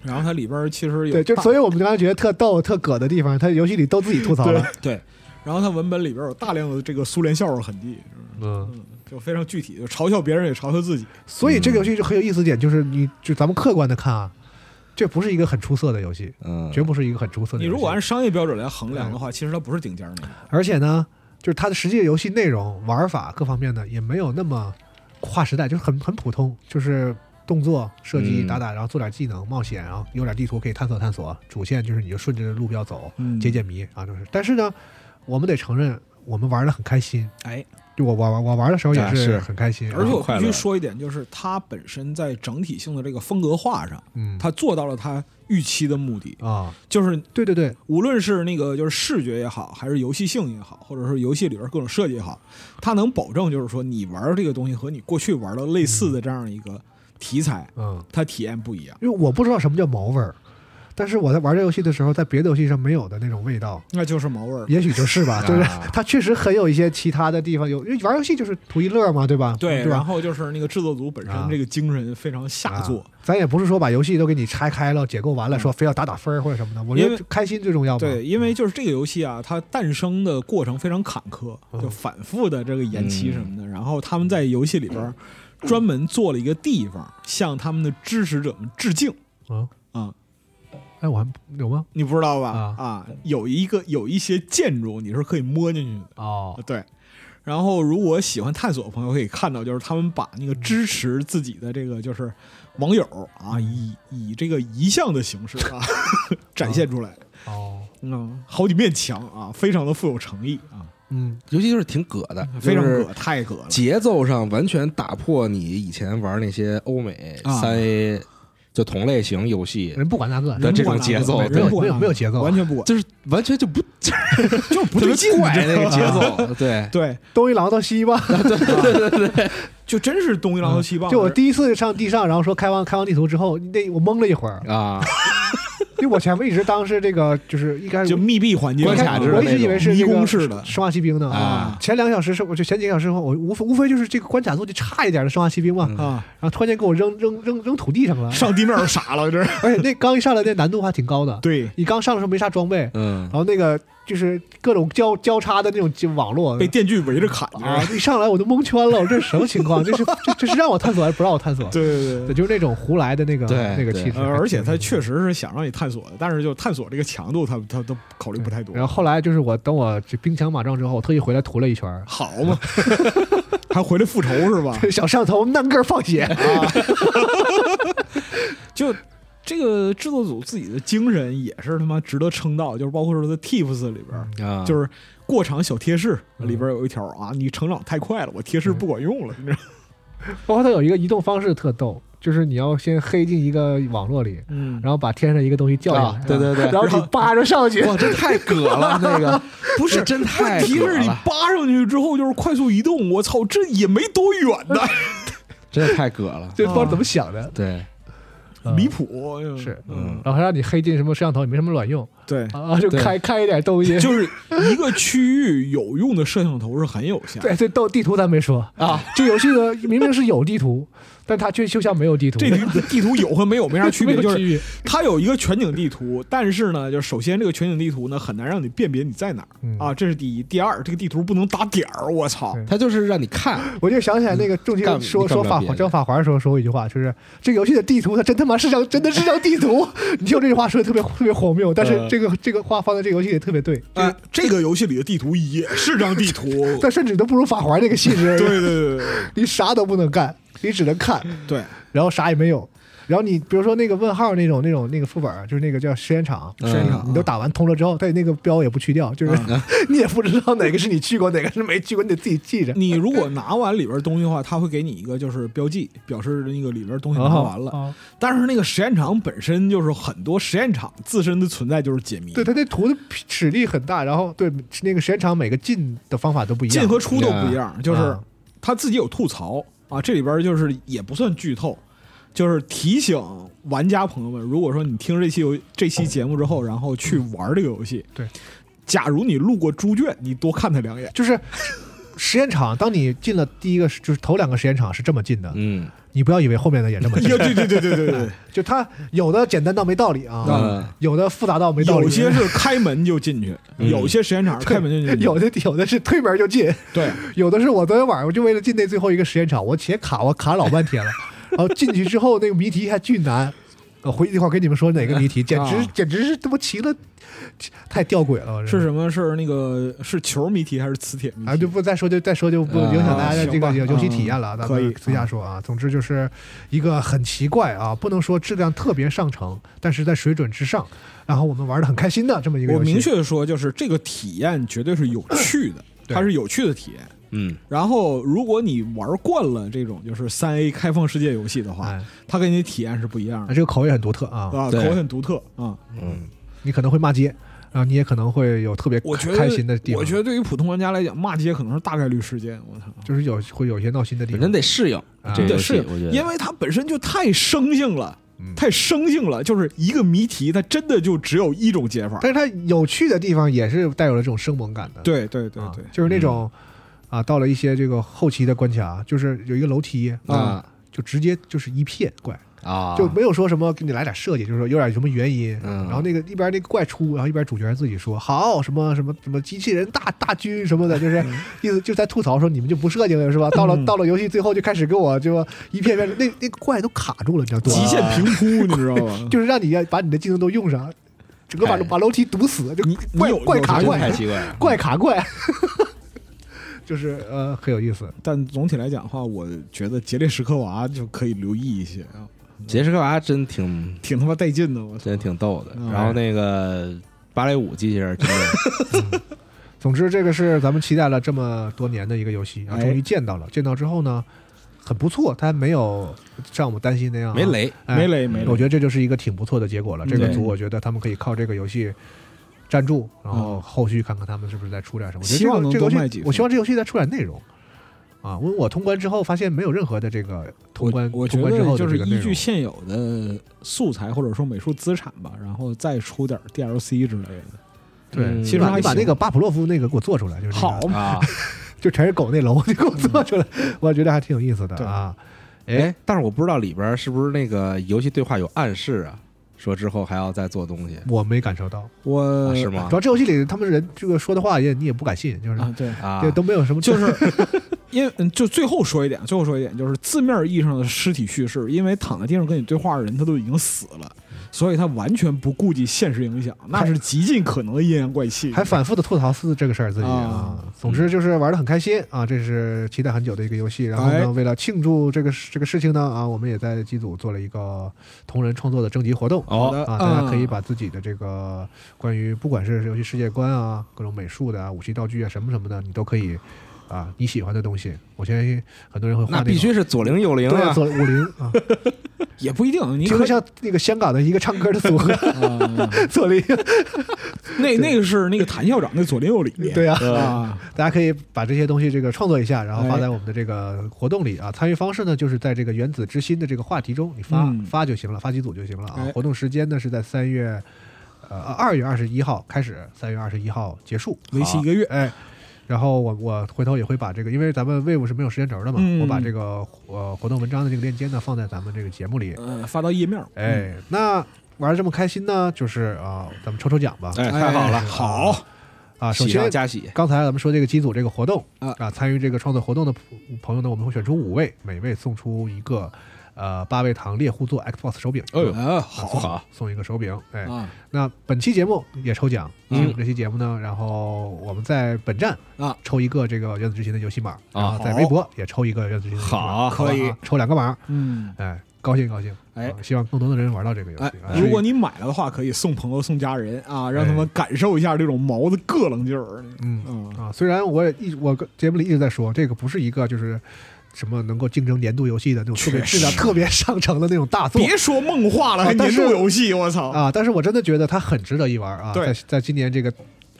Speaker 2: 然后它里边其实有
Speaker 1: 对，就
Speaker 2: 大
Speaker 1: 所以我们刚才觉得特逗、特葛的地方，它游戏里都自己吐槽了。
Speaker 2: 对，然后它文本里边有大量的这个苏联笑话痕迹，
Speaker 1: 嗯，
Speaker 2: 嗯，就非常具体，就嘲笑别人也嘲笑自己。
Speaker 1: 所以这
Speaker 3: 嗯
Speaker 1: 个游戏就很有意思点，就是你就咱们客观的看啊，这不是一个很出色的游戏，”
Speaker 3: 嗯，
Speaker 1: 绝不是一嗯个很出色的
Speaker 2: 你
Speaker 1: 游戏。
Speaker 2: 如果按商业标准来衡量的话，其实它不是顶尖儿那个。
Speaker 1: 而且呢，就是它的实际游戏内容、玩法各方面呢，也没有那么跨时代，就是很很普通，就是动作、射击、
Speaker 3: 嗯
Speaker 1: 打打，然后做点技能、冒险，然后有点地图可以探索探索，主线就是你就顺着路标走，
Speaker 2: 嗯
Speaker 1: 解解谜啊，就是。但是呢，我们得承认，我们玩的很开心。
Speaker 2: 哎，
Speaker 1: 就我玩玩我玩的时候
Speaker 3: 啊
Speaker 1: 也
Speaker 3: 是
Speaker 1: 很开心，
Speaker 2: 而且我
Speaker 3: 快
Speaker 2: 必
Speaker 3: 乐
Speaker 2: 须说一点，就是它本身在整体性的这个风格化上，
Speaker 1: 嗯
Speaker 2: 它做到了它预期的目的，
Speaker 1: 啊，
Speaker 2: 就是
Speaker 1: 对对对，
Speaker 2: 无论是那个就是视觉也好，还是游戏性也好，或者是游戏里边各种设计也好，它能保证就是说你玩这个东西和你过去玩的类似的这样一个题材，
Speaker 1: 嗯，
Speaker 2: 它体验不一样。
Speaker 1: 因为我不知道什么叫毛味儿，但是我在玩这游戏的时候，在别的游戏上没有的那种味道，
Speaker 2: 那就是毛味儿，
Speaker 1: 也许就是吧，
Speaker 3: 啊
Speaker 1: 就是 它确实很有一些其他的地方有，因为玩游戏就是图一乐嘛，对吧？
Speaker 2: 对，
Speaker 1: 对
Speaker 2: 然
Speaker 1: 吧？
Speaker 2: 后就是那个制作组本身这个精神非常下作
Speaker 1: 啊，咱也不是说把游戏都给你拆开了、解构完了，
Speaker 2: 嗯
Speaker 1: 说非要打打分儿或者什么的，我
Speaker 2: 因
Speaker 1: 觉
Speaker 2: 为
Speaker 1: 得开心最重要嘛。
Speaker 2: 对，因为就是这个游戏啊，它诞生的过程非常坎坷，
Speaker 1: 嗯
Speaker 2: 就反复的这个延期什么的。然后他们在游戏里边儿专门做了一个地方，向他们的支持者们致敬。
Speaker 1: 嗯
Speaker 2: 啊，
Speaker 1: 哎，我还有吗？
Speaker 2: 你不知道吧？
Speaker 1: 啊
Speaker 2: 啊，有一个有一些建筑你是可以摸进去的，
Speaker 1: 哦，
Speaker 2: 对。然后，如果喜欢探索的朋友可以看到，就是他们把那个支持自己的这个就是网友啊，以以这个遗像的形式啊 展现出来，
Speaker 1: 哦，
Speaker 2: 嗯，好几面墙啊，非常的富有诚意啊。
Speaker 1: 嗯，
Speaker 3: 尤其就是挺葛的，
Speaker 2: 非常
Speaker 3: 就是
Speaker 2: 葛，太葛了。
Speaker 3: 节奏上完全打破你以前玩那些欧美
Speaker 2: 啊
Speaker 3: 三 A 就同类型游戏，
Speaker 1: 人不管那个，
Speaker 3: 的这种节奏
Speaker 2: 人
Speaker 1: 没有
Speaker 2: 不
Speaker 1: 没
Speaker 2: 管
Speaker 1: 有没有节奏啊
Speaker 2: 完全不管，
Speaker 3: 就是完全就不
Speaker 2: 就是不
Speaker 3: 特
Speaker 2: 对
Speaker 3: 别
Speaker 2: 劲，
Speaker 3: 怪
Speaker 2: 你知道
Speaker 3: 那个
Speaker 2: 吗
Speaker 3: 节。奏，对，
Speaker 2: 啊 对，
Speaker 1: 东一榔头西一棒，
Speaker 2: 就真是东一榔头西一
Speaker 3: 嗯
Speaker 2: 棒。
Speaker 1: 就我第一次上地上，然后说开放开放地图之后，那我懵了一会儿，
Speaker 3: 啊，
Speaker 1: 因为我前面一直当是这个就是一开始
Speaker 2: 就密闭环境，
Speaker 3: 关卡制的
Speaker 1: 我一
Speaker 3: 那
Speaker 1: 直以
Speaker 3: 种
Speaker 1: 为是
Speaker 2: 迷
Speaker 1: 这
Speaker 2: 宫
Speaker 1: 个
Speaker 2: 式的
Speaker 1: 生化奇兵呢
Speaker 3: 啊
Speaker 1: 前两个小时是我就前几个小时后，我无非无非就是这个关卡做的差一点的生化奇兵嘛，
Speaker 3: 嗯
Speaker 2: 啊，
Speaker 1: 然后突然间给我扔扔扔扔土地上了，
Speaker 2: 上地面儿傻了， 这是
Speaker 1: 而且那刚一上来那难度还挺高的，
Speaker 2: 对，
Speaker 1: 你刚上的时候没啥装备，
Speaker 3: 嗯
Speaker 1: 然，后那个就是各种交交叉的那种就网络
Speaker 2: 被电锯围着砍，
Speaker 1: 啊
Speaker 3: 嗯
Speaker 2: 这是，
Speaker 1: 一上来我都蒙圈了，我这是什么情况？这是这这是让我探索还是不让我探索？
Speaker 2: 对对对
Speaker 1: 对，就是那种胡来的那个
Speaker 3: 对
Speaker 1: 那个气
Speaker 3: 嗯
Speaker 1: 质，
Speaker 2: 呃，而且他确实是想让你探索的，但是就探索这个强度，他他都考虑不太多。，
Speaker 1: 然后后来就是我等我这兵强马壮之后，我特意回来涂了一圈儿
Speaker 2: 好嘛， 还回来复仇是吧？
Speaker 1: 小上头难根儿放血。
Speaker 2: 就这个制作组自己的精神也是他妈值得称道，就是包括说在 Tips 里边儿，
Speaker 3: 啊，
Speaker 2: 就是过场小贴士
Speaker 1: 嗯
Speaker 2: 里边有一条啊，你成长太快了，我贴士不管用了，你知道吗？
Speaker 1: 包括它有一个移动方式特逗，就是你要先黑进一个网络里，
Speaker 2: 嗯
Speaker 1: 然后把天上一个东西叫下
Speaker 3: 啊
Speaker 1: 来，，
Speaker 3: 对对对，
Speaker 1: 然后你扒着上去，
Speaker 3: 哇，这太葛 了，那个
Speaker 2: 不是
Speaker 3: 这真
Speaker 2: 问
Speaker 3: 太
Speaker 2: 题
Speaker 3: 葛
Speaker 2: 是你
Speaker 3: 了，
Speaker 2: 扒上去之后就是快速移动，我操，这也没多远呢，
Speaker 3: 真的太葛了，
Speaker 1: 这不知道怎么想的，
Speaker 3: 对，
Speaker 1: 嗯
Speaker 2: 离谱哎呦
Speaker 1: 是
Speaker 3: 嗯
Speaker 1: 然后还让你黑进什么摄像头也没什么卵用
Speaker 2: 对，
Speaker 1: 啊，就
Speaker 3: 对
Speaker 1: 开开一点东西。
Speaker 2: 就是一个区域有用的摄像头是很有限的。
Speaker 1: 对，这逗地图咱没说
Speaker 2: 嗯
Speaker 3: 啊，
Speaker 1: 这游戏的明明是有地图，但它却就像没有地图，
Speaker 2: 这地地图有和没有没啥区 别，
Speaker 1: 没
Speaker 2: 就
Speaker 1: 有
Speaker 2: 是
Speaker 1: 区别
Speaker 2: 它有一个全景地图，但是呢，就是首先这个全景地图呢很难让你辨别你在哪儿、
Speaker 1: 嗯
Speaker 2: 啊，这是第一。第二，这个地图不能打点儿，我操
Speaker 1: 对
Speaker 3: 他就是让你看，
Speaker 1: 我就想起来那个仲
Speaker 3: 干
Speaker 1: 卿说
Speaker 3: 你干
Speaker 1: 说
Speaker 3: 不了
Speaker 1: 法
Speaker 3: 别的
Speaker 1: 正法环的时候说过一句话，就是这个游戏的地图它真他妈是张真的是张地图。 你听我这句话说的特别特别荒谬，但是
Speaker 3: 嗯
Speaker 1: 这个这个话放在这个游戏里特别对，
Speaker 2: 哎、这个游戏里的地图也是张地图，
Speaker 1: 但甚至都不如法环这个性 质，
Speaker 2: 对对对对
Speaker 1: 你啥都不能干，你只能看，
Speaker 2: 对，
Speaker 1: 然后啥也没有。然后你比如说那个问号那种那种那个副本，就是那个叫实验场。
Speaker 2: 对，现场
Speaker 1: 你都打完通了之后，它那个标也不去掉，就是 你也不知道哪个是你去过，哪个是没去过，你得自己记着。
Speaker 2: 你如果拿完里边东西的话，他会给你一个就是标记，表示那个里边东西拿完了。
Speaker 1: 啊，
Speaker 2: 但是那个实验场本身就是很多实验场自身的存在就是解谜，
Speaker 1: 对，它那图的尺力很大，然后对那个实验场每个进的方法都不一样。
Speaker 2: 进和出都不一样，就是
Speaker 1: 啊
Speaker 2: 他自己有吐槽啊，这里边就是也不算剧透，就是提醒玩家朋友们，如果说你听这期游这期节目之后，然后去玩这个游戏，
Speaker 1: 嗯对，
Speaker 2: 假如你路过猪圈，你多看他 两眼，
Speaker 1: 就是实验场，当你进了第一个，就是头两个实验场是这么进的，
Speaker 3: 嗯，
Speaker 1: 你不要以为后面的也这么进，
Speaker 2: 对对对对对对对。
Speaker 1: 就它有的简单到没道理啊，
Speaker 3: 嗯
Speaker 1: 有的复杂到没道理，
Speaker 2: 有些是开门就进去，
Speaker 3: 嗯
Speaker 2: 有些实验场是开门就进去，
Speaker 1: 有的有的是推门就进，
Speaker 2: 对，
Speaker 1: 有的是我昨天晚上我就为了进那最后一个实验场，我且卡我卡老半天了，然后进去之后那个谜题还巨难。我回去一会儿跟你们说哪个谜题，简直
Speaker 2: 啊
Speaker 1: 简直是他妈奇了，太吊诡了！我
Speaker 2: 是
Speaker 1: 真的
Speaker 2: 什么？是那个是球谜题还是磁铁谜题？
Speaker 1: 啊，就不再说，就再说就不影响大家的这个
Speaker 2: 啊行吧
Speaker 1: 游戏体验了。
Speaker 2: 嗯
Speaker 1: 咱
Speaker 2: 可以
Speaker 1: 们私下说啊，总之就是一个很奇怪啊，不能说质量特别上乘，但是在水准之上，然后我们玩的很开心的这么一个
Speaker 2: 我
Speaker 1: 游戏。
Speaker 2: 明确的说，就是这个体验绝对是有趣的，
Speaker 1: 对
Speaker 2: 它是有趣的体验。
Speaker 3: 嗯
Speaker 2: 然后，如果你玩惯了这种就是三 A 开放世界游戏的话，
Speaker 1: 哎，
Speaker 2: 它给你的体验是不一样
Speaker 1: 那
Speaker 2: 的
Speaker 1: 这个口味很独特啊，
Speaker 2: 啊，口
Speaker 3: 对
Speaker 2: 味很独特啊。
Speaker 3: 嗯，
Speaker 1: 你可能会骂街，然后你也可能会有特别
Speaker 2: 我觉
Speaker 1: 开开
Speaker 2: 得
Speaker 1: 心的地方，
Speaker 2: 我觉得对于普通玩家来讲，骂街可能是大概率事件。我操，
Speaker 1: 就是有会有一些闹心的地
Speaker 3: 本身
Speaker 1: 方，
Speaker 3: 得适应
Speaker 1: 啊
Speaker 3: 这个
Speaker 2: 对
Speaker 3: 游戏
Speaker 2: 是，
Speaker 3: 嗯我觉得
Speaker 2: 因为它本身就太生硬了
Speaker 1: 嗯。
Speaker 2: 太生硬了，就是一个谜题，它真的就只有一种解法。
Speaker 1: 但是它有趣的地方也是带有了这种生猛感的，
Speaker 2: 对对对
Speaker 1: 啊
Speaker 2: 对，嗯
Speaker 1: 就是那种啊，到了一些这个后期的关卡，就是有一个楼梯
Speaker 2: 嗯
Speaker 1: 嗯
Speaker 3: 啊，
Speaker 1: 就直接就是一片怪，
Speaker 3: 啊，
Speaker 1: 就没有说什么给你来点设计，就是说有点什么原因，
Speaker 3: 嗯
Speaker 1: 然后那个一边那个怪出，然后一边主角自己说好什么什么什么机器人大大军什么的，就是
Speaker 3: 嗯
Speaker 1: 意思就在吐槽说你们就不设计了是吧？到了到了游戏最后就开始给我就一片片那那个怪都卡住了，你知道吗？
Speaker 2: 极限平铺，你知道吗？
Speaker 1: 就是让你要把你的技能都用上，整个把
Speaker 3: 哎
Speaker 1: 把楼梯堵死，就
Speaker 2: 你你
Speaker 1: 怪
Speaker 2: 有
Speaker 1: 怪
Speaker 2: 有
Speaker 1: 卡
Speaker 2: 这
Speaker 3: 真
Speaker 1: 怪
Speaker 2: 种
Speaker 3: 太奇怪了，
Speaker 1: 怪卡怪， 就是呃很有意思。
Speaker 2: 但总体来讲的话，我觉得《杰列什科娃》就可以留意一些啊，
Speaker 3: 杰斯科娃真挺
Speaker 2: 挺他妈带劲的，我操！
Speaker 3: 真挺逗的
Speaker 2: 嗯，
Speaker 3: 然后那个芭蕾舞机器人真的
Speaker 1: 总之，这个是咱们期待了这么多年的一个游戏，啊，
Speaker 2: 哎
Speaker 1: 终于见到了。见到之后呢，很不错，它没有像我们担心那样
Speaker 3: 没，雷，
Speaker 1: 哎
Speaker 2: 没。雷没
Speaker 1: 我
Speaker 2: 雷，
Speaker 1: 觉得这就是一个挺不错的结果了。
Speaker 2: 嗯
Speaker 1: 这个
Speaker 3: 对
Speaker 1: 组，我觉得他们可以靠这个游戏站住，然后后续看看他们是不是再出点什么。我觉得
Speaker 2: 希望能
Speaker 1: 这个这
Speaker 2: 多
Speaker 1: 个游
Speaker 2: 卖
Speaker 1: 戏
Speaker 2: 几，份
Speaker 1: 我希望这游戏再出点内容。啊，因为我通关之后发现没有任何的这个通关，
Speaker 2: 我觉
Speaker 1: 通关之后
Speaker 2: 得
Speaker 1: 的
Speaker 2: 就是
Speaker 1: 这个内
Speaker 2: 依
Speaker 1: 容
Speaker 2: 据现有的素材或者说美术资产吧，然后再出点 DLC 之类的。
Speaker 1: 对，
Speaker 3: 嗯
Speaker 2: 其实
Speaker 1: 你把
Speaker 2: 还
Speaker 1: 你把
Speaker 2: 行
Speaker 1: 那个巴甫洛夫那个给我做出来，就是那个
Speaker 2: 好嗯嘛，
Speaker 3: 啊，
Speaker 1: 就全是狗那楼， 你给我做出来，我觉得还挺有意思的啊。哎，
Speaker 3: 哎，但是我不知道里边儿是不是那个游戏对话有暗示啊，说之后还要再做东西，
Speaker 1: 我没感受到，
Speaker 2: 我
Speaker 3: 啊是吗
Speaker 1: 主？要这游戏里他们人这个说的话也你也不敢信，就是
Speaker 2: 啊，对，
Speaker 3: 啊
Speaker 1: 这，都没有什么，
Speaker 2: 就是因为嗯就最后说一点，最后说一点，就是字面意义上的尸体叙事，因为躺在地上跟你对话的人他都已经死了，所以他完全不顾及现实影响，那是极尽可能的阴阳怪 气。
Speaker 1: 还反复的吐槽四这个事儿自己啊
Speaker 2: 啊。
Speaker 1: 总之就是玩的很开心啊，这是期待很久的一个游戏。然后
Speaker 2: 哎
Speaker 1: 呢，为了庆祝这个事这个事情呢啊，我们也在机组做了一个同人创作的征集活动。
Speaker 2: 好
Speaker 3: 哦，
Speaker 2: 的
Speaker 1: 啊，大家可以把自己的这个关于不管是游戏世界观啊、各种美术的啊、武器道具啊什么什么的，你都可以啊，你喜欢的东西。我相信很多人会画
Speaker 3: 那
Speaker 1: 种
Speaker 3: 必须是左灵右灵
Speaker 1: 对
Speaker 3: 啊，
Speaker 1: 左五零啊，
Speaker 2: 也不一定，你
Speaker 1: 听着
Speaker 2: 可以。
Speaker 1: 像那个香港的一个唱歌的组合
Speaker 2: 啊
Speaker 1: 左零，
Speaker 2: 那那个是那个谭校长那左邻右里，
Speaker 1: 对啊，
Speaker 2: 啊，
Speaker 1: 大家可以把这些东西这个创作一下，然后发
Speaker 2: 哎
Speaker 1: 在我们的这个活动里啊。参与方式呢，就是在这个原子之心的这个话题中，你发
Speaker 2: 嗯
Speaker 1: 发就行了，发几组就行了啊
Speaker 2: 哎。
Speaker 1: 活动时间呢是在三月呃二月二十一号开始，三月二十一号结 束。
Speaker 2: 为期一个月，
Speaker 1: 哎，然后我我回头也会把这个，因为咱们 Wave 是没有时间轴的嘛，
Speaker 2: 嗯
Speaker 1: 我把这个呃活动文章的这个链接呢放在咱们这个节目里。
Speaker 2: 呃，发到页面，嗯，
Speaker 1: 哎，那玩的这么开心呢，就是啊、咱们抽抽奖吧。
Speaker 3: 哎，太好了，
Speaker 2: 哎好，
Speaker 1: 啊，首
Speaker 3: 喜上
Speaker 1: 先
Speaker 3: 加喜，
Speaker 1: 刚才咱们说这个机组这个活动
Speaker 2: 啊
Speaker 1: 啊，参与这个创作活动的朋朋友呢，我们会选出五位，每位送出一个呃八位堂猎户座 Xbox 手柄。
Speaker 3: 哎呦
Speaker 2: 呃，
Speaker 1: 啊
Speaker 2: 好
Speaker 1: 送送一个手柄，哎，
Speaker 2: 啊
Speaker 1: 那本期节目也抽奖，
Speaker 3: 嗯
Speaker 1: 进入这期节目呢，然后我们在本站
Speaker 2: 啊
Speaker 1: 抽一个这个原子之心的游戏码，然后
Speaker 2: 好
Speaker 1: 在微博也抽一个原子之心的游戏码，
Speaker 3: 啊好
Speaker 1: 吧
Speaker 2: 可以
Speaker 1: 啊抽两个码，
Speaker 2: 嗯，
Speaker 1: 哎，高兴高兴，
Speaker 2: 哎
Speaker 1: 啊希望更多的人玩到这个游戏
Speaker 2: 哎。
Speaker 1: 啊，哎
Speaker 2: 如果你买了的话，可以送朋友、送家人啊，让他们感受一下这种毛的膈棱劲儿。
Speaker 1: 嗯
Speaker 2: 嗯，
Speaker 1: 啊，虽然我也一直我节目里一直在说，这个不是一个就是。什么能够竞争年度游戏的那种特别
Speaker 2: 确实
Speaker 1: 质量特别上乘的那种大作，
Speaker 2: 别说梦话了，
Speaker 1: 啊
Speaker 2: 还
Speaker 1: 但
Speaker 2: 年
Speaker 1: 是
Speaker 2: 度游戏，我操！
Speaker 1: 啊，但是我真的觉得它很值得一玩啊。
Speaker 2: 对
Speaker 1: 在在今年这个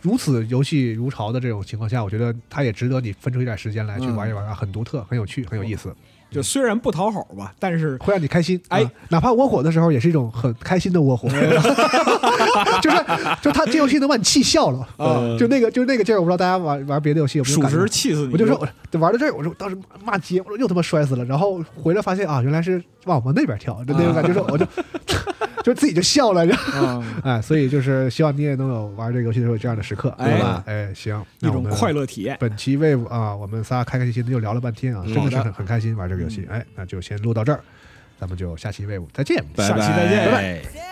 Speaker 1: 如此游戏如潮的这种情况下，我觉得它也值得你分出一点时间来去
Speaker 2: 嗯
Speaker 1: 玩一玩啊，很独特，很有趣，很有意思，
Speaker 2: 就虽然不讨好吧，但是
Speaker 1: 会让你开心。啊
Speaker 2: 哎，
Speaker 1: 哪怕窝火的时候，也是一种很开心的窝 火， 就是就它这游戏能把你气笑 了，
Speaker 2: 啊
Speaker 1: 就那个就那个劲儿，我不知道大家玩玩别的游戏有没有
Speaker 2: 属
Speaker 1: 感觉
Speaker 2: 实。气死你。
Speaker 1: 我就说，我玩到这儿，我说当时骂街，我说又他妈摔死了，然后回来发现啊，原来是往我们那边跳，就那种感觉，说 我就就自己就笑了，然后
Speaker 2: 啊，
Speaker 1: 哎，所以就是希望你也能有玩这个游戏的时候有这样的时刻，对
Speaker 2: 哎
Speaker 1: 吧？哎，行，
Speaker 2: 一
Speaker 1: 那我
Speaker 2: 种
Speaker 1: 们
Speaker 2: 快。乐体验。
Speaker 1: 本期 Wave 啊，我们仨开开心心的又聊了半天啊，
Speaker 3: 嗯
Speaker 1: 真的是
Speaker 2: 好的
Speaker 1: 很很开心玩这个游戏。哎，那就先录到这儿，咱们就下期 Wave 再见。
Speaker 2: 下期再见
Speaker 3: 拜拜。